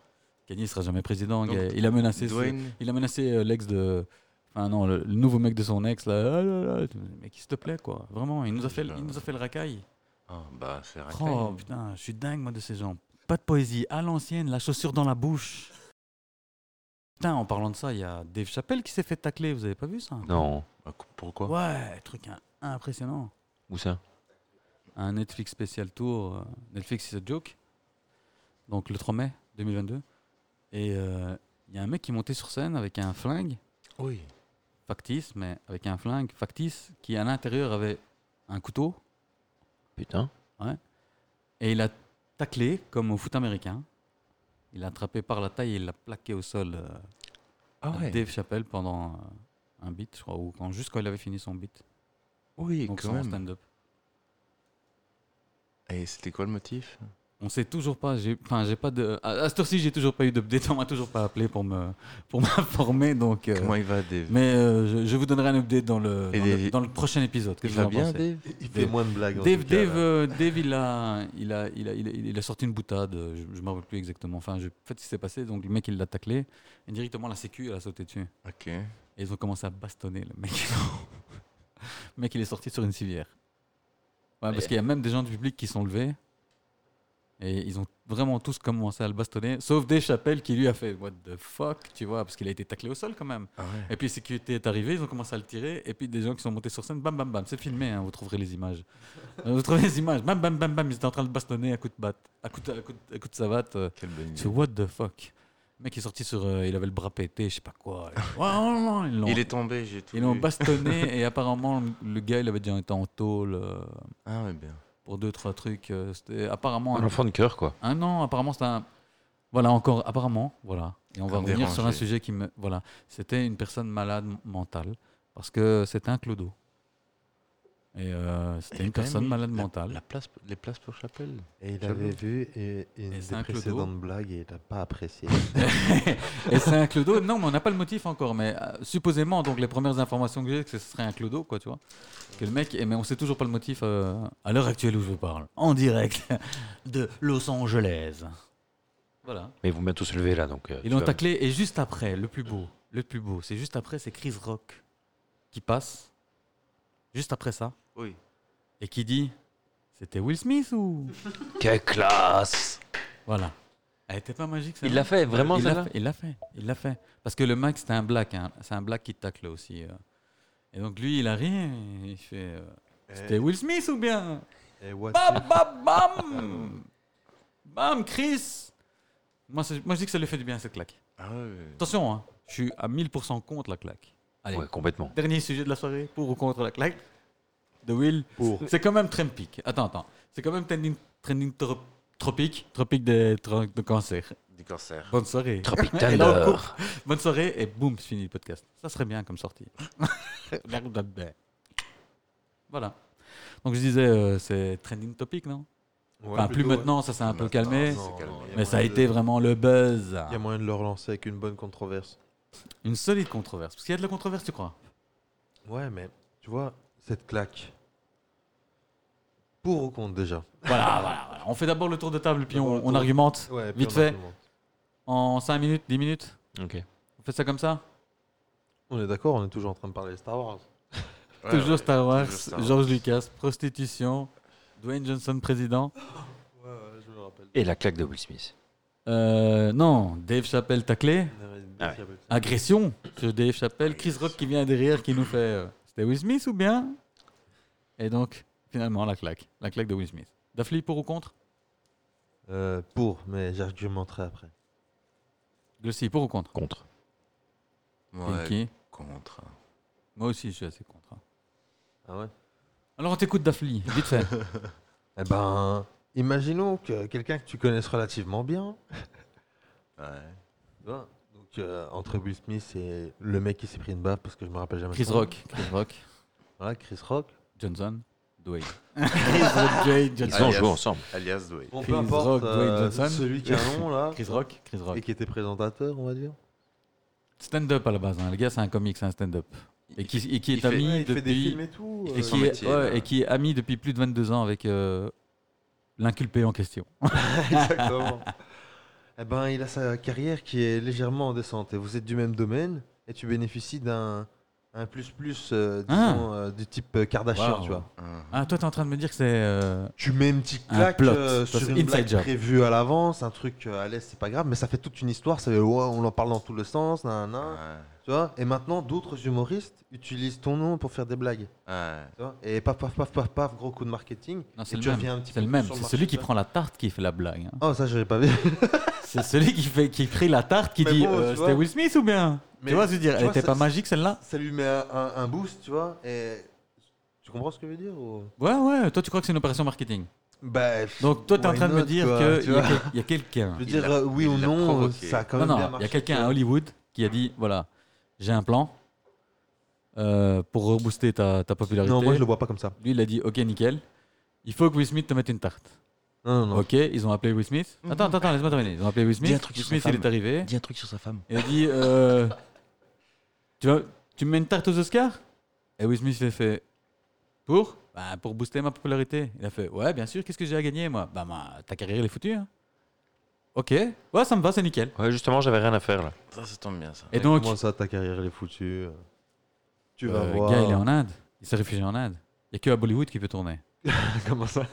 Speaker 1: Kanye sera jamais président.
Speaker 4: Donc,
Speaker 1: gars. il a menacé. ce-
Speaker 4: Dwayne,
Speaker 1: Il a menacé euh, l'ex de. Enfin, non, le, le nouveau mec de son ex, là. Ah là là, tu- mais qui s'il te plaît, quoi. Vraiment, il nous a fait, le- il nous a fait le racaille.
Speaker 4: ah bah c'est racaille.
Speaker 1: Oh putain, je suis dingue, moi, de ces gens. Pas de poésie, à l'ancienne, la chaussure dans la bouche. Putain, en parlant de ça, il y a Dave Chappelle qui s'est fait tacler, vous avez pas vu ça
Speaker 2: Non.
Speaker 4: Bah, cou- Pourquoi
Speaker 1: Ouais, truc hein, impressionnant.
Speaker 2: Où ça
Speaker 1: un Netflix spécial tour. euh, Netflix is a joke. Donc le 3 mai 2022. Et euh, il y a un mec qui montait sur scène avec un flingue,
Speaker 4: Oui.
Speaker 1: factice, mais avec un flingue factice, qui à l'intérieur avait un couteau.
Speaker 2: Putain.
Speaker 1: Et il a taclé, comme au foot américain. Il l'a attrapé par la taille et il l'a plaqué au sol. euh,
Speaker 4: Ah
Speaker 1: à
Speaker 4: ouais.
Speaker 1: Dave Chappelle pendant euh, un beat, je crois, ou quand, juste quand il avait fini son beat.
Speaker 4: Oui,
Speaker 1: Donc
Speaker 4: quand
Speaker 1: son
Speaker 4: même.
Speaker 1: stand-up.
Speaker 4: Et c'était quoi le motif
Speaker 1: On sait toujours pas. J'ai, enfin, j'ai pas de. À, à cette heure-ci, j'ai toujours pas eu d'update. On m'a toujours pas appelé pour me, pour m'informer. Donc. euh,
Speaker 4: Comment il va, Dave
Speaker 1: mais euh, je, je vous donnerai un update dans le,
Speaker 4: Et
Speaker 1: dans, le
Speaker 4: Dave-
Speaker 1: dans le prochain épisode. Que
Speaker 4: Il
Speaker 1: vous
Speaker 4: va
Speaker 1: en
Speaker 4: bien,
Speaker 1: pensez.
Speaker 4: Dave
Speaker 3: Il fait
Speaker 1: Dave-
Speaker 3: moins de blagues. en
Speaker 1: Dave,
Speaker 3: tout cas,
Speaker 1: Dave,
Speaker 3: là.
Speaker 1: euh, Dave, il a, il a, il a, il a, il a sorti une boutade. euh, Je, je me rappelle plus exactement. Enfin, je, en fait, ce qui s'est passé. Donc, le mec, il l'a taclé et directement la sécu, elle a sauté dessus.
Speaker 4: Ok.
Speaker 1: Et ils ont commencé à bastonner le mec. le mec, il est sorti sur une civière. Ouais, parce qu'il y a même des gens du public qui sont levés. Et ils ont vraiment tous commencé à le bastonner. Sauf Dave Chappelle qui lui a fait What the fuck Tu vois, parce qu'il a été taclé au sol quand même.
Speaker 4: Ah ouais.
Speaker 1: Et puis, sécurité est arrivée, ils ont commencé à le tirer. Et puis, des gens qui sont montés sur scène, bam, bam, bam. C'est filmé, hein, vous trouverez les images. Euh, vous trouverez les images. Bam, bam, bam, bam. Ils étaient en train de le bastonner à coups de batte, à coups de, à coups de- à coups de savate. euh,
Speaker 4: Quelle bonne
Speaker 1: c'est
Speaker 4: idée.
Speaker 1: what the fuck Le mec est sorti sur. euh, il avait le bras pété, je sais pas quoi. Ouais, non, non, ils l'ont-
Speaker 4: Il est tombé, j'ai tout
Speaker 1: ils l'ont
Speaker 4: vu.
Speaker 1: bastonné et apparemment le le gars il avait déjà été en tôle euh,
Speaker 4: Ah ouais, bien.
Speaker 1: pour deux trois trucs. euh, C'était apparemment
Speaker 2: Un
Speaker 1: un,
Speaker 2: enfant de cœur, quoi.
Speaker 1: un an. Apparemment c'était un. Voilà encore apparemment voilà. Et on va
Speaker 4: Un
Speaker 1: revenir sur un
Speaker 4: dérangé.
Speaker 1: sujet qui me voilà. C'était une personne malade m- mentale parce que c'était un clodo. Et euh, c'était une personne malade mentale.
Speaker 4: La place, les places pour Chapelle.
Speaker 3: Et il
Speaker 4: J'avoue.
Speaker 3: avait vu et, une
Speaker 1: Et
Speaker 3: des
Speaker 1: c'est un clodo.
Speaker 3: précédentes blagues et il n'a pas apprécié.
Speaker 1: Et c'est un clodo. Non, mais on n'a pas le motif encore. Mais euh, supposément, donc les premières informations que j'ai, que ce serait un clodo, quoi, tu vois. Que le mec, et- mais on sait toujours pas le motif euh, à l'heure actuelle où je vous parle, en direct de Los Angeles. Voilà.
Speaker 2: Mais ils vont bientôt se lever là, donc. euh,
Speaker 1: Ils
Speaker 2: tu
Speaker 1: l'ont
Speaker 2: vas-
Speaker 1: taclé et juste après, le plus beau, le plus beau, c'est juste après, c'est Chris Rock qui passe. Juste après ça.
Speaker 4: Oui.
Speaker 1: Et qui dit, c'était Will Smith ou
Speaker 2: Quelle classe
Speaker 1: Voilà. Elle était pas magique.
Speaker 2: Il
Speaker 1: celle-là
Speaker 2: l'a fait vraiment
Speaker 1: il l'a
Speaker 2: celle-là
Speaker 1: fait, il l'a fait, il l'a fait. Parce que le Max, c'est un black, hein. c'est un black qui tacle aussi. euh. Et donc lui, il arrive, et il fait. euh, C'était Will Smith ou bien
Speaker 3: Et what
Speaker 1: Bam, bam, bam Bam, Chris moi, c'est- moi, je dis que ça lui fait du bien cette claque.
Speaker 4: Ah ouais.
Speaker 1: Attention, hein, je suis à 1000% contre la claque. Allez,
Speaker 2: Ouais, complètement.
Speaker 1: dernier sujet de la soirée, pour ou contre la claque de Will.
Speaker 3: Pour.
Speaker 1: C'est quand même Trempic. Attends, attends. C'est quand même trending, trending trop- tropique, tropique des tro- de cancer.
Speaker 4: Du cancer.
Speaker 1: Bonne soirée.
Speaker 2: Tropic
Speaker 1: Et là, on
Speaker 2: Thunder.
Speaker 1: coupe. Bonne soirée et boum, c'est fini le podcast. Ça serait bien comme sortie. voilà. Donc je disais, euh, c'est trending topic, non Enfin, plus maintenant, ça s'est un peu calmé.
Speaker 3: non. Bah, Il y a
Speaker 1: Mais ça a
Speaker 3: moyen de-
Speaker 1: été vraiment le buzz.
Speaker 3: Il y a moyen de le relancer avec une bonne controverse.
Speaker 1: Une solide controverse. Parce qu'il y a de la controverse, tu crois
Speaker 3: Ouais, mais tu vois, cette claque. Pour ou contre déjà
Speaker 1: voilà, voilà, voilà. On fait d'abord le tour de table, puis
Speaker 3: D'abord le
Speaker 1: on, on
Speaker 3: tour.
Speaker 1: argumente
Speaker 3: ouais,
Speaker 1: puis Vite on fait. argumente. en 5 minutes, 10 minutes.
Speaker 2: Ok.
Speaker 1: On fait ça comme ça
Speaker 3: On est d'accord, on est toujours en train de parler de Star Wars.
Speaker 4: Ouais,
Speaker 1: Toujours
Speaker 4: ouais,
Speaker 1: Star Wars,
Speaker 4: toujours Star Wars.
Speaker 1: George Lucas, prostitution, Dwayne Johnson président.
Speaker 3: Ouais, ouais, je me rappelle.
Speaker 2: Et la claque de Will Smith.
Speaker 1: Euh, non, Dave Chappelle taclé.
Speaker 2: Ah
Speaker 1: Agression sur Dave Chappelle. Chris Rock qui vient derrière qui nous fait euh, c'était Will Smith ou bien Et donc, finalement, la claque. La claque de Will Smith. Daffly pour ou contre
Speaker 3: Euh, pour, mais j'argumenterai après.
Speaker 1: Glossy pour ou contre
Speaker 2: Contre.
Speaker 4: Ouais,
Speaker 1: Pinky
Speaker 4: contre.
Speaker 1: Moi aussi, je suis assez contre. hein.
Speaker 3: Ah ouais
Speaker 1: Alors on t'écoute, Daffly, vite fait.
Speaker 3: Eh ben, imaginons que quelqu'un que tu connaisses relativement bien,
Speaker 4: Ouais.
Speaker 3: tu vois, donc euh, entre Will Smith et le mec qui s'est pris une baffe parce que je me rappelle jamais.
Speaker 1: Chris
Speaker 3: son nom.
Speaker 1: Rock. Chris Rock.
Speaker 3: Voilà, Chris Rock.
Speaker 1: Johnson. Dwayne. Chris Rock, Dwayne
Speaker 2: Ils
Speaker 1: Johnson.
Speaker 2: ont
Speaker 4: Alias.
Speaker 2: joué ensemble.
Speaker 4: Alias Dwayne.
Speaker 3: Bon,
Speaker 1: Chris
Speaker 3: peu importe,
Speaker 1: Rock, Dwayne
Speaker 3: euh,
Speaker 1: Johnson.
Speaker 3: celui qui a un nom là,
Speaker 1: Chris Rock. Chris Rock.
Speaker 3: et qui était présentateur, on va dire.
Speaker 1: Stand-up à la base. hein. Le gars, c'est un comique, c'est un stand-up. Et qui, et qui est
Speaker 4: il fait-
Speaker 1: ami
Speaker 3: Ouais, il fait des
Speaker 1: depuis.
Speaker 3: films et tout.
Speaker 1: et,
Speaker 3: euh,
Speaker 1: qui
Speaker 4: son
Speaker 1: est,
Speaker 4: métier,
Speaker 1: ouais,
Speaker 4: là.
Speaker 1: et qui est ami depuis plus de 22 ans avec euh, l'inculpé en question.
Speaker 3: Exactement. Eh ben, il a sa carrière qui est légèrement en descente. Et vous êtes du même domaine et tu bénéficies d'un un plus plus euh,
Speaker 1: Ah.
Speaker 3: disons, euh, du type euh, Kardashian,
Speaker 1: Waouh.
Speaker 3: tu vois.
Speaker 4: Hein.
Speaker 1: Ah, toi, t'es en train de me dire que c'est. euh,
Speaker 3: Tu mets une petite
Speaker 1: Un
Speaker 3: claque
Speaker 1: plot.
Speaker 3: euh,
Speaker 1: Ça,
Speaker 3: sur
Speaker 1: c'est
Speaker 3: une
Speaker 1: inside
Speaker 3: blague
Speaker 1: job.
Speaker 3: prévue à l'avance, un truc euh, à l'aise, c'est pas grave, mais ça fait toute une histoire. Ça fait, ouais, on en parle dans tout le sens, nan,
Speaker 1: Ah.
Speaker 3: nan,
Speaker 4: Ouais.
Speaker 3: tu vois. Et maintenant, d'autres humoristes utilisent ton nom pour faire des blagues,
Speaker 4: Ouais.
Speaker 3: tu vois. Et paf, paf, paf, paf, paf, gros coup de marketing.
Speaker 1: Non,
Speaker 3: et
Speaker 1: c'est
Speaker 3: tu
Speaker 1: le même.
Speaker 3: reviens un petit
Speaker 1: C'est
Speaker 3: peu
Speaker 1: le même.
Speaker 3: sur
Speaker 1: C'est
Speaker 3: marché,
Speaker 1: celui qui
Speaker 3: tu
Speaker 1: prend la tarte qui fait la blague. hein.
Speaker 3: vois. Oh, ça, j'avais pas vu.
Speaker 1: C'est celui qui, fait, qui crie la tarte qui
Speaker 3: Mais
Speaker 1: dit
Speaker 3: bon,
Speaker 1: euh,
Speaker 3: tu
Speaker 1: c'était
Speaker 3: vois.
Speaker 1: Will Smith ou bien
Speaker 3: Mais
Speaker 1: Tu vois, je veux dire,
Speaker 3: tu
Speaker 1: elle
Speaker 3: vois,
Speaker 1: était
Speaker 3: ça-
Speaker 1: pas magique celle-là
Speaker 3: ça lui met un, un- un boost, tu vois. Et tu comprends ce que je veux dire ou...
Speaker 1: Ouais, ouais, toi, tu crois que c'est une opération marketing.
Speaker 3: Bah,
Speaker 1: Donc, toi, t'es en
Speaker 3: Why
Speaker 1: train de me
Speaker 3: not,
Speaker 1: dire
Speaker 3: quoi,
Speaker 1: qu'il
Speaker 3: tu
Speaker 1: y, a
Speaker 3: vois.
Speaker 1: quel- il y a quelqu'un.
Speaker 3: je veux
Speaker 4: Il
Speaker 3: dire,
Speaker 4: l'a-
Speaker 3: euh, oui
Speaker 4: il
Speaker 3: ou
Speaker 4: l'a
Speaker 3: non, euh,
Speaker 4: provoqué.
Speaker 3: ça a quand
Speaker 1: Non,
Speaker 3: même bien
Speaker 1: non, il y
Speaker 3: marché.
Speaker 1: a quelqu'un à
Speaker 3: tu vois.
Speaker 1: Hollywood qui a dit voilà, j'ai un plan euh, pour rebooster ta, ta popularité.
Speaker 3: Non, moi je le vois pas comme ça.
Speaker 1: Lui, il a dit ok, nickel, il faut que Will Smith te mette une tarte.
Speaker 3: Non, non, non.
Speaker 1: Ok, ils ont appelé Will Smith.
Speaker 3: Mhm.
Speaker 1: Attends, attends, attends, laisse-moi terminer. Ils ont appelé Will Smith.
Speaker 2: Dis un truc
Speaker 1: Will
Speaker 2: sur sa
Speaker 1: Smith, il
Speaker 2: femme.
Speaker 1: est arrivé.
Speaker 2: Dis un truc sur sa femme.
Speaker 1: Il a dit euh, tu, vas- tu me mets une tarte aux Oscars Et Will Smith il a fait Pour Bah, Pour booster ma popularité. Il a fait Ouais, bien sûr, qu'est-ce que j'ai à gagner, moi Bah, ma- ta carrière, elle est foutue. hein. Ok, ouais, ça me va, c'est nickel.
Speaker 2: Ouais, justement, j'avais rien à faire là.
Speaker 4: Ça, ça tombe bien, ça.
Speaker 1: Et donc,
Speaker 3: Comment ça, ta carrière elle est foutue euh, Tu vas
Speaker 1: euh,
Speaker 3: voir.
Speaker 1: gars, il est en Inde. Il s'est réfugié en Inde. Il n'y a que à Bollywood qui peut tourner.
Speaker 3: Comment ça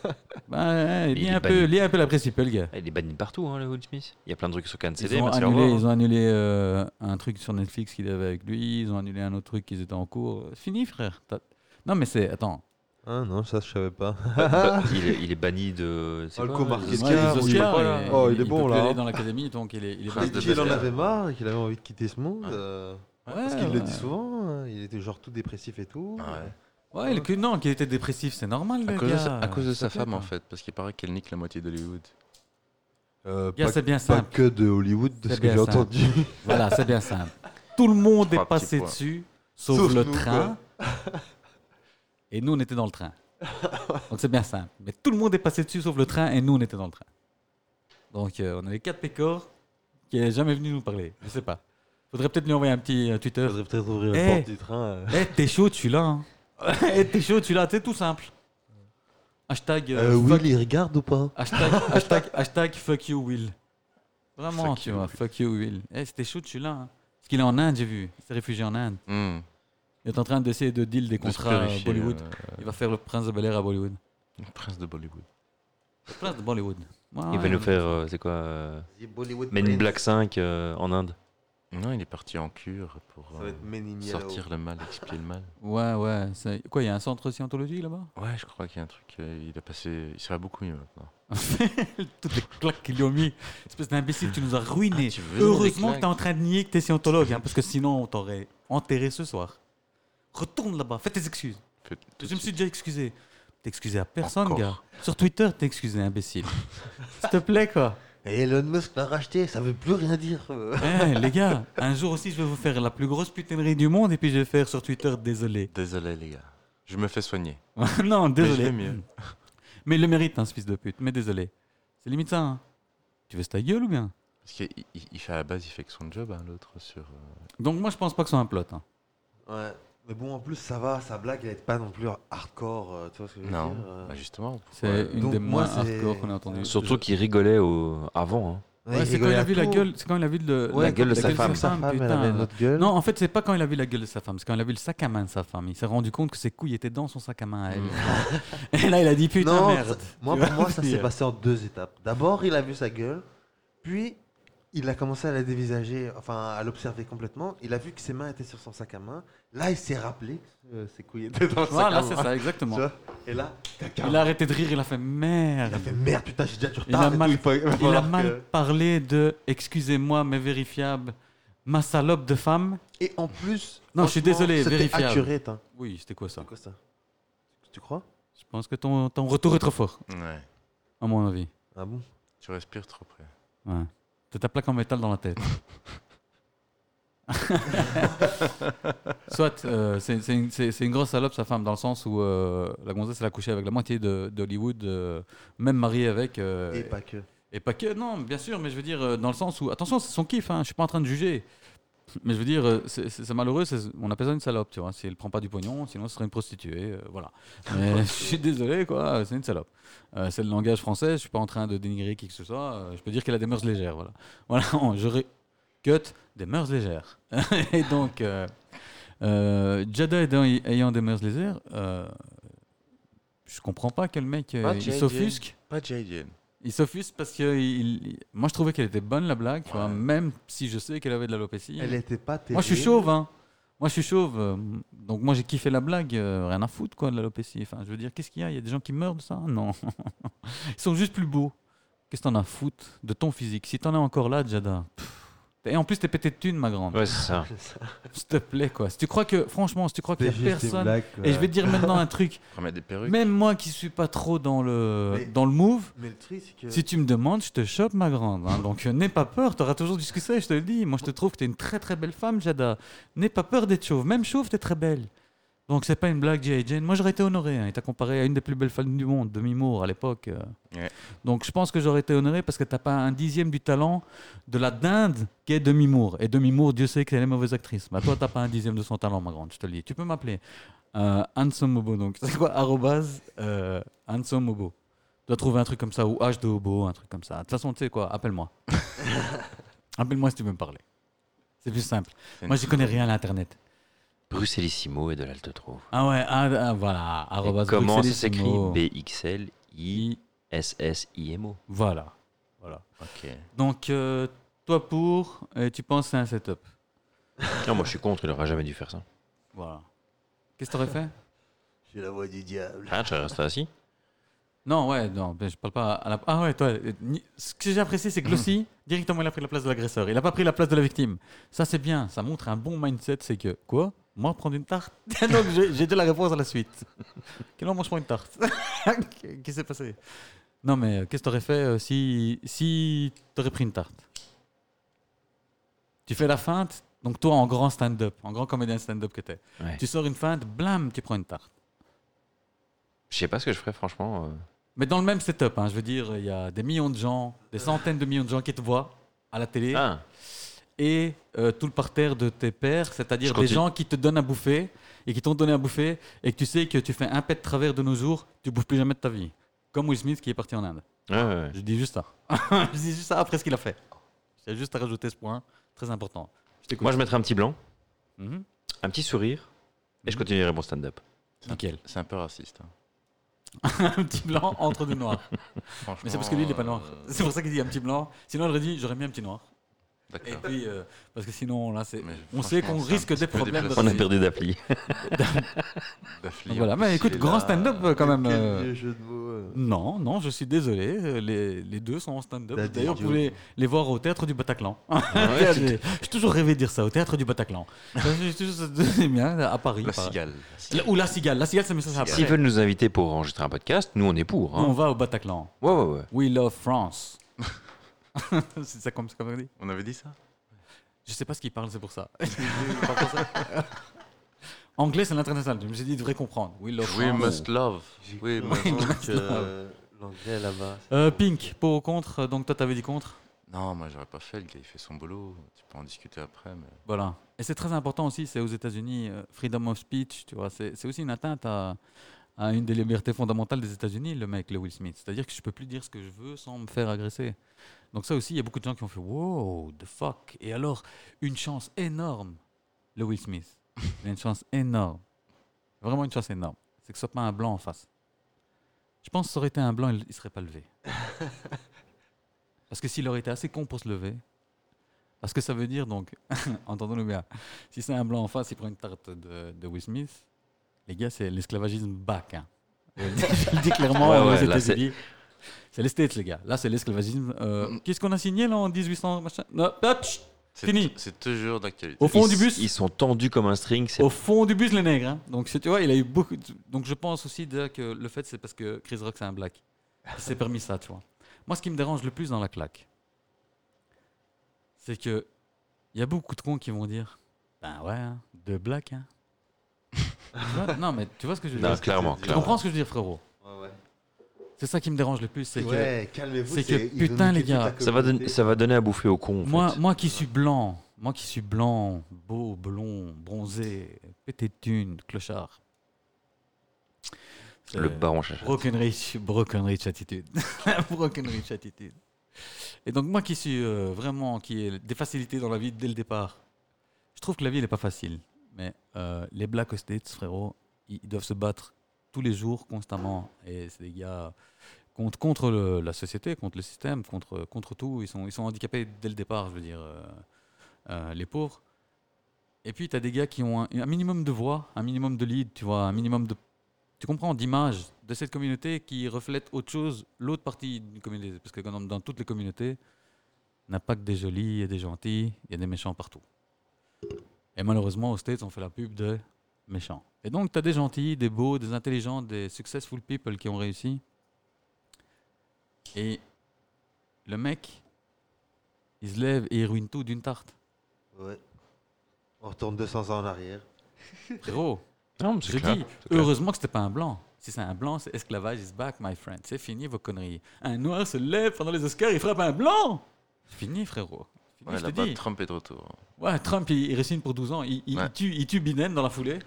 Speaker 1: Bah,
Speaker 2: il
Speaker 1: lis,
Speaker 2: est
Speaker 1: un peu,
Speaker 2: banni.
Speaker 1: lis un peu la presse, le gars.
Speaker 2: Ah, Il est banni partout, hein, le Will Smith. Il y a plein de trucs sur Cannes bah, CD,
Speaker 1: Ils ont
Speaker 2: merci, au
Speaker 1: annulé,
Speaker 2: revoir.
Speaker 4: hein.
Speaker 1: ils ont annulé euh, un truc sur Netflix qu'il avait avec lui, ils ont annulé un autre truc qu'ils étaient en cours. C'est Fini, frère. T'as- Non, mais c'est. Attends.
Speaker 3: Ah non, ça je savais pas.
Speaker 2: Bah, il, est, il est banni de. c'est
Speaker 3: Oh, le
Speaker 2: quoi,
Speaker 3: coup
Speaker 2: euh,
Speaker 3: marqué.
Speaker 1: Les
Speaker 3: Qu'est-ce
Speaker 1: Oscars,
Speaker 3: qu'il y a,
Speaker 1: les
Speaker 3: mon Dieu
Speaker 1: Oscars,
Speaker 3: Voilà. Oh, il est
Speaker 1: peut
Speaker 3: bon,
Speaker 1: plus
Speaker 3: là,
Speaker 1: aller
Speaker 3: hein.
Speaker 1: dans l'académie, donc il est, il est
Speaker 4: Prince
Speaker 3: Et
Speaker 1: banni.
Speaker 4: de
Speaker 3: qu'il en
Speaker 4: Bel-Air.
Speaker 3: avait marre, et qu'il avait envie de quitter ce monde.
Speaker 4: Ouais.
Speaker 3: euh,
Speaker 1: Ouais,
Speaker 3: Parce qu'il le dit
Speaker 1: ouais.
Speaker 3: souvent, hein, il était genre tout dépressif et tout.
Speaker 4: Ah Ouais.
Speaker 1: Ouais, le cul- non, qu'il était dépressif, c'est normal.
Speaker 4: À
Speaker 1: le
Speaker 4: cause, de sa,
Speaker 1: gars.
Speaker 4: à cause de
Speaker 1: eh Ça
Speaker 4: sa femme,
Speaker 1: quoi.
Speaker 4: en fait, parce qu'il paraît qu'elle nique la moitié d'Hollywood.
Speaker 3: Euh,
Speaker 1: Gars,
Speaker 3: pas,
Speaker 1: c'est bien
Speaker 3: pas
Speaker 1: simple.
Speaker 3: que de Hollywood, de
Speaker 1: C'est
Speaker 3: ce que
Speaker 1: bien
Speaker 3: j'ai
Speaker 1: ça.
Speaker 3: entendu.
Speaker 1: Voilà, c'est bien simple. Tout le monde est
Speaker 4: Trois petits
Speaker 1: passé
Speaker 4: points.
Speaker 1: dessus, sauf,
Speaker 3: Sauf
Speaker 1: le
Speaker 3: nous,
Speaker 1: train. et nous, on était dans le train. Donc c'est bien simple. Mais tout le monde est passé dessus, sauf le train, et nous, on était dans le train. Donc euh, on avait quatre pécores qui n'est jamais venu nous parler. Je sais pas. Faudrait peut-être lui envoyer un petit euh, Twitter.
Speaker 3: Faudrait peut-être ouvrir la
Speaker 1: Eh.
Speaker 3: porte du train. euh.
Speaker 1: Eh, t'es chaud, tu l'as. Hein. Eh, t'es chaud, tu l'as. C'est tout simple. Hashtag, euh,
Speaker 3: Euh,
Speaker 1: fuck-
Speaker 3: Will, il regarde ou pas
Speaker 1: hashtag, hashtag, hashtag fuck you, Will. Vraiment,
Speaker 4: Fuck
Speaker 1: tu
Speaker 4: you,
Speaker 1: vois,
Speaker 4: Will.
Speaker 1: fuck you, Will. Eh, c'était chaud, tu l'as. Hein. Parce qu'il est en Inde, j'ai vu. Il s'est réfugié en Inde.
Speaker 4: Hmm.
Speaker 1: Il est en train d'essayer de deal des
Speaker 4: De se
Speaker 1: contrats à
Speaker 4: purifier,
Speaker 1: Bollywood.
Speaker 4: euh,
Speaker 1: Il va faire le prince de Bel Air à Bollywood.
Speaker 4: le prince de Bollywood.
Speaker 1: Le prince de Bollywood. Ouais,
Speaker 2: Il va
Speaker 1: ouais.
Speaker 2: nous faire, euh, c'est quoi euh,
Speaker 3: Bollywood
Speaker 2: Men in Black 5 euh, en Inde.
Speaker 4: Non, il est parti en cure pour
Speaker 3: Ça va
Speaker 4: euh,
Speaker 3: être Men in Yellow.
Speaker 4: sortir le mal, expier le mal.
Speaker 1: Ouais, ouais. c'est- Quoi, il y a un centre scientologie là-bas
Speaker 4: Ouais, je crois qu'il y a un truc. euh, il a passé. Il serait beaucoup mieux maintenant.
Speaker 1: Toutes les claques qu'ils lui ont mis. Espèce d'imbécile, tu nous as ruiné.
Speaker 4: Ah, tu veux des
Speaker 1: Heureusement
Speaker 4: claques.
Speaker 1: que t'es en train de nier que t'es scientologue, hein, parce que sinon on t'aurait enterré ce soir. Retourne là-bas, fais tes excuses.
Speaker 4: Fais- tout de
Speaker 1: Je me suis
Speaker 4: suite.
Speaker 1: déjà excusé. T'es excusé à personne,
Speaker 4: Encore.
Speaker 1: gars. Sur Twitter, t'es excusé, imbécile. S'il te plaît, quoi.
Speaker 3: Et Elon Musk l'a racheté, ça veut plus rien dire.
Speaker 1: Eh, les gars, un jour aussi, je vais vous faire la plus grosse putinerie du monde et puis je vais faire sur Twitter désolé.
Speaker 4: Désolé, les gars. Je me fais soigner.
Speaker 1: non,
Speaker 4: Mais je vais
Speaker 1: désolé.
Speaker 4: mieux.
Speaker 1: Mais il le mérite, hein, ce fils de pute. Mais désolé. C'est limite ça. hein. Tu veux ta gueule ou bien
Speaker 4: Parce qu'il il- il fait à la base, il fait que son job, hein, l'autre sur. euh,
Speaker 1: Donc moi, je pense pas que ce soit un plot. hein.
Speaker 3: Ouais. Mais bon, en plus, ça va, sa blague, elle est pas non plus hardcore. euh, tu vois ce que je veux
Speaker 4: Non.
Speaker 3: dire euh.
Speaker 4: Bah, justement.
Speaker 1: C'est
Speaker 4: Ouais.
Speaker 1: une
Speaker 3: Donc,
Speaker 1: des
Speaker 3: moi,
Speaker 1: moins
Speaker 3: c'est-
Speaker 1: hardcore qu'on a entendues.
Speaker 3: Ouais,
Speaker 2: Surtout qu'il rigolait au- avant. hein.
Speaker 3: Ouais,
Speaker 1: Ouais, c'est quand
Speaker 3: rigolait
Speaker 1: il a
Speaker 3: à
Speaker 1: vu la
Speaker 3: tout.
Speaker 1: gueule, c'est quand il a vu le-
Speaker 3: Ouais,
Speaker 2: la gueule de sa
Speaker 3: de
Speaker 2: femme.
Speaker 3: elle avait
Speaker 1: putain.
Speaker 3: une autre gueule.
Speaker 1: Non, en fait, c'est pas quand il a vu la gueule de sa femme, c'est quand il a vu le sac à main de sa femme. Il s'est rendu compte que ses couilles étaient dans son sac à main à elle. Et là, il a dit putain
Speaker 3: Mm. Non,
Speaker 1: merde.
Speaker 3: Moi,
Speaker 1: Tu
Speaker 3: pour
Speaker 1: vois
Speaker 3: moi, ça s'est
Speaker 1: Dire.
Speaker 3: passé en deux étapes. D'abord, il a vu sa gueule, puis il a commencé à la dévisager, enfin à l'observer complètement. Il a vu que ses mains étaient sur son sac à main. Là, il s'est rappelé que euh, ses couilles étaient dans le
Speaker 1: Voilà,
Speaker 3: sac
Speaker 1: c'est
Speaker 3: à main.
Speaker 1: ça,
Speaker 3: tu
Speaker 1: exactement.
Speaker 3: vois. Et là, caca.
Speaker 1: Il a arrêté de rire, il a fait
Speaker 3: Il a
Speaker 1: merde.
Speaker 3: fait merde, putain, j'ai déjà
Speaker 1: Il
Speaker 3: du retard.
Speaker 1: a
Speaker 3: et tout,
Speaker 1: mal,
Speaker 3: il faut- il va
Speaker 1: il a
Speaker 3: falloir
Speaker 1: mal
Speaker 3: que-
Speaker 1: parlé de excusez-moi, mais vérifiable, ma salope de femme.
Speaker 3: Et en plus,
Speaker 1: Non, je suis
Speaker 3: franchement,
Speaker 1: désolé,
Speaker 3: c'était
Speaker 1: vérifiable.
Speaker 3: accurate, hein.
Speaker 1: Oui, c'était quoi ça
Speaker 3: C'est quoi ça Tu crois
Speaker 1: Je pense que ton, ton retour est trop fort,
Speaker 4: Ouais.
Speaker 1: à mon avis.
Speaker 3: Ah bon
Speaker 4: Tu respires trop près.
Speaker 1: Ouais. T'as ta plaque en métal dans la tête. Soit, euh, c'est c'est une, c'est- c'est une grosse salope sa femme, dans le sens où euh, la gonzesse elle a couché avec la moitié de- d'Hollywood, euh, même mariée avec. euh,
Speaker 3: Et pas que.
Speaker 1: et pas que, non, bien sûr, mais je veux dire, euh, dans le sens où. Attention, c'est son kiff, hein, je suis pas en train de juger. Mais je veux dire, euh, c'est c'est- c'est malheureux, c'est- on appelle ça une salope, tu vois. Si elle prend pas du pognon, sinon ce serait une prostituée, euh, voilà. Mais je suis désolé, quoi, c'est une salope. Euh, c'est le langage français, je suis pas en train de dénigrer qui que ce soit. euh, je peux dire qu'elle a des mœurs légères, voilà. Voilà, on- je ré- cut des mœurs légères. et donc, euh, euh, Jada ayant, ayant des mœurs légères, euh, je comprends pas que le mec euh,
Speaker 4: Ah,
Speaker 1: il
Speaker 4: Jada.
Speaker 1: s'offusque.
Speaker 4: Pas Jaden.
Speaker 1: Il s'offuse parce que il- il- moi je trouvais qu'elle était bonne la blague, tu vois,
Speaker 4: Ouais.
Speaker 1: même si je sais qu'elle avait de l'alopécie.
Speaker 3: Elle était pas terrible.
Speaker 1: Moi je suis chauve, hein. Moi je suis chauve, euh, donc moi j'ai kiffé la blague, euh, rien à foutre quoi de l'alopécie. Enfin, je veux dire, qu'est-ce qu'il y a Il y a des gens qui meurent de ça Non. Ils sont juste plus beaux. Qu'est-ce que t'en as à foutre de ton physique Si t'en es encore là, Jada. pff. Et en plus t'es pété de thunes, ma grande.
Speaker 2: Ouais, c'est ça.
Speaker 1: S'il te plaît quoi. Si tu crois que, franchement, si tu crois qu'il
Speaker 3: C'est
Speaker 1: y a
Speaker 3: juste des
Speaker 1: personne.
Speaker 3: blagues,
Speaker 1: Et je vais
Speaker 3: quoi.
Speaker 1: te dire maintenant un truc.
Speaker 4: Remettre des perruques.
Speaker 1: Même moi qui suis pas trop dans le
Speaker 3: Mais-
Speaker 1: dans le move.
Speaker 3: Mais le truc, c'est que.
Speaker 1: Si tu me demandes, je te chope, ma grande. hein. Donc euh, n'aie pas peur, t'auras toujours du succès, je te le dis. Moi, je te trouve que t'es une très très belle femme, Jada. N'aie pas peur d'être chauve. Même chauve, t'es très belle. Donc c'est pas une blague, J.I. Jane. Moi, j'aurais été honoré. hein. Il t'a comparé à une des plus belles femmes du monde, Demi Moore, à l'époque. euh.
Speaker 4: Ouais.
Speaker 1: Donc je pense que j'aurais été honoré parce que t'as pas un dixième du talent de la dinde qu'est Demi Moore. Et Demi Moore, Dieu sait qu'elle est mauvaise actrice. Mais toi, t'as pas un dixième de son talent, ma grande, je te le dis. Tu peux m'appeler. Euh, Handsome Mobo, donc c'est quoi Arrobase euh, Handsome Mobo. Tu dois trouver un truc comme ça, ou H de Hobo, un truc comme ça. De toute façon, tu sais quoi, appelle-moi. appelle-moi si tu veux me parler. C'est plus simple.
Speaker 4: C'est
Speaker 1: Moi,
Speaker 4: une-
Speaker 1: j'y connais rien à l'Internet.
Speaker 2: Bruxellissimo et de l'Alte Trouve.
Speaker 1: Ah ouais, ah, ah, voilà, arrobase
Speaker 2: Comment ça s'écrit
Speaker 1: Bruxellissimo. I-
Speaker 2: B-X-L-I-S-S-I-M-O.
Speaker 1: Voilà. voilà.
Speaker 4: Ok.
Speaker 1: Donc, euh, toi pour, et tu penses c'est un setup.
Speaker 2: Non, moi je suis contre, il aurait jamais dû faire ça.
Speaker 1: Voilà. Qu'est-ce que t'aurais fait
Speaker 3: J'ai la voix du diable.
Speaker 2: Ah, tu resté assis
Speaker 1: Non, ouais, non, ben, je parle pas à la... Ah ouais, toi, euh, ni- ce que j'ai apprécié, c'est que Glossy, directement, il a pris la place de l'agresseur. Il a pas pris la place de la victime. Ça, c'est bien. Ça montre un bon mindset, c'est que... Quoi Moi, prendre une tarte Donc, j'ai j'ai déjà la réponse à la suite. Quel homme, moi, je prends une tarte Qu'est-ce qui s'est passé Non, mais euh, qu'est-ce que t'aurais fait euh, si... Si t'aurais pris une tarte Tu fais la feinte, donc toi, en grand stand-up, en grand comédien stand-up que t'es.
Speaker 2: Ouais.
Speaker 1: Tu sors une feinte, blam, tu prends une tarte.
Speaker 2: Je sais pas ce que je ferais, franchement. euh.
Speaker 1: Mais dans le même setup, hein, je veux dire, il y a des millions de gens, des centaines de millions de gens qui te voient à la télé
Speaker 2: Ah,
Speaker 1: et euh, tout le parterre de tes pères, c'est-à-dire
Speaker 2: Je
Speaker 1: des
Speaker 2: continue.
Speaker 1: gens qui te donnent à bouffer et qui t'ont donné à bouffer et que tu sais que tu fais un pet de travers de nos jours, tu bouffes plus jamais de ta vie. Comme Will Smith qui est parti en Inde.
Speaker 2: ouais, ouais, ouais.
Speaker 1: Je dis juste ça. je dis juste ça après ce qu'il a fait. J'ai juste à rajouter ce point, très important. Je t'écoute.
Speaker 2: Moi je mettrais un petit blanc,
Speaker 1: Mhm.
Speaker 2: un petit sourire, et je continuerai mon stand-up.
Speaker 1: Nickel.
Speaker 4: C'est un peu raciste. hein.
Speaker 1: un petit blanc entre deux noirs. Mais
Speaker 4: Franchement,
Speaker 1: c'est parce que lui, il n'est pas noir.
Speaker 4: euh,
Speaker 1: C'est pour ça qu'il dit un petit blanc. Sinon, il aurait dit j'aurais mis un petit noir. Et
Speaker 4: D'accord.
Speaker 1: puis, euh, parce que sinon, là, c'est.
Speaker 4: Mais
Speaker 1: On sait qu'on
Speaker 4: franchement, c'est un
Speaker 1: risque
Speaker 4: petit
Speaker 1: des
Speaker 4: peu
Speaker 1: problèmes.
Speaker 4: déplacé.
Speaker 2: On a perdu d'appli.
Speaker 4: Daffly,
Speaker 1: Ah, Voilà,
Speaker 4: en
Speaker 1: mais
Speaker 4: plus,
Speaker 1: écoute,
Speaker 4: il est
Speaker 1: grand
Speaker 4: là.
Speaker 1: stand-up euh, quand même.
Speaker 3: Quel
Speaker 1: euh,
Speaker 3: vieux jeu de mots. euh.
Speaker 1: Non, non, je suis désolé. euh, Les, les deux sont en stand-up.
Speaker 3: T'as dit
Speaker 1: D'ailleurs, vous
Speaker 3: Joe.
Speaker 1: pouvez les voir au théâtre du Bataclan.
Speaker 4: Ah Ouais,
Speaker 1: J'ai- J'ai toujours rêvé de dire ça, au théâtre du Bataclan. J'ai toujours- J'aime bien, à Paris.
Speaker 4: La
Speaker 1: par-
Speaker 4: cigale.
Speaker 1: La- Ou la cigale. La cigale, c'est un message après.
Speaker 2: S'ils veulent nous inviter pour enregistrer un podcast, nous on est pour.
Speaker 1: On
Speaker 2: Hein.
Speaker 1: va au Bataclan.
Speaker 2: Ouais, ouais, ouais.
Speaker 1: We love France. c'est ça comme, c'est comme on dit
Speaker 4: On avait dit ça
Speaker 1: Je sais pas ce qu'il parle, c'est pour ça. Anglais, c'est l'international. Je me suis dit, il devrait comprendre. We love
Speaker 4: We
Speaker 1: France.
Speaker 4: must love. Oui,
Speaker 3: cru
Speaker 4: mais-
Speaker 3: entendre
Speaker 1: must
Speaker 3: que,
Speaker 1: love.
Speaker 3: euh, l'anglais là-bas.
Speaker 1: Euh, Pink, pour ou contre euh, Donc toi, t'avais dit contre.
Speaker 4: Non, moi j'aurais pas fait, le gars il fait son boulot. Tu peux en discuter après, mais.
Speaker 1: Voilà. Et c'est très important aussi, c'est aux États-Unis, euh, freedom of speech, tu vois. C'est c'est aussi une atteinte à, à une des libertés fondamentales des États-Unis, le mec, le Will Smith. C'est-à-dire que je peux plus dire ce que je veux sans me faire agresser. Donc ça aussi, il y a beaucoup de gens qui ont fait wow, the fuck. Et alors, une chance énorme, le Will Smith. Il a une chance énorme. Vraiment une chance énorme. C'est que ce soit pas un blanc en face. Je pense que ça aurait été un blanc, il, il serait pas levé. Parce que s'il aurait été assez con pour se lever, parce que ça veut dire donc Entendons-nous bien. Si c'est un blanc en face, il prend une tarte de, de Will Smith. Les gars, c'est l'esclavagisme back. hein. Je le dis clairement hein,
Speaker 2: Ouais,
Speaker 1: aux
Speaker 2: ouais, là,
Speaker 1: États-Unis. C'est les States, les gars. Là, c'est l'esclavagisme. euh,
Speaker 2: Mm.
Speaker 1: Qu'est-ce qu'on a signé là en 1800 machin Non, ah, tch
Speaker 4: C'est-
Speaker 1: Fini.
Speaker 4: C'est toujours d'actualité.
Speaker 1: Au fond
Speaker 2: Ils-
Speaker 1: du bus
Speaker 2: Ils sont tendus comme un string. c'est-
Speaker 1: Au fond du bus, les nègres. hein. Donc, c'est- tu vois, il a eu beaucoup. de- Donc, je pense aussi déjà que le fait, c'est parce que Chris Rock, c'est un black. Il s'est permis ça, tu vois. Moi, ce qui me dérange le plus dans la claque, c'est que il y a beaucoup de cons qui vont dire Ben ouais, hein, deux blacks. Hein. Tu vois non, mais tu vois ce que je veux
Speaker 2: Non,
Speaker 1: dire
Speaker 2: clairement,
Speaker 1: Tu
Speaker 2: clairement.
Speaker 1: comprends ce que je veux dire, frérot
Speaker 3: Ouais,
Speaker 1: C'est ça qui me dérange le plus. C'est que
Speaker 3: ouais calmez-vous.
Speaker 1: c'est que, putain, les gars,
Speaker 2: Ça va, don- ça va donner à bouffer aux cons. en
Speaker 1: Moi,
Speaker 2: fait.
Speaker 1: moi qui suis blanc, moi qui suis blanc, beau, blond, bronzé, pété de thunes, clochard. C'est
Speaker 2: Le baron Chacha.
Speaker 1: Broken rich, broken rich attitude. broken rich attitude. Et donc moi qui suis euh, vraiment, qui ai des facilités dans la vie dès le départ, je trouve que la vie n'est pas facile. Mais euh, les Black aux States, frérot, ils, ils doivent se battre tous les jours, constamment. Et c'est des gars contre, contre le- la société, contre le système, contre, contre tout. Ils sont, ils sont handicapés dès le départ, je veux dire, euh, euh, les pauvres. Et puis, tu as des gars qui ont un, un minimum de voix, un minimum de lead, tu vois, un minimum de. Tu comprends, d'images de cette communauté qui reflète autre chose, l'autre partie d'une communauté. Parce que quand même, dans toutes les communautés, il n'y a pas que des jolis et des gentils, il y a des méchants partout. Et malheureusement, aux States, on fait la pub de méchants. Et donc, tu as des gentils, des beaux, des intelligents, des successful people qui ont réussi. Et le mec, il se lève et il ruine tout d'une tarte.
Speaker 3: Ouais. On retourne 200 ans en arrière.
Speaker 1: Frérot,
Speaker 2: Non, mais c'est
Speaker 1: je
Speaker 2: clair.
Speaker 1: dis,
Speaker 2: clair.
Speaker 1: heureusement que c'était pas un blanc. Si c'est un blanc, c'est esclavage is back, my friend. C'est fini vos conneries. Un noir se lève pendant les Oscars, il frappe un blanc. C'est Fini, frérot. Fini,
Speaker 4: Ouais,
Speaker 1: je te
Speaker 4: là-bas,
Speaker 1: dis.
Speaker 4: Trump est de retour.
Speaker 1: Ouais, Trump, il, il résigne pour 12 ans. Il, il- il
Speaker 4: Ouais.
Speaker 1: tue, il tue Biden dans la foulée.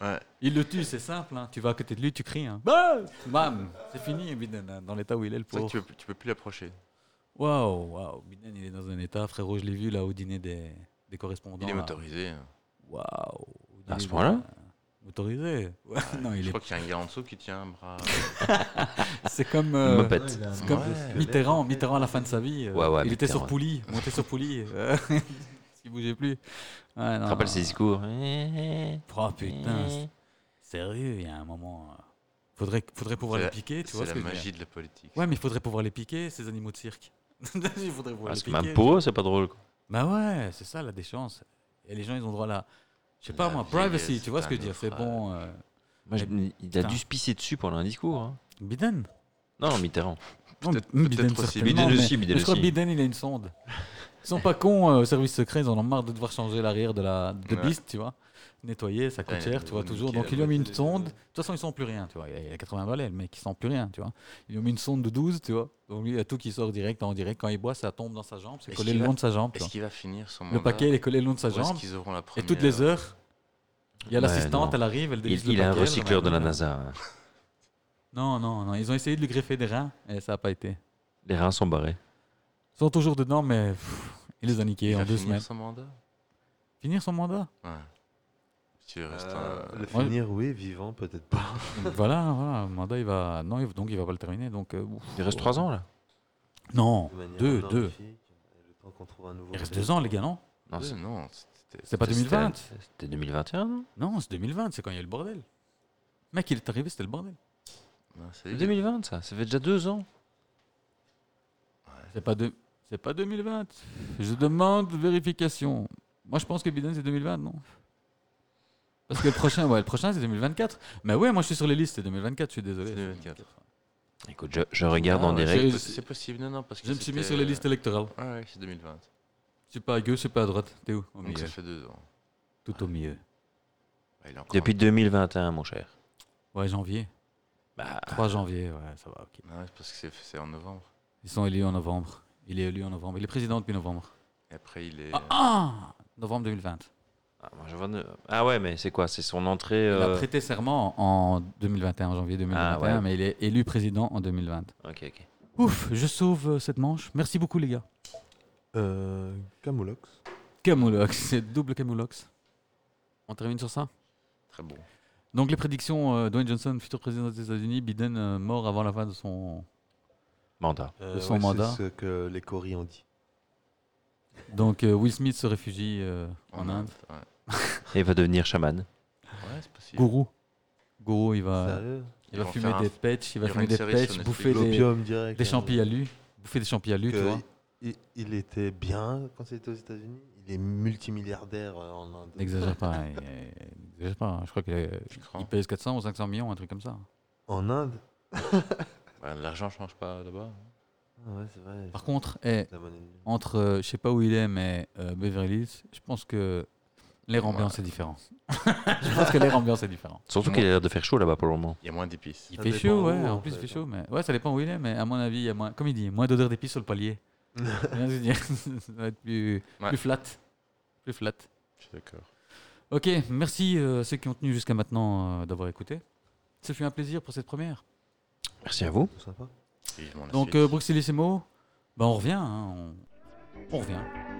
Speaker 4: Ouais.
Speaker 1: Il le tue, c'est simple. hein. Tu vas à côté de lui, tu cries. hein. Bam Bam C'est fini, Biden, hein, dans l'état où il est, le
Speaker 4: C'est vrai
Speaker 1: pauvre.
Speaker 4: que tu peux, tu peux plus l'approcher.
Speaker 1: Waouh, waouh. Biden, il est dans un état, frérot, je l'ai vu là au dîner des, des correspondants.
Speaker 4: Il est
Speaker 1: là.
Speaker 4: motorisé. hein.
Speaker 1: Waouh. Au
Speaker 2: À
Speaker 1: dîner des-
Speaker 2: ce
Speaker 1: euh,
Speaker 2: point-là
Speaker 1: Motorisé. Ouais, non, il
Speaker 4: Je
Speaker 1: est.
Speaker 4: crois qu'il y a un gars en dessous qui tient un bras.
Speaker 1: C'est comme. euh,
Speaker 2: Muppet. Pète.
Speaker 1: c'est comme Mitterrand, Mitterrand à la fin de sa vie. euh,
Speaker 2: Ouais, ouais,
Speaker 1: il était sur
Speaker 2: Mitterrand.
Speaker 1: poulie, monté sur poulie. euh, il bougeait plus. Ouais,
Speaker 2: Tu
Speaker 1: non,
Speaker 2: te rappelles Hmm.
Speaker 1: non.
Speaker 2: ses discours
Speaker 1: Oh putain, c'est- sérieux, il y a un moment. euh, Faudrait, faudrait pouvoir
Speaker 4: C'est
Speaker 1: les
Speaker 4: la-
Speaker 1: piquer, tu vois
Speaker 4: C'est
Speaker 1: ce que je
Speaker 4: la
Speaker 1: veux dire.
Speaker 4: magie de la politique.
Speaker 1: Ouais, mais il faudrait pouvoir les piquer, ces animaux de cirque. il faudrait pouvoir
Speaker 2: Ah, Parce
Speaker 1: les
Speaker 2: que
Speaker 1: piquer.
Speaker 2: même pour eux, c'est pas drôle. quoi.
Speaker 1: Bah ouais, c'est ça la déchance. Et les gens, ils ont droit à la. Je sais pas
Speaker 4: La
Speaker 1: moi,
Speaker 4: vieillesse,
Speaker 1: privacy, tu vois ce que je veux dire.
Speaker 4: c'est
Speaker 1: C'est
Speaker 4: un
Speaker 1: bon. euh,
Speaker 2: Moi, je- il a
Speaker 1: putain.
Speaker 2: dû se pisser dessus pendant un discours. hein.
Speaker 1: Biden
Speaker 2: Non, non, Mitterrand.
Speaker 1: Non,
Speaker 4: Peut-être-
Speaker 1: Biden,
Speaker 4: peut-être aussi.
Speaker 1: certainement,
Speaker 2: Biden
Speaker 1: mais-
Speaker 2: aussi, Biden
Speaker 1: mais Je crois que
Speaker 2: aussi.
Speaker 1: Biden, il a une sonde. Ils sont pas cons euh, au service secret, ils en ont marre de devoir changer l'arrière de la de
Speaker 4: Ouais.
Speaker 1: Beast, tu vois. Nettoyer, ça coûte
Speaker 4: Ouais,
Speaker 1: cher, tu vois,
Speaker 4: ils ont
Speaker 1: toujours.
Speaker 4: niqué
Speaker 1: Donc
Speaker 4: la
Speaker 1: ils lui ont mis une
Speaker 4: moitié des-
Speaker 1: sonde. De toute façon, ils sont plus rien, tu vois. Il a- il a 80 balais, le mec, il sent plus rien, tu vois. Ils lui ont mis une sonde de 12, tu vois. Donc lui, il y a tout qui sort direct, en direct. Quand il boit, ça tombe dans sa jambe, c'est
Speaker 4: Est-ce
Speaker 1: collé
Speaker 4: qu'il
Speaker 1: le
Speaker 4: va-
Speaker 1: long de sa jambe, tu
Speaker 4: Est-ce
Speaker 1: vois.
Speaker 4: qu'il va finir son mandat
Speaker 1: Le paquet, il est collé le long de sa
Speaker 4: Ou est-ce
Speaker 1: jambe.
Speaker 4: qu'ils auront la
Speaker 1: Et
Speaker 4: première
Speaker 1: toutes les heures, il y a
Speaker 2: Ouais,
Speaker 1: l'assistante,
Speaker 2: non.
Speaker 1: elle arrive, elle dévisse
Speaker 2: Il,
Speaker 1: le
Speaker 2: il a un
Speaker 1: paquet, elle
Speaker 2: recycleur de la
Speaker 1: ramène.
Speaker 2: NASA. hein.
Speaker 1: Non, non, non. Ils ont essayé de lui greffer des reins et ça n'a pas été.
Speaker 2: Les reins sont barrés.
Speaker 1: Ils sont toujours dedans, mais pff, il les a niqués
Speaker 4: Il
Speaker 1: en
Speaker 4: va
Speaker 1: deux
Speaker 4: finir
Speaker 1: semaines.
Speaker 4: son mandat
Speaker 1: Finir son mandat
Speaker 4: Ouais. Tu restes
Speaker 3: Euh,
Speaker 4: un-
Speaker 3: le finir, oui, vivant, peut-être pas.
Speaker 1: Voilà, voilà. Le mandat, il va. Non, il- donc il va pas le terminer. Donc, euh, ouf.
Speaker 2: Il reste trois ans, là.
Speaker 1: Non,
Speaker 3: De manière
Speaker 1: deux, deux.
Speaker 3: honorifique, et Le temps qu'on trouve un nouveau.
Speaker 1: Il reste
Speaker 3: modèle.
Speaker 1: deux ans, les gars, non
Speaker 2: Non,
Speaker 4: Ouais,
Speaker 2: c'est-
Speaker 4: non, c'était-
Speaker 1: C'est pas
Speaker 2: c'était-
Speaker 1: 2020
Speaker 2: C'était 2021, non
Speaker 1: Non, c'est 2020, c'est quand il y a eu le bordel. Mec, il est arrivé, c'était le bordel.
Speaker 4: non, c'est-
Speaker 2: C'est 2020, ça. Ça fait déjà deux ans.
Speaker 1: C'est pas, de... c'est pas 2020. Je demande vérification. Moi, je pense que Biden, c'est 2020, non Parce que le prochain, ouais, le prochain, c'est 2024. Mais ouais, moi, je suis sur les listes, c'est 2024, je suis désolé.
Speaker 4: C'est
Speaker 1: c'est
Speaker 4: 2024.
Speaker 2: Écoute, je, je regarde
Speaker 4: Ah,
Speaker 2: en
Speaker 4: ouais,
Speaker 2: direct.
Speaker 4: c'est- C'est possible, non, non, parce que
Speaker 1: Je me suis mis
Speaker 4: c'était-
Speaker 1: sur les listes électorales.
Speaker 4: Ouais, ouais, c'est 2020.
Speaker 1: Je suis pas à gauche, je suis pas à droite. T'es où Au
Speaker 4: Donc
Speaker 1: milieu.
Speaker 4: ça fait deux ans.
Speaker 1: Tout au milieu.
Speaker 4: Ah, il est encore
Speaker 2: Depuis 2021, mon cher.
Speaker 1: Ouais, janvier.
Speaker 2: Bah,
Speaker 1: 3 janvier, ouais, ça va, ok.
Speaker 4: en- Ah ouais, c'est parce que c'est- c'est en novembre.
Speaker 1: Ils sont élus en novembre. Il est élu en novembre. Il est président depuis novembre.
Speaker 4: Et après, il est.
Speaker 1: Ah, ah Novembre 2020.
Speaker 2: ah, moi, je vois de- ah ouais, mais c'est quoi C'est son entrée.
Speaker 1: Il a
Speaker 2: euh,
Speaker 1: prêté serment en 2021, en janvier 2021,
Speaker 2: Ah, ouais.
Speaker 1: mais il est élu président en 2020.
Speaker 2: Ok, ok.
Speaker 1: Ouf, je sauve euh, cette manche. Merci beaucoup, les gars.
Speaker 3: Euh, Camoulox.
Speaker 1: Camoulox, c'est double Camoulox. On termine sur ça
Speaker 4: Très bon.
Speaker 1: Donc les prédictions, euh, Dwayne Johnson, futur président des États-Unis, Biden euh, mort avant la fin de son...
Speaker 2: Mandat.
Speaker 3: Euh,
Speaker 1: De son
Speaker 3: ouais, c'est
Speaker 1: mandat.
Speaker 3: ce que les Coris ont dit.
Speaker 1: Donc euh, Will Smith se réfugie euh, en Inde.
Speaker 4: Ouais,
Speaker 2: Et il va devenir chaman.
Speaker 4: Ouais, c'est possible.
Speaker 1: Gourou. Gourou, il va,
Speaker 3: Sérieux
Speaker 1: il va
Speaker 4: Ils vont
Speaker 1: fumer
Speaker 4: faire un-
Speaker 1: des patchs, il va
Speaker 4: il y aura
Speaker 1: fumer
Speaker 4: une
Speaker 1: des
Speaker 4: série sur
Speaker 1: patchs,
Speaker 4: Netflix.
Speaker 1: bouffer des,
Speaker 3: L'opium direct.
Speaker 1: des
Speaker 3: hein.
Speaker 1: champis à lui. Bouffer des champis à lui, tu
Speaker 3: Que
Speaker 1: vois.
Speaker 3: il, il était bien quand il était aux États-Unis. Il est multimilliardaire euh, en Inde.
Speaker 1: N'exagère pas. il- il- N'exagère pas. hein. Je crois qu'il est-
Speaker 4: Tu crois
Speaker 1: il pèse 400 ou 500 millions, un truc comme ça.
Speaker 3: En Inde
Speaker 4: Bah, L'argent change pas là-bas.
Speaker 3: Ah Ouais, c'est vrai.
Speaker 1: Par contre, eh,
Speaker 3: La monnaie nulle.
Speaker 1: entre, euh, je sais pas où il est, mais euh, Beverly Hills, je pense que l'air ambiance est différent. je pense que l'air ambiance est différent.
Speaker 2: Surtout
Speaker 4: Moi-
Speaker 2: qu'il a l'air de faire chaud là-bas pour le moment.
Speaker 4: Il y a moins d'épices.
Speaker 1: Il
Speaker 3: Ça
Speaker 1: fait
Speaker 3: dépend
Speaker 1: chaud,
Speaker 3: où,
Speaker 1: ouais. En
Speaker 3: en
Speaker 1: plus, il
Speaker 3: fait,
Speaker 1: fait
Speaker 3: hein.
Speaker 1: chaud, mais ouais, ça dépend où il est, mais à mon avis, il y a moins, comme il dit, moins d'odeur d'épices sur le palier. Tu vois ce que je veux dire ça va être plus,
Speaker 4: Ouais.
Speaker 1: plus flat, plus flat.
Speaker 4: Je suis d'accord.
Speaker 1: Ok, merci euh, à ceux qui ont tenu jusqu'à maintenant euh, d'avoir écouté. Ce fut un plaisir pour cette première.
Speaker 2: Merci à vous.
Speaker 3: Sympa.
Speaker 4: Vivement la
Speaker 1: Donc
Speaker 4: suite.
Speaker 1: euh, Bruxelles et ses mots, ben on revient, hein, on... on revient.